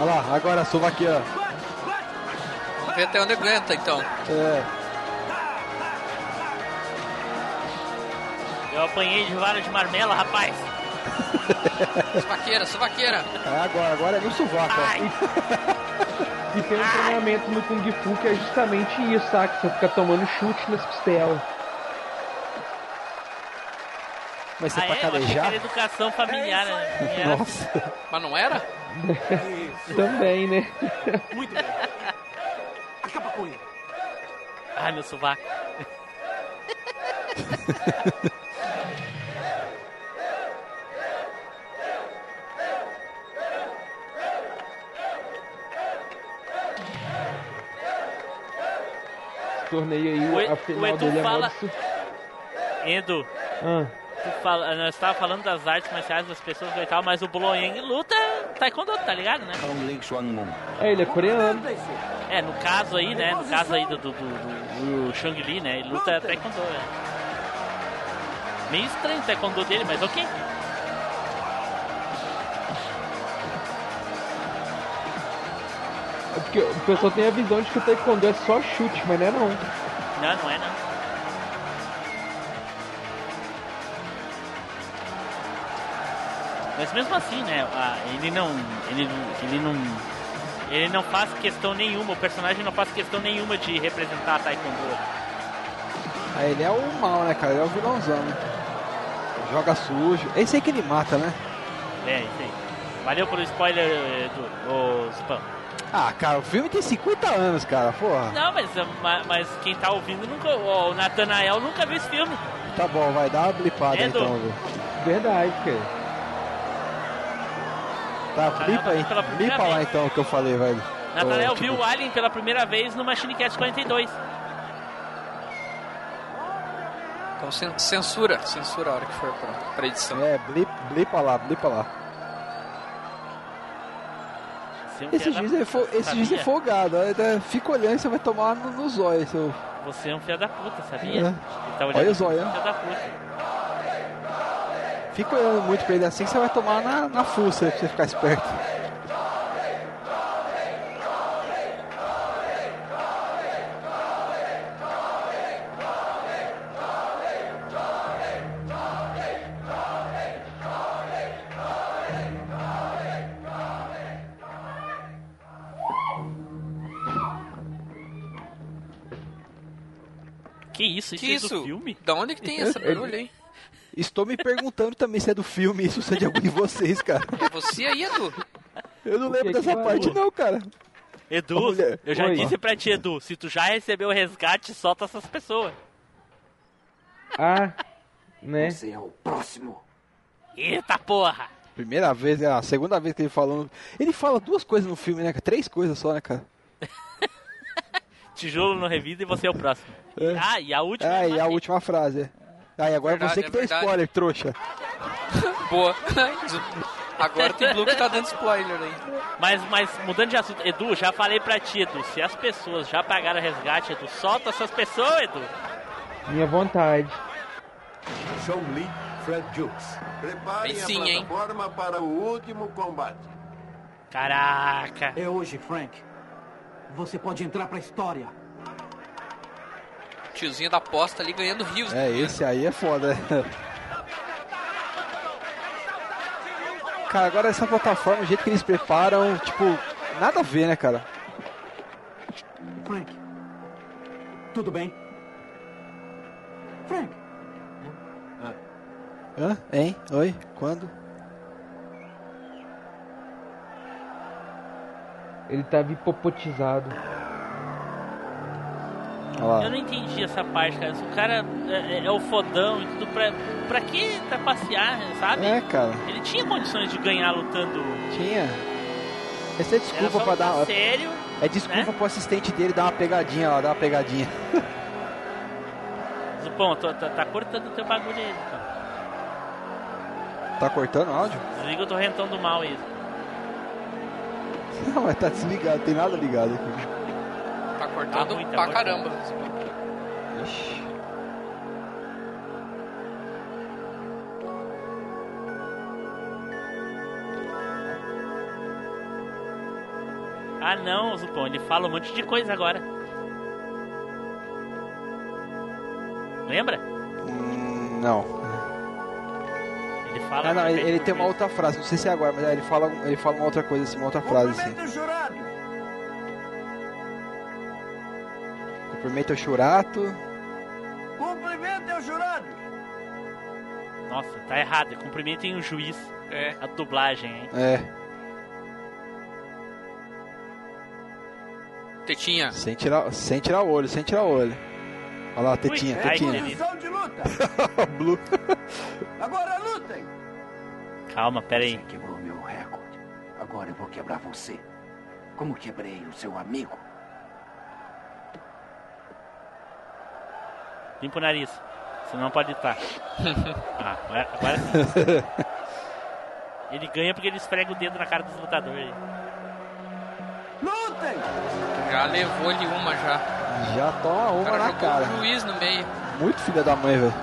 Speaker 4: Olha lá, agora a sovaqueira.
Speaker 5: Vamos ver até onde aguenta, então.
Speaker 4: É.
Speaker 2: Eu apanhei de vara de marmela, rapaz.
Speaker 5: Suvaqueira, suvaqueira.
Speaker 4: É agora, agora é no sovaco. ó.
Speaker 20: E tem um treinamento no Kung Fu que é justamente isso, saca? Você fica tomando chute nas costelas.
Speaker 4: Mas você
Speaker 20: tá
Speaker 2: ah,
Speaker 4: é pra
Speaker 2: é? Eu achei que
Speaker 4: calejar?
Speaker 2: era educação
Speaker 18: É
Speaker 2: familiar, né?
Speaker 20: É.
Speaker 2: Era.
Speaker 4: Nossa.
Speaker 5: Mas não era?
Speaker 20: Também, né?
Speaker 18: Muito bem. Acaba com ele.
Speaker 2: Ai, Ah, meu sovaco.
Speaker 20: Esse torneio aí,
Speaker 2: O E-
Speaker 20: a
Speaker 2: o
Speaker 20: final
Speaker 2: Edu
Speaker 20: dele é
Speaker 2: fala-
Speaker 20: modo...
Speaker 2: Edu,
Speaker 20: Ah,
Speaker 2: tu fala, nós estávamos falando das artes marciais das pessoas e tal, mas o Bloeng luta taekwondo, tá ligado, né?
Speaker 20: é, ele é coreano.
Speaker 2: É, no caso aí, né? No caso aí do, do, do, do- do Chang Li, né? Ele luta taekwondo, né? Meio estranho o taekwondo dele, mas ok.
Speaker 20: É porque o pessoal tem a visão de que o taekwondo é só chute, mas não é não.
Speaker 2: Não, não é não. Mas mesmo assim, né? a- Ele não. Ele não. Ele não. Ele não faz questão nenhuma, o personagem não faz questão nenhuma de representar Taekwondo.
Speaker 4: Aí ele é o mal, né, cara? Ele é o vilãozão, né? Joga sujo. Esse aí que ele mata, né?
Speaker 2: É, isso aí. Valeu pelo spoiler, Edu. Ô, Spam.
Speaker 4: Ah, cara, o filme tem 50 anos, cara. Porra.
Speaker 2: Não, mas, ma- mas quem tá ouvindo nunca. O Nathanael nunca viu esse filme.
Speaker 4: Tá bom, vai dar uma blipada
Speaker 2: É,
Speaker 4: então,
Speaker 2: Dom.
Speaker 4: viu?
Speaker 20: Verdade, cara.
Speaker 4: Tá,
Speaker 2: Nathanael
Speaker 4: blipa aí.
Speaker 2: tá pela primeira
Speaker 4: Blipa lá
Speaker 2: vez.
Speaker 4: então o que eu falei, velho.
Speaker 2: Nathanael
Speaker 4: Ô, tipo,
Speaker 2: viu o Alien pela primeira vez no Machine Cast 42.
Speaker 5: Então cen- censura, censura a hora que for pra, pra edição.
Speaker 4: É, blip, blipa lá, blipa lá.
Speaker 2: Você é um
Speaker 4: Esse
Speaker 2: filho
Speaker 4: juiz
Speaker 2: da
Speaker 4: é, fo-
Speaker 2: puta,
Speaker 4: esse juiz é
Speaker 2: sabia?
Speaker 4: folgado. Aí, tá, Fica olhando, você vai tomar no, no zóio, seu.
Speaker 2: Você é um filho da puta, sabia?
Speaker 4: É.
Speaker 2: Ele tá olhando
Speaker 4: Olha o
Speaker 2: pra você,
Speaker 4: zóio,
Speaker 2: é um
Speaker 4: né?
Speaker 2: filho da puta.
Speaker 4: Fica olhando muito pra ele assim que você vai tomar na, na fuça pra você ficar esperto.
Speaker 2: Que isso? Isso,
Speaker 5: Que
Speaker 2: é do
Speaker 5: isso?
Speaker 2: filme?
Speaker 5: Da onde que tem esse barulho aí?
Speaker 4: Estou me perguntando também se é do filme isso, se é de algum de vocês, cara.
Speaker 5: É você aí, Edu?
Speaker 4: Eu não lembro
Speaker 20: que é que
Speaker 4: dessa
Speaker 20: vai?
Speaker 4: parte, não, cara.
Speaker 2: Edu,
Speaker 4: Olha,
Speaker 2: eu já
Speaker 20: oi.
Speaker 2: disse pra ti, Edu, se tu já recebeu o resgate, solta essas pessoas.
Speaker 20: Ah, né?
Speaker 9: Você é o próximo.
Speaker 2: Eita porra!
Speaker 4: Primeira vez, é a segunda vez que ele falou. Ele fala duas coisas no filme, né? cara? Três coisas só, né, cara?
Speaker 2: Tijolo no revida e você é o próximo.
Speaker 4: É.
Speaker 2: Ah, e a última.
Speaker 4: Ah,
Speaker 2: é
Speaker 4: e a
Speaker 2: Matrix.
Speaker 4: última frase. é. Ah, e agora
Speaker 5: Verdade,
Speaker 4: você que
Speaker 5: é
Speaker 4: tem
Speaker 5: verdade.
Speaker 4: spoiler, trouxa.
Speaker 5: Boa. Agora tem Blue que tá dando spoiler aí.
Speaker 2: Mas, mas mudando de assunto, Edu, já falei pra ti, Edu, se as pessoas já pagaram resgate, Edu, solta essas pessoas, Edu.
Speaker 20: Minha vontade.
Speaker 14: Chong Li
Speaker 8: Frank Jukes.
Speaker 2: Aí
Speaker 8: Preparem
Speaker 2: sim,
Speaker 8: a
Speaker 2: hein?
Speaker 8: plataforma para o último combate.
Speaker 2: Caraca!
Speaker 18: É hoje, Frank. Você pode entrar pra história.
Speaker 5: Tiozinho da aposta ali ganhando rios.
Speaker 4: É, esse aí é foda. Cara, agora essa plataforma, o jeito que eles preparam, tipo, nada a ver, né, cara?
Speaker 18: Frank. Tudo bem? Frank.
Speaker 4: Hã? Hein? Oi? Quando?
Speaker 20: Ele tava hipopotizado.
Speaker 2: Eu não entendi essa parte, cara. Se o cara é, é- é o fodão e tudo, pra, pra que trapacear, sabe?
Speaker 4: É, cara.
Speaker 2: Ele tinha condições de ganhar lutando.
Speaker 4: Tinha. Essa é
Speaker 2: Era só um né?
Speaker 4: desculpa pra dar.
Speaker 2: lutar sério.
Speaker 4: É desculpa pro assistente dele dar uma pegadinha, ó, dar uma pegadinha.
Speaker 2: Zupão, tô- tá, tá cortando o teu bagulho aí, Zupão.
Speaker 4: Tá cortando o áudio?
Speaker 2: Desliga o torrentão do mal aí.
Speaker 4: Não, mas tá desligado, tem nada ligado aqui.
Speaker 5: Tá cortando pra caramba.
Speaker 2: Ah não, Zupão, ele fala um monte de coisa agora. Lembra?
Speaker 4: Não.
Speaker 2: Ele fala.
Speaker 4: Hum. Ah, não, ele, ele tem uma outra frase, não sei se é agora, mas é, ele fala, ele fala uma outra coisa assim, uma outra frase assim.
Speaker 21: Cumprimento jurado.
Speaker 4: Cumprimento o churato.
Speaker 21: Cumprimento
Speaker 9: é
Speaker 21: ao jurado.
Speaker 2: Nossa, tá errado. Cumprimentem o juiz.
Speaker 5: É.
Speaker 2: A dublagem, hein?
Speaker 4: É,
Speaker 5: Tetinha.
Speaker 4: sem tirar, sem tirar o olho, sem tirar o olho. Olha lá, tetinha,
Speaker 21: Ai, que
Speaker 4: tetinha.
Speaker 21: Posição de luta.
Speaker 4: Blue.
Speaker 21: Agora lutem.
Speaker 2: Calma, pera aí.
Speaker 1: Quebrou meu recorde. Agora eu vou quebrar você. Como quebrei o seu amigo.
Speaker 2: Limpa o nariz. Senão pode estar. ah, agora, agora sim. Ele ganha porque ele esfrega o dedo na cara dos lutadores.
Speaker 21: Lutem!
Speaker 5: Já levou ele uma já.
Speaker 4: Já toma
Speaker 5: O
Speaker 4: uma
Speaker 5: cara
Speaker 4: na
Speaker 5: jogou
Speaker 4: cara.
Speaker 5: o juiz no meio.
Speaker 4: Muito filha da mãe, velho.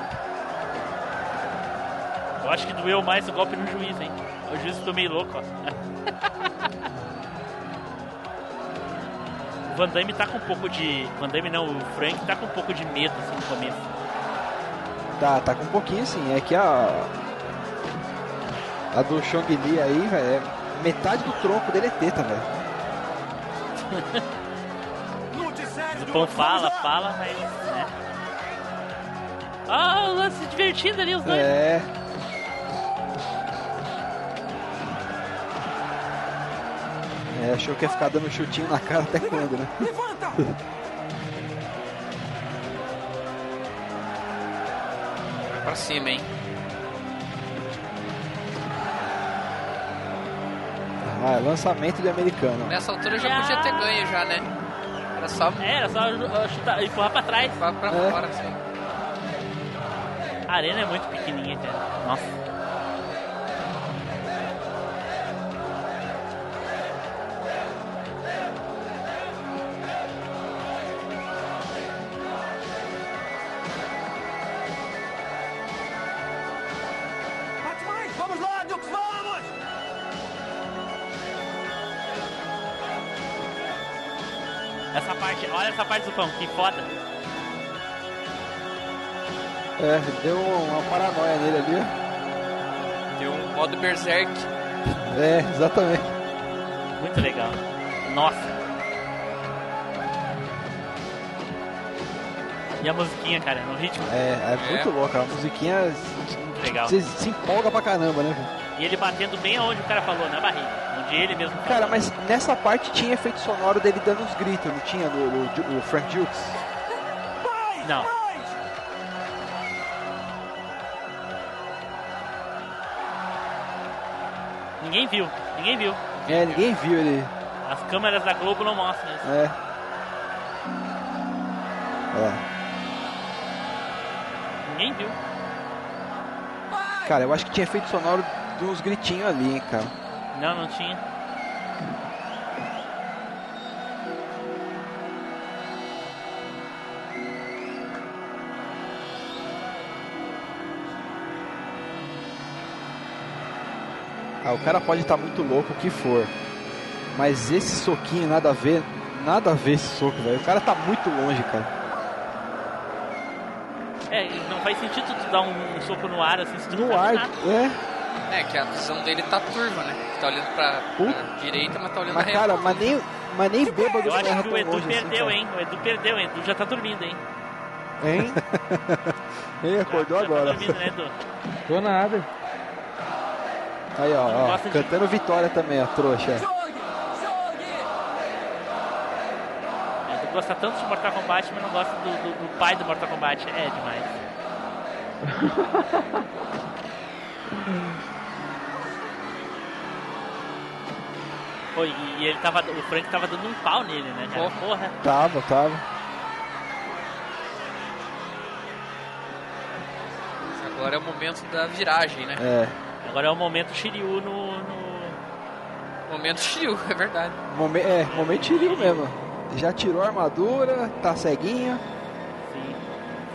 Speaker 2: Eu acho que doeu mais o golpe no juiz, hein? O juiz ficou meio louco, ó. O Van Damme tá com um pouco de. Van Damme não, o Frank tá com um pouco de medo assim no começo.
Speaker 4: Tá, tá com um pouquinho assim. É que a. A do Chong Li aí, velho, é metade do tronco dele é teta, velho.
Speaker 21: Lute sério.
Speaker 2: Zupão fala, fala, mas. Né? Ah, o lance se divertindo ali os dois.
Speaker 4: É. É, achou que ia ficar dando chutinho na cara até quando, né?
Speaker 5: Vai pra cima, hein?
Speaker 4: Ah, é lançamento de americano.
Speaker 5: Nessa altura já podia ter ganho já, né? Era só.
Speaker 2: É, era só uh, chutar, empurrar pra trás.
Speaker 5: Vai pra
Speaker 2: É.
Speaker 5: fora, assim.
Speaker 2: A arena é muito pequenininha, cara. Nossa.
Speaker 21: Bate mais. Vamos lá, Dux, vamos!
Speaker 2: Essa parte, olha essa parte do pão, que foda.
Speaker 4: É, deu uma paranoia nele ali.
Speaker 5: Deu um modo berserk.
Speaker 4: É, exatamente.
Speaker 2: Muito legal. Nossa. E a musiquinha, cara, no ritmo.
Speaker 4: É, é muito louco, a musiquinha.
Speaker 2: Muito legal.
Speaker 4: Você se empolga pra caramba, né, velho?
Speaker 2: E ele batendo bem aonde o cara falou, na barriga. Onde ele mesmo falou.
Speaker 4: Cara, mas nessa parte tinha efeito sonoro dele dando uns gritos, não tinha? Do, do, Ju- o Frank Jukes?
Speaker 2: Não. Ninguém viu, ninguém viu.
Speaker 4: É, ninguém viu ele.
Speaker 2: As câmeras da Globo não mostram isso.
Speaker 4: É. É.
Speaker 2: Ninguém viu.
Speaker 4: Cara, eu acho que tinha efeito sonoro de uns gritinhos ali, hein, cara.
Speaker 2: Não, não tinha.
Speaker 4: Ah, o cara pode estar muito louco o que for. Mas esse soquinho nada a ver, nada a ver esse soco, velho. O cara tá muito longe, cara.
Speaker 2: É, não faz sentido tu dar um, um soco no ar assim, se tu
Speaker 4: No
Speaker 2: não
Speaker 4: ar,
Speaker 2: faz nada.
Speaker 4: é.
Speaker 5: É, que a visão dele tá turva, né? Tá olhando pra, pra direita, mas tá olhando
Speaker 4: Mas
Speaker 5: pra
Speaker 4: cara,
Speaker 5: real.
Speaker 4: mas nem, mas nem bêbado
Speaker 2: Eu
Speaker 4: erra
Speaker 2: acho que
Speaker 4: tão
Speaker 2: o Edu
Speaker 4: longe assim,
Speaker 2: perdeu,
Speaker 4: cara.
Speaker 2: hein? O Edu perdeu, hein? O Edu já tá dormindo, hein?
Speaker 4: Hein? Ele acordou agora.
Speaker 2: dormindo, né, Edu?
Speaker 20: Tô nada.
Speaker 4: Aí, ó, ó,
Speaker 2: Gosta de-
Speaker 4: cantando vitória também, ó, trouxa.
Speaker 2: O Edu gosta tanto de Mortal Kombat, mas não gosta do, do- do pai do Mortal Kombat. É demais. Pô, e ele tava. O Frank tava dando um pau nele, né, cara? Porra.
Speaker 4: Tava, tava.
Speaker 5: Agora é o momento da viragem, né?
Speaker 4: É.
Speaker 2: Agora é o momento Shiryu no. no...
Speaker 5: Momento Shiryu, é verdade.
Speaker 4: Mome é, momento tirinho mesmo. Já tirou a armadura, tá ceguinho.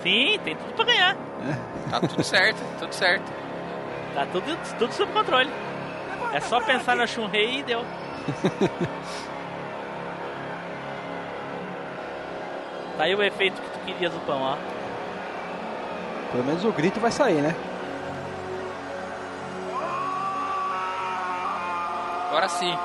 Speaker 2: Sim, tem tudo pra ganhar.
Speaker 5: Tá tudo certo, tudo certo.
Speaker 2: Tá tudo, tudo sob controle. É só pensar na Shunrei e deu. Tá aí o efeito que tu queria do pão, ó.
Speaker 4: Pelo menos o grito vai sair, né?
Speaker 5: Agora sim.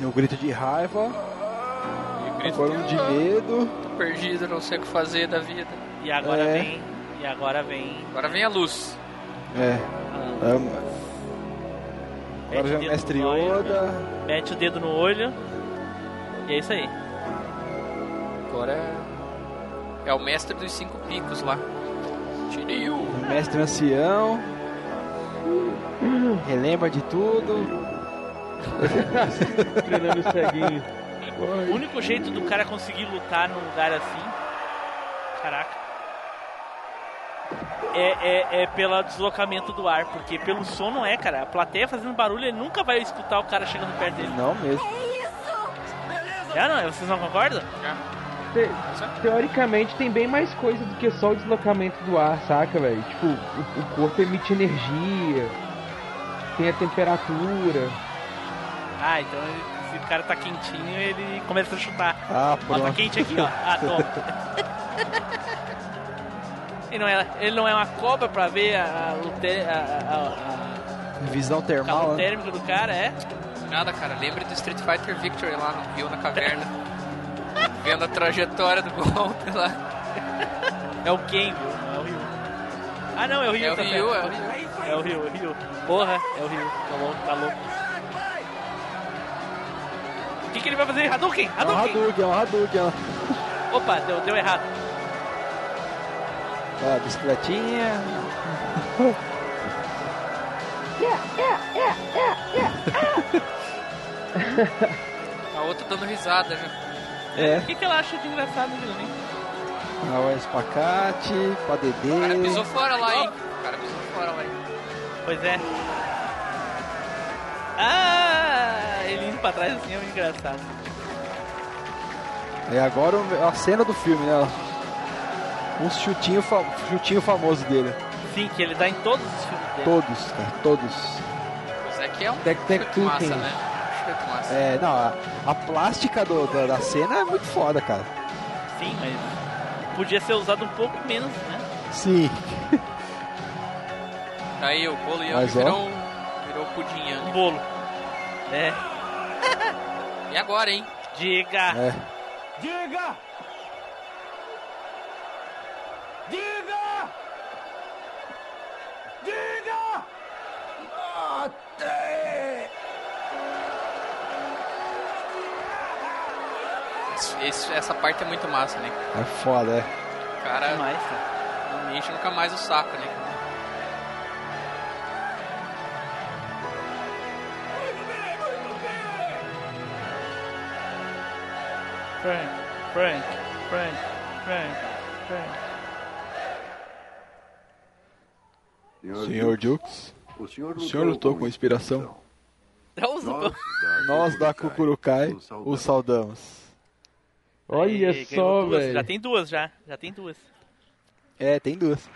Speaker 4: E o grito de raiva,
Speaker 5: E o grito
Speaker 4: agora um de medo.
Speaker 5: Tô perdido, não sei o que fazer da vida.
Speaker 2: E agora
Speaker 4: É.
Speaker 2: vem. E agora vem.
Speaker 5: Agora vem a luz.
Speaker 4: É. É, Agora já é
Speaker 2: Mete o dedo
Speaker 4: mestre
Speaker 2: no olho,
Speaker 4: Yoda.
Speaker 2: Mete o dedo no olho. E é isso aí.
Speaker 5: Agora é. É o mestre dos cinco picos lá. Shiryu.
Speaker 4: Mestre ancião. Relembra de tudo.
Speaker 20: Treinando ceguinho.
Speaker 2: O único jeito do cara conseguir lutar num lugar assim. Caraca. É, é, é pelo deslocamento do ar, porque pelo som não é, cara. A plateia fazendo barulho, ele nunca vai escutar o cara chegando perto dele.
Speaker 4: Não mesmo.
Speaker 2: É, não? é? Vocês não concordam?
Speaker 20: Te- teoricamente tem bem mais coisa do que só o deslocamento do ar, saca, velho? Tipo, o, o corpo emite energia, tem a temperatura.
Speaker 2: Ah, então ele- se o cara tá quentinho, ele começa a chutar.
Speaker 4: Ah,
Speaker 2: Ó, tá
Speaker 4: pronto.
Speaker 2: quente aqui, ó. Ah, toma. ele, não é, ele não é uma cobra pra ver a, a, o te- a, a- a-
Speaker 4: Visão
Speaker 2: o calor
Speaker 4: termal, né?
Speaker 2: térmico do cara, é?
Speaker 5: Nada, cara. Lembra do Street Fighter Victory lá no Rio na caverna. Vendo a trajetória do golpe lá.
Speaker 2: É o Ken, viu? Não é o Ryu. Ah, não, é o Ryu.
Speaker 5: É o
Speaker 2: tá
Speaker 5: Ryu,
Speaker 2: certo. É o Ryu, é o Ryu. Porra, é o Ryu. Tá louco, tá louco. O que, que ele vai fazer? Hadouken!
Speaker 4: É um
Speaker 2: Hadouken!
Speaker 4: Hadouken, é um Hadouken. ó.
Speaker 2: Opa, deu, deu errado.
Speaker 4: Ó, bicicletinha.
Speaker 5: A outra dando risada já.
Speaker 4: É,
Speaker 2: O que, que ela acha de engraçado, Guilherme?
Speaker 4: ah, o espacate,
Speaker 2: Hum.
Speaker 4: padedê.
Speaker 5: Pisou fora lá, hein? O cara pisou fora lá, hein?
Speaker 2: Pois é. Ah, ele indo pra trás assim é muito engraçado.
Speaker 4: É agora o- a cena do filme, né? Um chutinho, fa chutinho famoso dele.
Speaker 2: Sim, que ele dá em todos os filmes dele.
Speaker 4: Todos, cara, todos.
Speaker 5: Pois é que é um
Speaker 20: Tec, tec,
Speaker 5: chute
Speaker 20: tum,
Speaker 5: massa,
Speaker 20: tum.
Speaker 5: né? Chute massa.
Speaker 4: É, não, a, a plástica do, da, da cena é muito foda, cara.
Speaker 2: Sim, mas podia ser usado um pouco menos, né?
Speaker 4: Sim.
Speaker 5: Aí o bolo Yang
Speaker 4: Mas, ó.
Speaker 5: virou, virou pudim Yang.
Speaker 2: Um bolo. É.
Speaker 5: E agora, hein?
Speaker 2: Diga!
Speaker 4: É.
Speaker 18: Diga! Diga! Diga! Mate!
Speaker 5: Isso- isso- essa parte é muito massa, né?
Speaker 4: É foda, é.
Speaker 5: O cara
Speaker 2: Demais,
Speaker 5: não enche nunca mais o saco, né?
Speaker 2: Frank, Frank, Frank, Frank, Frank.
Speaker 4: Senhor Jukes,
Speaker 8: O senhor
Speaker 4: o
Speaker 8: lutou,
Speaker 4: senhor lutou com
Speaker 8: com
Speaker 4: inspiração?
Speaker 2: Não usou.
Speaker 8: nós da
Speaker 4: Nós da
Speaker 8: Cucurucai
Speaker 4: Cucurucai o saudamos.
Speaker 20: Olha
Speaker 2: Ei, ganhou
Speaker 20: só,
Speaker 2: duas.
Speaker 20: velho.
Speaker 2: Já tem duas, já. Já tem duas.
Speaker 4: É, tem duas.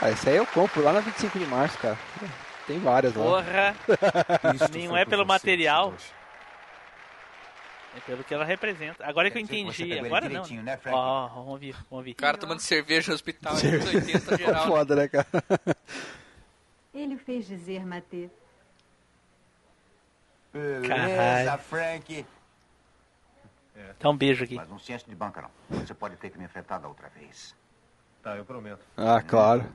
Speaker 4: Ah, esse aí eu compro lá na 25 de março, cara. Tem várias lá.
Speaker 2: Porra! Não é pelo material. É pelo que ela representa. Agora que eu
Speaker 5: dizer que você
Speaker 2: entendi.
Speaker 5: pegou ele
Speaker 2: Agora não.
Speaker 5: direitinho,
Speaker 2: né,
Speaker 5: né,
Speaker 2: Frank?
Speaker 5: Frank?
Speaker 2: Ó, vamos ouvir, vamos ouvir.
Speaker 5: O cara tomando cerveja no hospital, é 80 geral. né?
Speaker 4: Foda, né, cara?
Speaker 10: Ele o fez dizer, Matê.
Speaker 2: Caralho.
Speaker 15: Beleza, Frank.
Speaker 14: É.
Speaker 2: Dá um beijo aqui.
Speaker 15: Mas não se enche de banca, não. Você pode ter que me enfrentar da outra vez.
Speaker 14: Tá, eu prometo.
Speaker 4: Ah, claro.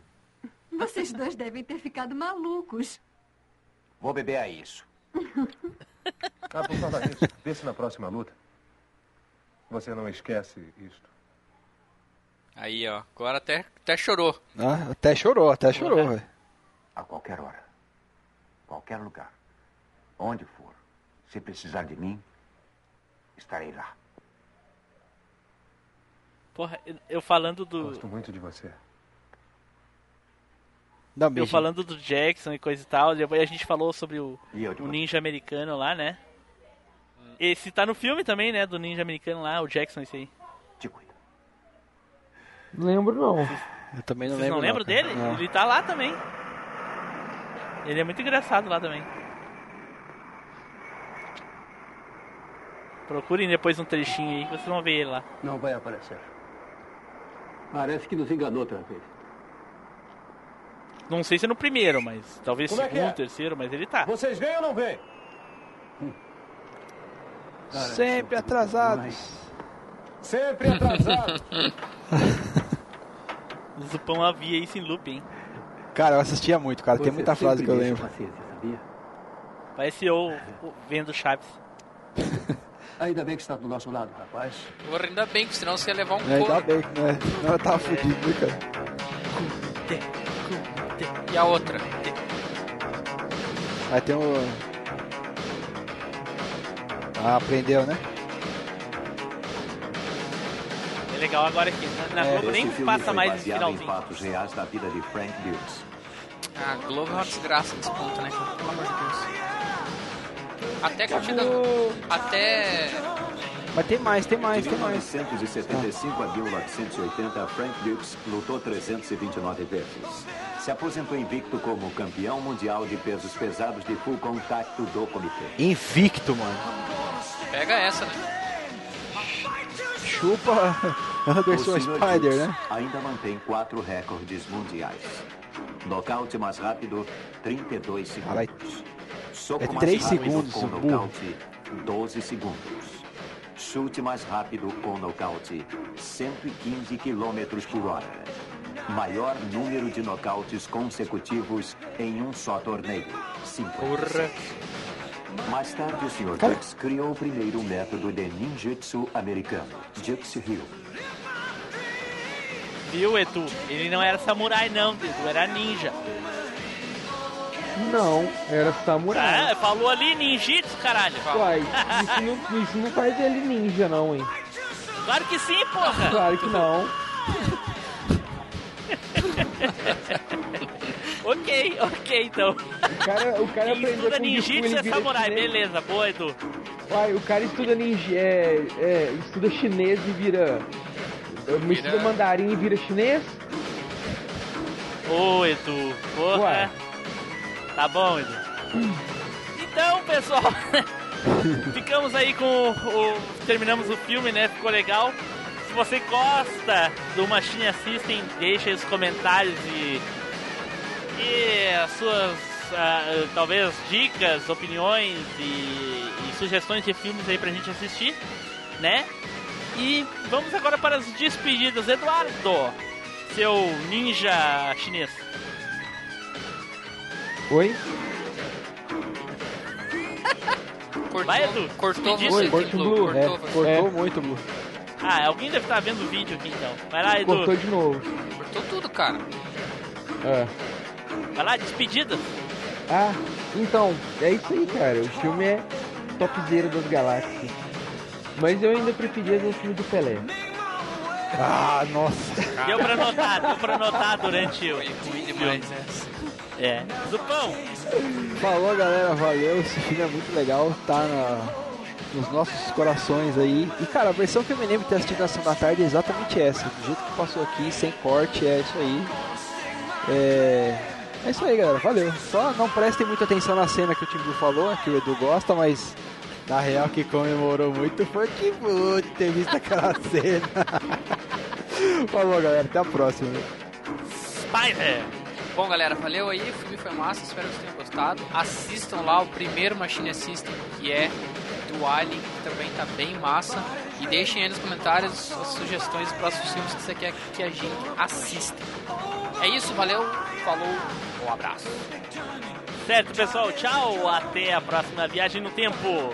Speaker 10: Vocês dois devem ter ficado malucos.
Speaker 15: Vou beber a isso.
Speaker 14: Ah, por falar nisso, vê se na próxima luta você não esquece isto.
Speaker 5: Aí, ó. Agora até, até chorou.
Speaker 4: Ah, até chorou, até chorou, velho.
Speaker 15: A qualquer hora. Qualquer lugar. Onde for. Se precisar de mim, estarei lá.
Speaker 2: Porra, eu- eu falando do.
Speaker 14: Gosto muito de você.
Speaker 4: Dá
Speaker 2: Eu falando do Jackson e coisa e tal, depois a gente falou sobre o,
Speaker 15: E eu,
Speaker 2: o ninja americano lá, né? Esse tá no filme também, né? Do ninja americano lá, o Jackson, esse aí.
Speaker 20: Não lembro, não.
Speaker 4: Eu também
Speaker 2: Vocês não lembram dele? Ele tá lá também. Ele é muito engraçado lá também. Procurem depois um trechinho aí que vocês vão ver ele lá.
Speaker 9: Não vai aparecer. Parece que nos enganou outra vez.
Speaker 2: Não sei se é no primeiro, mas talvez
Speaker 9: Como é que
Speaker 2: segundo,
Speaker 9: é?
Speaker 2: terceiro, mas ele tá.
Speaker 14: Vocês ganham ou não ganham?
Speaker 4: Sempre atrasados.
Speaker 14: Sempre atrasados.
Speaker 2: O Zupão havia isso em loop, hein?
Speaker 4: Cara, eu assistia muito, cara. Tem
Speaker 2: Você
Speaker 4: muita frase que eu
Speaker 2: sempre
Speaker 4: lembro.
Speaker 2: Parece eu vendo Chaves.
Speaker 9: Ainda bem que está do nosso lado, rapaz.
Speaker 5: Porra, ainda bem, que senão você ia levar um
Speaker 4: É, ainda
Speaker 5: couro.
Speaker 4: bem que não é.
Speaker 20: né?
Speaker 4: Não, eu tava fudido, né, cara?
Speaker 5: E a outra?
Speaker 4: Aí tem o. Ah, aprendeu, né?
Speaker 2: É legal agora que na, na
Speaker 15: É,
Speaker 2: Globo nem
Speaker 15: esse filme
Speaker 2: passa
Speaker 15: foi
Speaker 2: mais esse
Speaker 15: baseado em
Speaker 2: finalzinho.
Speaker 15: fatos reais da vida de Frank Dukes.
Speaker 5: Ah, Globo é uma desgraça desse ponto, né? cara? Pelo amor de Deus. Até curtida. Até.
Speaker 4: Mas tem mais, tem mais,
Speaker 15: de
Speaker 4: tem mais.
Speaker 15: 1975 a 1980, Frank Dukes lutou 329 vezes. Se aposentou invicto como campeão mundial de pesos pesados de full contato do comitê.
Speaker 4: Invicto, mano.
Speaker 5: Pega essa, né?
Speaker 4: Chupa Anderson
Speaker 15: O Sr.
Speaker 4: Spider,
Speaker 15: Dukes
Speaker 4: né?
Speaker 15: Ainda mantém quatro recordes mundiais. Nocaute mais rápido, 32
Speaker 4: Caralho.
Speaker 15: segundos. Soco
Speaker 4: É
Speaker 15: mais
Speaker 4: três
Speaker 15: rápido
Speaker 4: segundos,
Speaker 15: com
Speaker 4: seu burro.
Speaker 15: nocaute, 12 segundos. Chute mais rápido com nocaute, 115 km por hora. Maior número de nocautes consecutivos em um só torneio, 56. Mais tarde, o Sr. Dukes criou o primeiro método de ninjutsu americano, Dukes Ryu.
Speaker 2: Viu, Edu? Ele não era samurai, não, Edu, era ninja.
Speaker 20: Não, era samurai.
Speaker 2: Ah, falou ali ninjitsu, caralho.
Speaker 5: Ah,
Speaker 20: Uai, isso não, isso não faz ele ninja, não, hein?
Speaker 2: Claro que sim, porra.
Speaker 20: Claro que não.
Speaker 2: ok, ok, então.
Speaker 20: O cara, o cara
Speaker 2: Quem
Speaker 20: aprendeu
Speaker 2: estuda
Speaker 20: com o Gifu,
Speaker 2: ninjitsu
Speaker 20: ele
Speaker 2: é
Speaker 20: vira
Speaker 2: samurai,
Speaker 20: chinês.
Speaker 2: beleza, boa, Edu.
Speaker 20: Uai, o cara estuda ninja, é, é, estuda chinês e vira... é, Estuda mandarim e vira chinês?
Speaker 2: Ô, Edu, porra.
Speaker 20: Ué.
Speaker 2: Tá bom, Edu. Então, pessoal, ficamos aí com o, o- Terminamos o filme, né? Ficou legal. Se você gosta do Machine Assistem, deixa aí os comentários e. E as suas. ah, talvez dicas, opiniões e, e sugestões de filmes aí pra gente assistir, né? E vamos agora para as despedidas. Eduardo, seu ninja chinês.
Speaker 20: Oi?
Speaker 5: Cortou,
Speaker 2: Vai, Edu.
Speaker 5: Cortou
Speaker 2: Me diz,
Speaker 20: Oi,
Speaker 2: Edu.
Speaker 20: cortou, Blue. É, cortou
Speaker 2: É.
Speaker 4: muito, Blue.
Speaker 2: Ah, alguém deve estar vendo o vídeo aqui então. Vai lá, Edu.
Speaker 20: Cortou de novo.
Speaker 5: Cortou tudo, cara.
Speaker 20: É.
Speaker 2: Vai lá, despedida.
Speaker 20: Ah, então, é isso aí, cara. O filme é topzera das galáxias. Mas eu ainda preferia ver o filme do Pelé.
Speaker 4: Ah, nossa.
Speaker 2: Deu pra notar, deu pra notar durante o.
Speaker 17: né?
Speaker 5: Demais essa.
Speaker 2: É. Zupão!
Speaker 4: Falou, galera. Valeu. Esse filme é muito legal. Tá na- nos nossos corações aí. E, cara, a versão que eu me lembro de ter assistido na Ação da Tarde é exatamente essa. Do jeito que passou aqui, sem corte, é isso aí. É... É isso aí, galera. Valeu. Só não prestem muita atenção na cena que o Timbu falou, né, que o Edu gosta, mas... Na real, que comemorou muito foi que bom de ter visto aquela cena. Falou, galera. Até a próxima.
Speaker 2: Spider!
Speaker 5: Bom, galera, valeu aí. O filme foi massa. Espero que vocês tenham gostado. Assistam lá o primeiro Machine System, que é do Alien, que também tá bem massa. E deixem aí nos comentários as sugestões dos próximos filmes que você quer que a gente assista. É isso, valeu, falou, um abraço.
Speaker 2: Certo, pessoal, tchau. Até a próxima viagem no tempo.